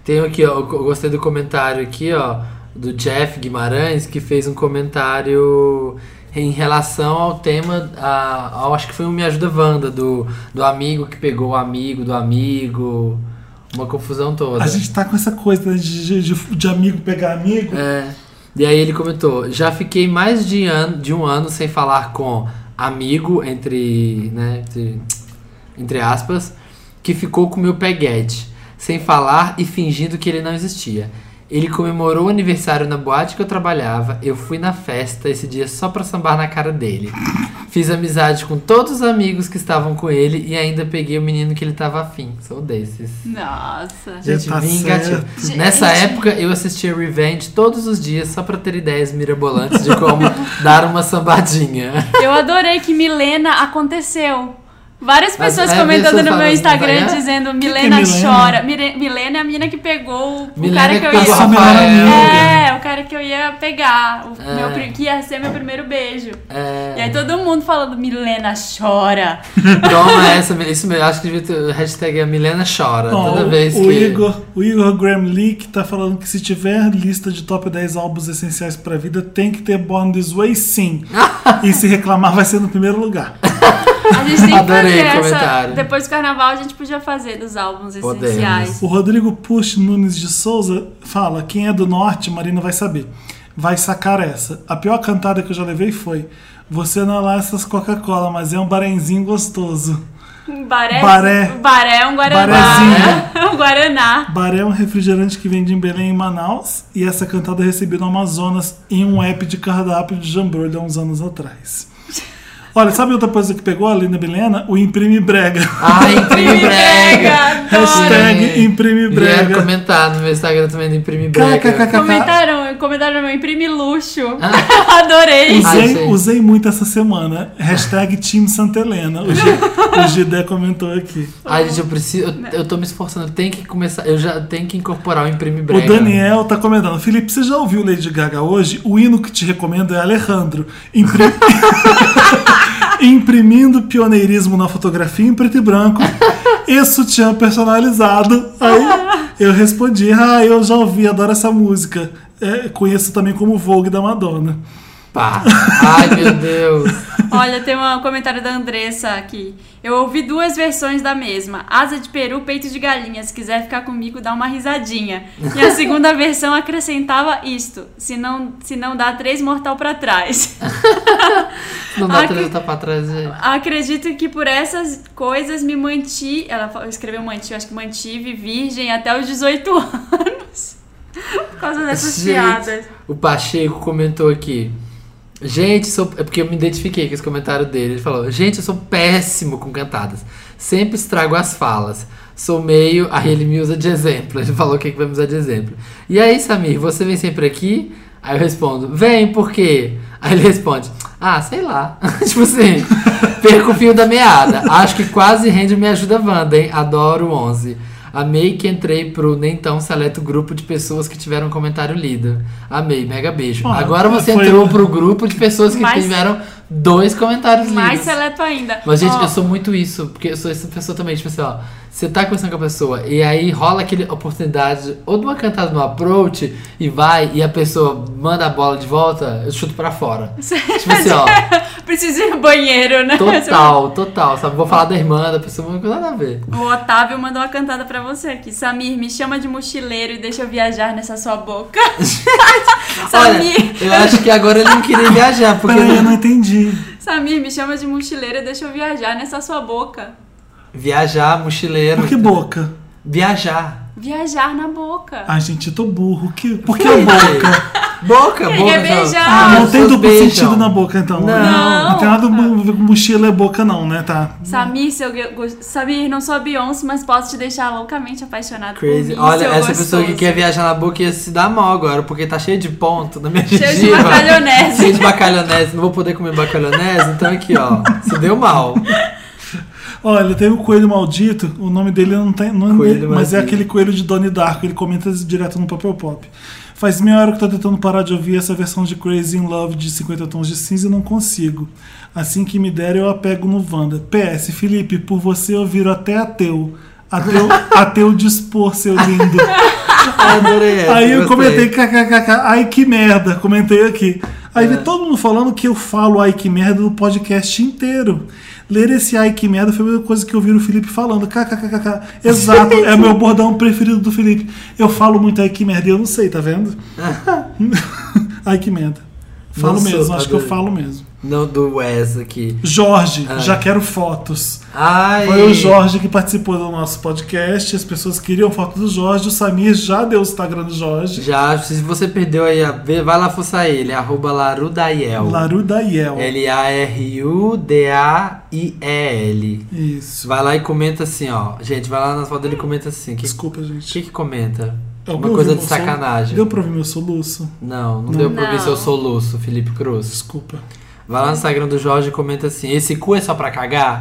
[SPEAKER 3] Tem aqui, ó, eu gostei do comentário aqui, ó, do Jeff Guimarães, que fez um comentário em relação ao tema, a, ao- acho que foi um Me Ajuda Wanda, do, do amigo que pegou o amigo do amigo, uma confusão toda.
[SPEAKER 1] A gente tá com essa coisa né, de, de- de amigo pegar amigo.
[SPEAKER 3] É. E aí ele comentou, já fiquei mais de, an de um ano sem falar com amigo, entre, né, entre, entre aspas, que ficou com meu peguete, sem falar e fingindo que ele não existia. Ele comemorou o aniversário na boate que eu trabalhava, eu fui na festa esse dia só pra sambar na cara dele. Fiz amizade com todos os amigos que estavam com ele e ainda peguei o menino que ele tava afim. Sou desses.
[SPEAKER 2] Nossa.
[SPEAKER 3] Gente,
[SPEAKER 1] Tá
[SPEAKER 3] vingativo.
[SPEAKER 1] certo.
[SPEAKER 3] Nessa época, eu assistia Revenge todos os dias só pra ter ideias mirabolantes de como dar uma sambadinha.
[SPEAKER 2] Eu adorei que Milena aconteceu. Várias
[SPEAKER 3] Mas
[SPEAKER 2] pessoas
[SPEAKER 3] é,
[SPEAKER 2] comentando
[SPEAKER 3] você
[SPEAKER 2] no
[SPEAKER 3] fala,
[SPEAKER 2] meu Instagram
[SPEAKER 3] Milena?
[SPEAKER 2] dizendo
[SPEAKER 1] que é
[SPEAKER 2] Milena
[SPEAKER 1] Milena?
[SPEAKER 2] chora. Mire- Milena é a menina que pegou o
[SPEAKER 3] Milena
[SPEAKER 2] cara que eu
[SPEAKER 3] pegou
[SPEAKER 1] pegou
[SPEAKER 2] ia.
[SPEAKER 1] a Rafael.
[SPEAKER 2] É, o cara que eu ia pegar, o
[SPEAKER 3] É.
[SPEAKER 2] meu pri- que ia ser meu primeiro beijo.
[SPEAKER 3] É.
[SPEAKER 2] E aí todo mundo falando, Milena chora.
[SPEAKER 3] Toma Então, é essa, isso mesmo. Acho que devia ter hashtag é Milena chora.
[SPEAKER 1] Ó,
[SPEAKER 3] toda
[SPEAKER 1] o-
[SPEAKER 3] vez
[SPEAKER 1] o
[SPEAKER 3] que.
[SPEAKER 1] Igor, o Igor Graham Lee que tá falando que se tiver lista de top 10 álbuns essenciais pra vida, tem que ter Born This Way sim. e se reclamar vai ser no primeiro lugar.
[SPEAKER 2] A gente tem que
[SPEAKER 3] Adorei
[SPEAKER 2] fazer
[SPEAKER 3] o
[SPEAKER 2] essa.
[SPEAKER 3] comentário.
[SPEAKER 2] Depois do carnaval a gente podia fazer dos álbuns
[SPEAKER 3] Podemos.
[SPEAKER 2] essenciais.
[SPEAKER 1] O Rodrigo Push Nunes de Souza fala: quem é do norte, Marina vai saber. Vai sacar essa. A pior cantada que eu já levei foi: Você não é lá essas Coca-Cola, mas é um barenzinho gostoso.
[SPEAKER 2] Um Baré,
[SPEAKER 1] Baré.
[SPEAKER 2] Baré é um Guaraná.
[SPEAKER 1] Barézinho.
[SPEAKER 2] um Guaraná.
[SPEAKER 1] Baré é um refrigerante que vende em Belém e Manaus, e essa é cantada eu recebi no Amazonas em um app de cardápio de jambrolha há uns anos atrás. Olha, sabe outra coisa que pegou a Lina Belena? O imprime brega.
[SPEAKER 3] Ah, imprime brega!
[SPEAKER 1] Hashtag imprime
[SPEAKER 3] Vieram
[SPEAKER 1] brega.
[SPEAKER 3] comentar no meu Instagram também do imprime brega.
[SPEAKER 1] KKKK.
[SPEAKER 2] Comentaram, comentaram meu imprime luxo. Adorei.
[SPEAKER 3] Ah,
[SPEAKER 1] Usei,
[SPEAKER 3] isso aí.
[SPEAKER 1] usei muito essa semana. Hashtag Team Santa Helena. O, G, o Gidé comentou aqui.
[SPEAKER 3] Ai, gente, eu preciso. Eu, eu tô me esforçando, eu tenho que começar. Eu já tenho que incorporar o imprime brega.
[SPEAKER 1] O Daniel tá comentando. Felipe, você já ouviu Lady Gaga hoje? O hino que te recomendo é Alejandro. Impri- Imprimindo pioneirismo na fotografia em preto e branco e sutiã personalizado. Aí eu respondi: Ah, eu já ouvi, adoro essa música. É, conheço também como Vogue da Madonna.
[SPEAKER 3] Pá. Ai, meu Deus.
[SPEAKER 2] Olha, tem um comentário da Andressa aqui. Eu ouvi duas versões da mesma. Asa de peru, peito de galinha. Se quiser ficar comigo, dá uma risadinha. E a segunda versão acrescentava isto. Se não, se não dá três mortal pra trás.
[SPEAKER 3] Não dá
[SPEAKER 2] Ai,
[SPEAKER 3] três
[SPEAKER 2] que-
[SPEAKER 3] tá pra trás, gente.
[SPEAKER 2] Acredito que por essas coisas me manti... Ela fa- escreveu manti, eu acho que mantive virgem até os 18 anos. Por causa dessas
[SPEAKER 3] Gente.
[SPEAKER 2] piadas.
[SPEAKER 3] O Pacheco comentou aqui. Gente, sou... é porque eu me identifiquei com esse comentário dele. Ele falou: Gente, eu sou péssimo com cantadas. Sempre estrago as falas. Sou meio. Aí ele me usa de exemplo. Ele falou o que, que vai me usar de exemplo. E aí, Samir, você vem sempre aqui? Aí eu respondo: Vem, por quê? Aí ele responde: Ah, sei lá. tipo assim, perco o fio da meada. Acho que quase rende o Me Ajuda Wanda, hein? Adoro o 11. Amei que entrei pro nem tão seleto grupo de pessoas que tiveram um comentário lido. Amei, mega beijo.
[SPEAKER 1] Ah,
[SPEAKER 3] Agora você
[SPEAKER 1] foi-
[SPEAKER 3] entrou pro grupo de pessoas que
[SPEAKER 2] Mais-
[SPEAKER 3] tiveram dois comentários
[SPEAKER 2] Mais
[SPEAKER 3] lidos.
[SPEAKER 2] seleto ainda.
[SPEAKER 3] Mas, gente,
[SPEAKER 2] é Ó,
[SPEAKER 3] eu sou muito isso, porque eu sou essa pessoa também. Tipo assim, ó, você tá conversando com a pessoa e aí rola aquele oportunidade ou de uma cantada no approach e vai e a pessoa manda a bola de volta, eu chuto pra fora. tipo assim, ó,
[SPEAKER 2] Preciso ir no banheiro, né?
[SPEAKER 3] total, total. Sabe, vou falar da irmã da pessoa, não tem nada a ver.
[SPEAKER 2] O Otávio mandou uma cantada pra você aqui. Samir, me chama de mochileiro e deixa eu viajar nessa sua boca. Samir,
[SPEAKER 3] Olha, eu acho que agora ele não queria viajar, porque
[SPEAKER 1] Peraí, eu
[SPEAKER 3] não
[SPEAKER 1] não entendi.
[SPEAKER 2] Samir, me chama de mochileiro e deixa eu viajar nessa sua boca.
[SPEAKER 3] Viajar, mochileiro.
[SPEAKER 1] Por que boca?
[SPEAKER 3] Viajar.
[SPEAKER 2] Viajar na boca.
[SPEAKER 3] Ah.
[SPEAKER 1] Ai, gente, eu tô burro. Que... Por que é boca?
[SPEAKER 3] Boca,
[SPEAKER 2] Ele
[SPEAKER 3] boca.
[SPEAKER 2] quer
[SPEAKER 3] sabe?
[SPEAKER 2] beijar.
[SPEAKER 1] Ah, não
[SPEAKER 3] as
[SPEAKER 1] tem
[SPEAKER 3] pessoas
[SPEAKER 1] duplo
[SPEAKER 3] beijam.
[SPEAKER 1] sentido na boca, então.
[SPEAKER 3] Não.
[SPEAKER 1] não tem nada a ver com mochila e boca, não, né? Tá.
[SPEAKER 2] Samir, seu go- go- Samir, não sou a Beyoncé, mas posso te deixar loucamente apaixonado por
[SPEAKER 3] Crazy.
[SPEAKER 2] mim,
[SPEAKER 3] Olha,
[SPEAKER 2] seu
[SPEAKER 3] essa
[SPEAKER 2] é gostoso.
[SPEAKER 3] pessoa que é quer viajar na boca ia se dar mal agora, porque tá cheio de ponto na minha
[SPEAKER 2] Cheio de
[SPEAKER 3] gengiva.
[SPEAKER 2] bacalhonese.
[SPEAKER 3] Cheio de bacalhonese. Não vou poder comer bacalhonese, então aqui, ó. Se deu mal.
[SPEAKER 1] Olha, tem o Coelho Maldito, o nome dele eu não tem. Não,
[SPEAKER 3] Coelho
[SPEAKER 1] mas é
[SPEAKER 3] Maldito.
[SPEAKER 1] aquele coelho de Donnie Darko, ele comenta direto no papel pop. Faz meia hora que eu tô tentando parar de ouvir essa versão de Crazy in Love de 50 tons de cinza e não consigo. Assim que me der, eu a pego no Wanda. PS, Felipe, por você eu viro até ateu. Ateu, ateu dispor, seu lindo.
[SPEAKER 3] Adorei essa,
[SPEAKER 1] Aí eu
[SPEAKER 3] É, gostei.
[SPEAKER 1] comentei, kkkk, ai que merda, comentei aqui. Aí vi todo mundo falando que eu falo ai que merda no podcast inteiro. Ler esse ai que merda foi a mesma coisa que eu vi o Felipe falando, kkkk. Exato, é o meu bordão preferido do Felipe. Eu falo muito ai que merda e eu não sei, tá vendo? ai que merda. Falo
[SPEAKER 3] Não sou,
[SPEAKER 1] mesmo, acho que eu
[SPEAKER 3] adorei.
[SPEAKER 1] falo mesmo.
[SPEAKER 3] Não, do Wes aqui.
[SPEAKER 1] Jorge,
[SPEAKER 3] Ai.
[SPEAKER 1] já quero fotos.
[SPEAKER 3] Ai.
[SPEAKER 1] Foi o Jorge que participou do nosso podcast. As pessoas queriam foto do Jorge. O Samir já deu o Instagram do Jorge.
[SPEAKER 3] Já, se você perdeu aí, a- vê, vai lá forçar ele. Arroba Larudaiel.
[SPEAKER 1] Larudaiel.
[SPEAKER 3] L-A-R-U-D-A-I-E-L.
[SPEAKER 1] Isso.
[SPEAKER 3] Vai lá e comenta assim, ó. Gente, vai lá nas fotos dele e comenta assim. Que,
[SPEAKER 1] Desculpa,
[SPEAKER 3] o
[SPEAKER 1] gente.
[SPEAKER 3] que que comenta?
[SPEAKER 1] Eu
[SPEAKER 3] Uma
[SPEAKER 1] ouvi
[SPEAKER 3] coisa
[SPEAKER 1] meu
[SPEAKER 3] de
[SPEAKER 1] solu-
[SPEAKER 3] sacanagem.
[SPEAKER 1] Deu pra ouvir meu soluço?
[SPEAKER 3] Não, não, deu pra ver
[SPEAKER 2] Não.
[SPEAKER 3] seu soluço, Felipe Cruz.
[SPEAKER 1] Desculpa.
[SPEAKER 3] Vai lá no Instagram do Jorge e comenta assim: esse cu é só pra cagar?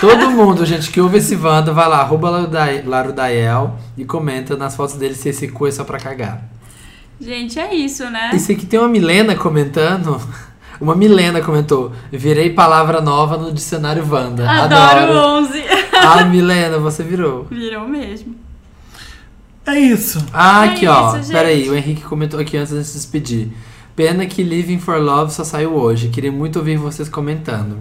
[SPEAKER 3] Todo mundo, gente, que ouve esse Wanda, vai lá, arroba Larudai- Larudaiel e comenta nas fotos dele se esse cu é só pra cagar.
[SPEAKER 2] Gente, é isso, né?
[SPEAKER 3] Isso aqui tem uma Milena comentando. Uma Milena comentou: virei palavra nova no dicionário Wanda.
[SPEAKER 2] Adoro o 11.
[SPEAKER 3] Ah, Milena, você virou.
[SPEAKER 2] Virou mesmo.
[SPEAKER 1] É isso.
[SPEAKER 3] Ah,
[SPEAKER 2] É
[SPEAKER 3] aqui, ó.
[SPEAKER 2] isso, gente.
[SPEAKER 3] Peraí, o Henrique comentou aqui antes de se despedir. Pena que Living for Love só saiu hoje. Queria muito ouvir vocês comentando.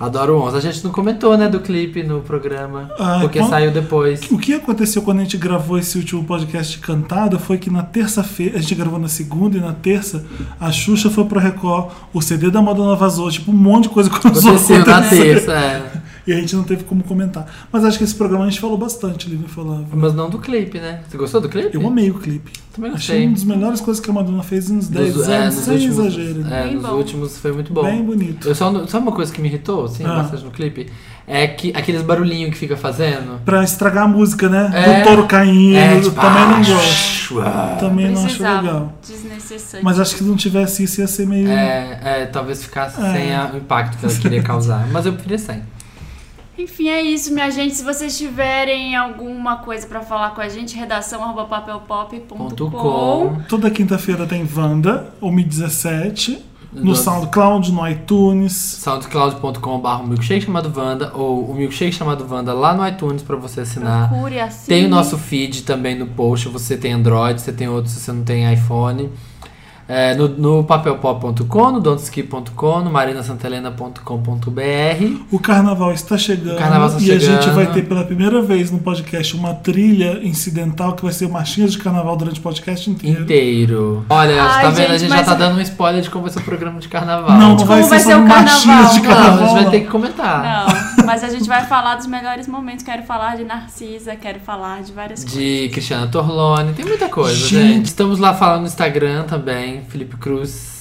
[SPEAKER 3] Adoro o 11. A gente não comentou, né, do clipe no programa.
[SPEAKER 1] Ah,
[SPEAKER 3] porque
[SPEAKER 1] qual-
[SPEAKER 3] saiu depois.
[SPEAKER 1] O que aconteceu quando a gente gravou esse último podcast de cantada foi que na terça-feira, a gente gravou na segunda e na terça, a Xuxa foi pro Record, o CD da Madonna vazou, tipo, um monte de coisa começou a
[SPEAKER 3] Aconteceu na
[SPEAKER 1] acontecer.
[SPEAKER 3] terça, é.
[SPEAKER 1] E a gente não teve como comentar. Mas acho que esse programa a gente falou bastante, Lívia falava.
[SPEAKER 3] Mas não do clipe, né? Você gostou do clipe?
[SPEAKER 1] Eu amei o clipe.
[SPEAKER 3] Também
[SPEAKER 1] Achei
[SPEAKER 3] gostei.
[SPEAKER 1] uma das melhores coisas que a Madonna fez nos 10
[SPEAKER 3] Dos- é,
[SPEAKER 1] anos,
[SPEAKER 3] nos
[SPEAKER 1] sem
[SPEAKER 3] últimos-
[SPEAKER 1] exagero.
[SPEAKER 3] É,
[SPEAKER 2] Bem
[SPEAKER 3] nos
[SPEAKER 2] bom.
[SPEAKER 3] últimos foi muito bom.
[SPEAKER 1] Bem bonito.
[SPEAKER 3] Eu só, não- só uma coisa que me irritou, assim,
[SPEAKER 1] Ah.
[SPEAKER 3] bastante no clipe, é que aqueles barulhinhos que fica fazendo.
[SPEAKER 1] Pra estragar a música, né?
[SPEAKER 3] É.
[SPEAKER 1] Do touro caindo,
[SPEAKER 3] É, tipo,
[SPEAKER 1] também
[SPEAKER 3] ah,
[SPEAKER 1] não gosto.
[SPEAKER 3] ah.
[SPEAKER 1] Também não acho
[SPEAKER 2] Precisava.
[SPEAKER 1] legal.
[SPEAKER 2] Desnecessário.
[SPEAKER 1] Mas acho que se não tivesse isso ia ser meio.
[SPEAKER 2] Hum.
[SPEAKER 3] É, é, talvez ficasse
[SPEAKER 1] É.
[SPEAKER 3] sem a- o impacto que ela queria causar. Mas eu preferia sem.
[SPEAKER 2] Enfim, é isso, minha gente. Se vocês tiverem alguma coisa pra falar com a gente, redação arroba
[SPEAKER 3] Ponto
[SPEAKER 2] papelpop.com.
[SPEAKER 3] com.
[SPEAKER 1] Toda quinta-feira tem Wanda, ou Mi 17, no
[SPEAKER 3] Nossa.
[SPEAKER 1] SoundCloud, no iTunes.
[SPEAKER 3] soundcloud.com.br milkshake chamado Vanda ou o milkshake chamado Vanda lá no iTunes pra você assinar.
[SPEAKER 2] Procure assim.
[SPEAKER 3] Tem o nosso feed também no post. Você tem Android, você tem outro se você não tem iPhone. É, no, no papelpop.com, no donski.com, no marinasantelena.com.br.
[SPEAKER 1] O carnaval está chegando
[SPEAKER 3] O carnaval está
[SPEAKER 1] e a gente
[SPEAKER 3] chegando.
[SPEAKER 1] vai ter pela primeira vez no podcast uma trilha incidental que vai ser marchinhas de carnaval durante o podcast inteiro.
[SPEAKER 3] Inteiro. Olha,
[SPEAKER 2] Ai,
[SPEAKER 3] tá vendo? a
[SPEAKER 2] gente,
[SPEAKER 3] gente
[SPEAKER 2] mas-
[SPEAKER 3] já tá dando um spoiler de como vai ser o programa de carnaval.
[SPEAKER 1] Não, não
[SPEAKER 2] Como
[SPEAKER 1] vai ser
[SPEAKER 2] vai
[SPEAKER 1] só
[SPEAKER 2] ser o
[SPEAKER 1] marchinhas de
[SPEAKER 2] carnaval?
[SPEAKER 1] carnaval.
[SPEAKER 3] Não, a gente vai
[SPEAKER 1] não.
[SPEAKER 3] ter que comentar.
[SPEAKER 2] Não, mas a gente vai falar dos melhores momentos. Quero falar de Narcisa, quero falar de várias coisas.
[SPEAKER 3] De Cristiana Torlone, tem muita coisa,
[SPEAKER 1] Gente.
[SPEAKER 3] gente. Estamos lá falando no Instagram também. Felipe Cruz,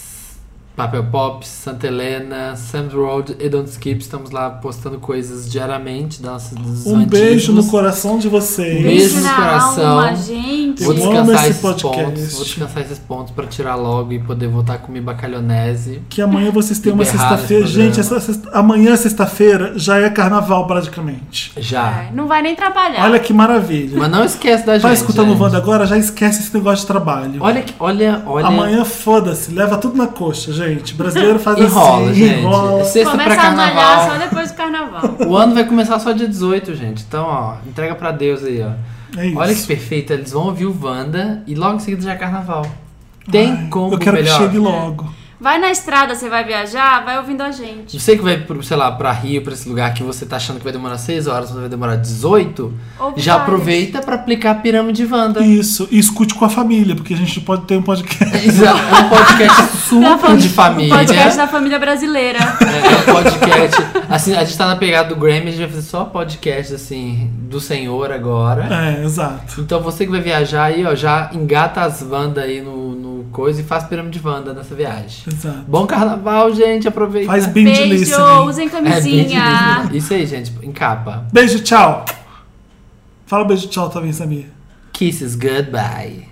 [SPEAKER 3] Papel Pop, Santa Helena, Sam's Road e Don't Skip. Estamos lá postando coisas diariamente da nossa- dos
[SPEAKER 1] Um beijo no
[SPEAKER 3] antigos.
[SPEAKER 1] coração de vocês.
[SPEAKER 3] Um Beijo. no
[SPEAKER 2] na
[SPEAKER 3] coração.
[SPEAKER 2] alma, gente.
[SPEAKER 3] Vou
[SPEAKER 1] Eu amo
[SPEAKER 3] descansar
[SPEAKER 1] esse
[SPEAKER 3] esses
[SPEAKER 1] podcast.
[SPEAKER 3] pontos. Vou descansar esses pontos pra tirar logo e poder voltar com minha bacalhonese.
[SPEAKER 1] Que amanhã vocês têm uma
[SPEAKER 3] Liberado
[SPEAKER 1] sexta-feira.
[SPEAKER 3] esse programa.
[SPEAKER 1] Gente, essa sexta- amanhã, sexta-feira, já é carnaval praticamente.
[SPEAKER 3] Já.
[SPEAKER 2] É, Não vai nem trabalhar.
[SPEAKER 1] Olha que maravilha.
[SPEAKER 3] Mas não esquece da gente.
[SPEAKER 1] Tá escutando o
[SPEAKER 3] gente.
[SPEAKER 1] Wanda agora? Já esquece esse negócio de trabalho.
[SPEAKER 3] Olha, que- olha, olha.
[SPEAKER 1] Amanhã, fofoda-se, leva tudo na coxa, gente. Brasileiro faz
[SPEAKER 3] Enrola,
[SPEAKER 1] assim,
[SPEAKER 3] gente.
[SPEAKER 1] enrola.
[SPEAKER 3] Sexta pra
[SPEAKER 2] Começa a
[SPEAKER 3] carnaval.
[SPEAKER 2] malhar só depois do carnaval.
[SPEAKER 3] O ano vai começar só dia 18, gente. Então, ó, entrega pra Deus aí, ó.
[SPEAKER 1] É isso.
[SPEAKER 3] Olha que perfeito, eles vão ouvir o Wanda e logo em seguida já é carnaval. Tem como
[SPEAKER 1] Eu quero
[SPEAKER 3] melhor.
[SPEAKER 1] que chegue logo.
[SPEAKER 2] Vai na estrada, você vai viajar, vai ouvindo a gente.
[SPEAKER 3] Você que vai, pro, sei lá, pra Rio, pra esse lugar que você tá achando que vai demorar 6 horas, mas vai demorar 18,
[SPEAKER 2] Ouve
[SPEAKER 3] já
[SPEAKER 2] várias.
[SPEAKER 3] aproveita pra aplicar a pirâmide Wanda.
[SPEAKER 1] Isso, e escute com a família, porque a gente pode ter um podcast.
[SPEAKER 3] Exato, é um podcast
[SPEAKER 2] Da
[SPEAKER 3] super
[SPEAKER 2] fam-
[SPEAKER 3] de família.
[SPEAKER 2] O um podcast da família brasileira.
[SPEAKER 3] É, é um podcast. Assim, a gente tá na pegada do Grammy, a gente vai fazer só podcast, assim, do Senhor agora.
[SPEAKER 1] É, exato.
[SPEAKER 3] Então você que vai viajar aí, ó, já engata as Wanda aí no, no coisa e faz pirâmide Wanda nessa viagem.
[SPEAKER 1] Exato.
[SPEAKER 3] Bom carnaval, gente. Aproveita.
[SPEAKER 1] Faz binge
[SPEAKER 2] Beijo,
[SPEAKER 1] listening.
[SPEAKER 2] usem
[SPEAKER 3] É, bem
[SPEAKER 2] camisinha.
[SPEAKER 3] difícil. Isso aí, gente. Encapa.
[SPEAKER 1] Beijo, tchau. Fala um beijo, tchau também, Samir.
[SPEAKER 3] Kisses, goodbye.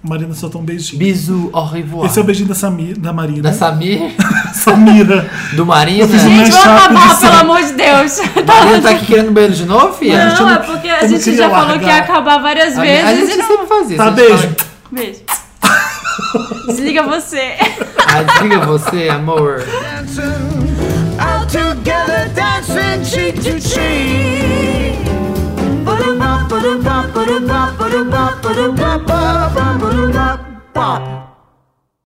[SPEAKER 1] Marina soltou um beijinho.
[SPEAKER 3] Bisous, au revoir.
[SPEAKER 1] Esse é o né? beijinho da, Samir, da Marina.
[SPEAKER 3] Da Samir,
[SPEAKER 1] Samira.
[SPEAKER 3] do Marina.
[SPEAKER 2] Gente,
[SPEAKER 1] Mais
[SPEAKER 2] vamos
[SPEAKER 3] é
[SPEAKER 1] chato
[SPEAKER 2] acabar,
[SPEAKER 1] isso.
[SPEAKER 2] pelo amor de Deus.
[SPEAKER 3] Marina tá aqui querendo banheiro de novo, filha?
[SPEAKER 2] Não, é porque a
[SPEAKER 1] eu não
[SPEAKER 2] gente
[SPEAKER 1] queria
[SPEAKER 2] já falou
[SPEAKER 1] largar.
[SPEAKER 2] que ia acabar várias
[SPEAKER 3] A gente- a
[SPEAKER 2] vezes.
[SPEAKER 3] gente
[SPEAKER 2] e não-
[SPEAKER 3] sempre faz isso.
[SPEAKER 1] Tá,
[SPEAKER 3] a gente
[SPEAKER 1] beijo.
[SPEAKER 2] Beijo. Desliga você.
[SPEAKER 3] fala- Ah, diga você, amor.
[SPEAKER 6] dancing, out together dancing cheek to cheek. Ba-da-ba, ba-da-ba, ba-da-ba, ba-da-ba, ba-da-ba, ba-da-ba, ba-da-ba, ba.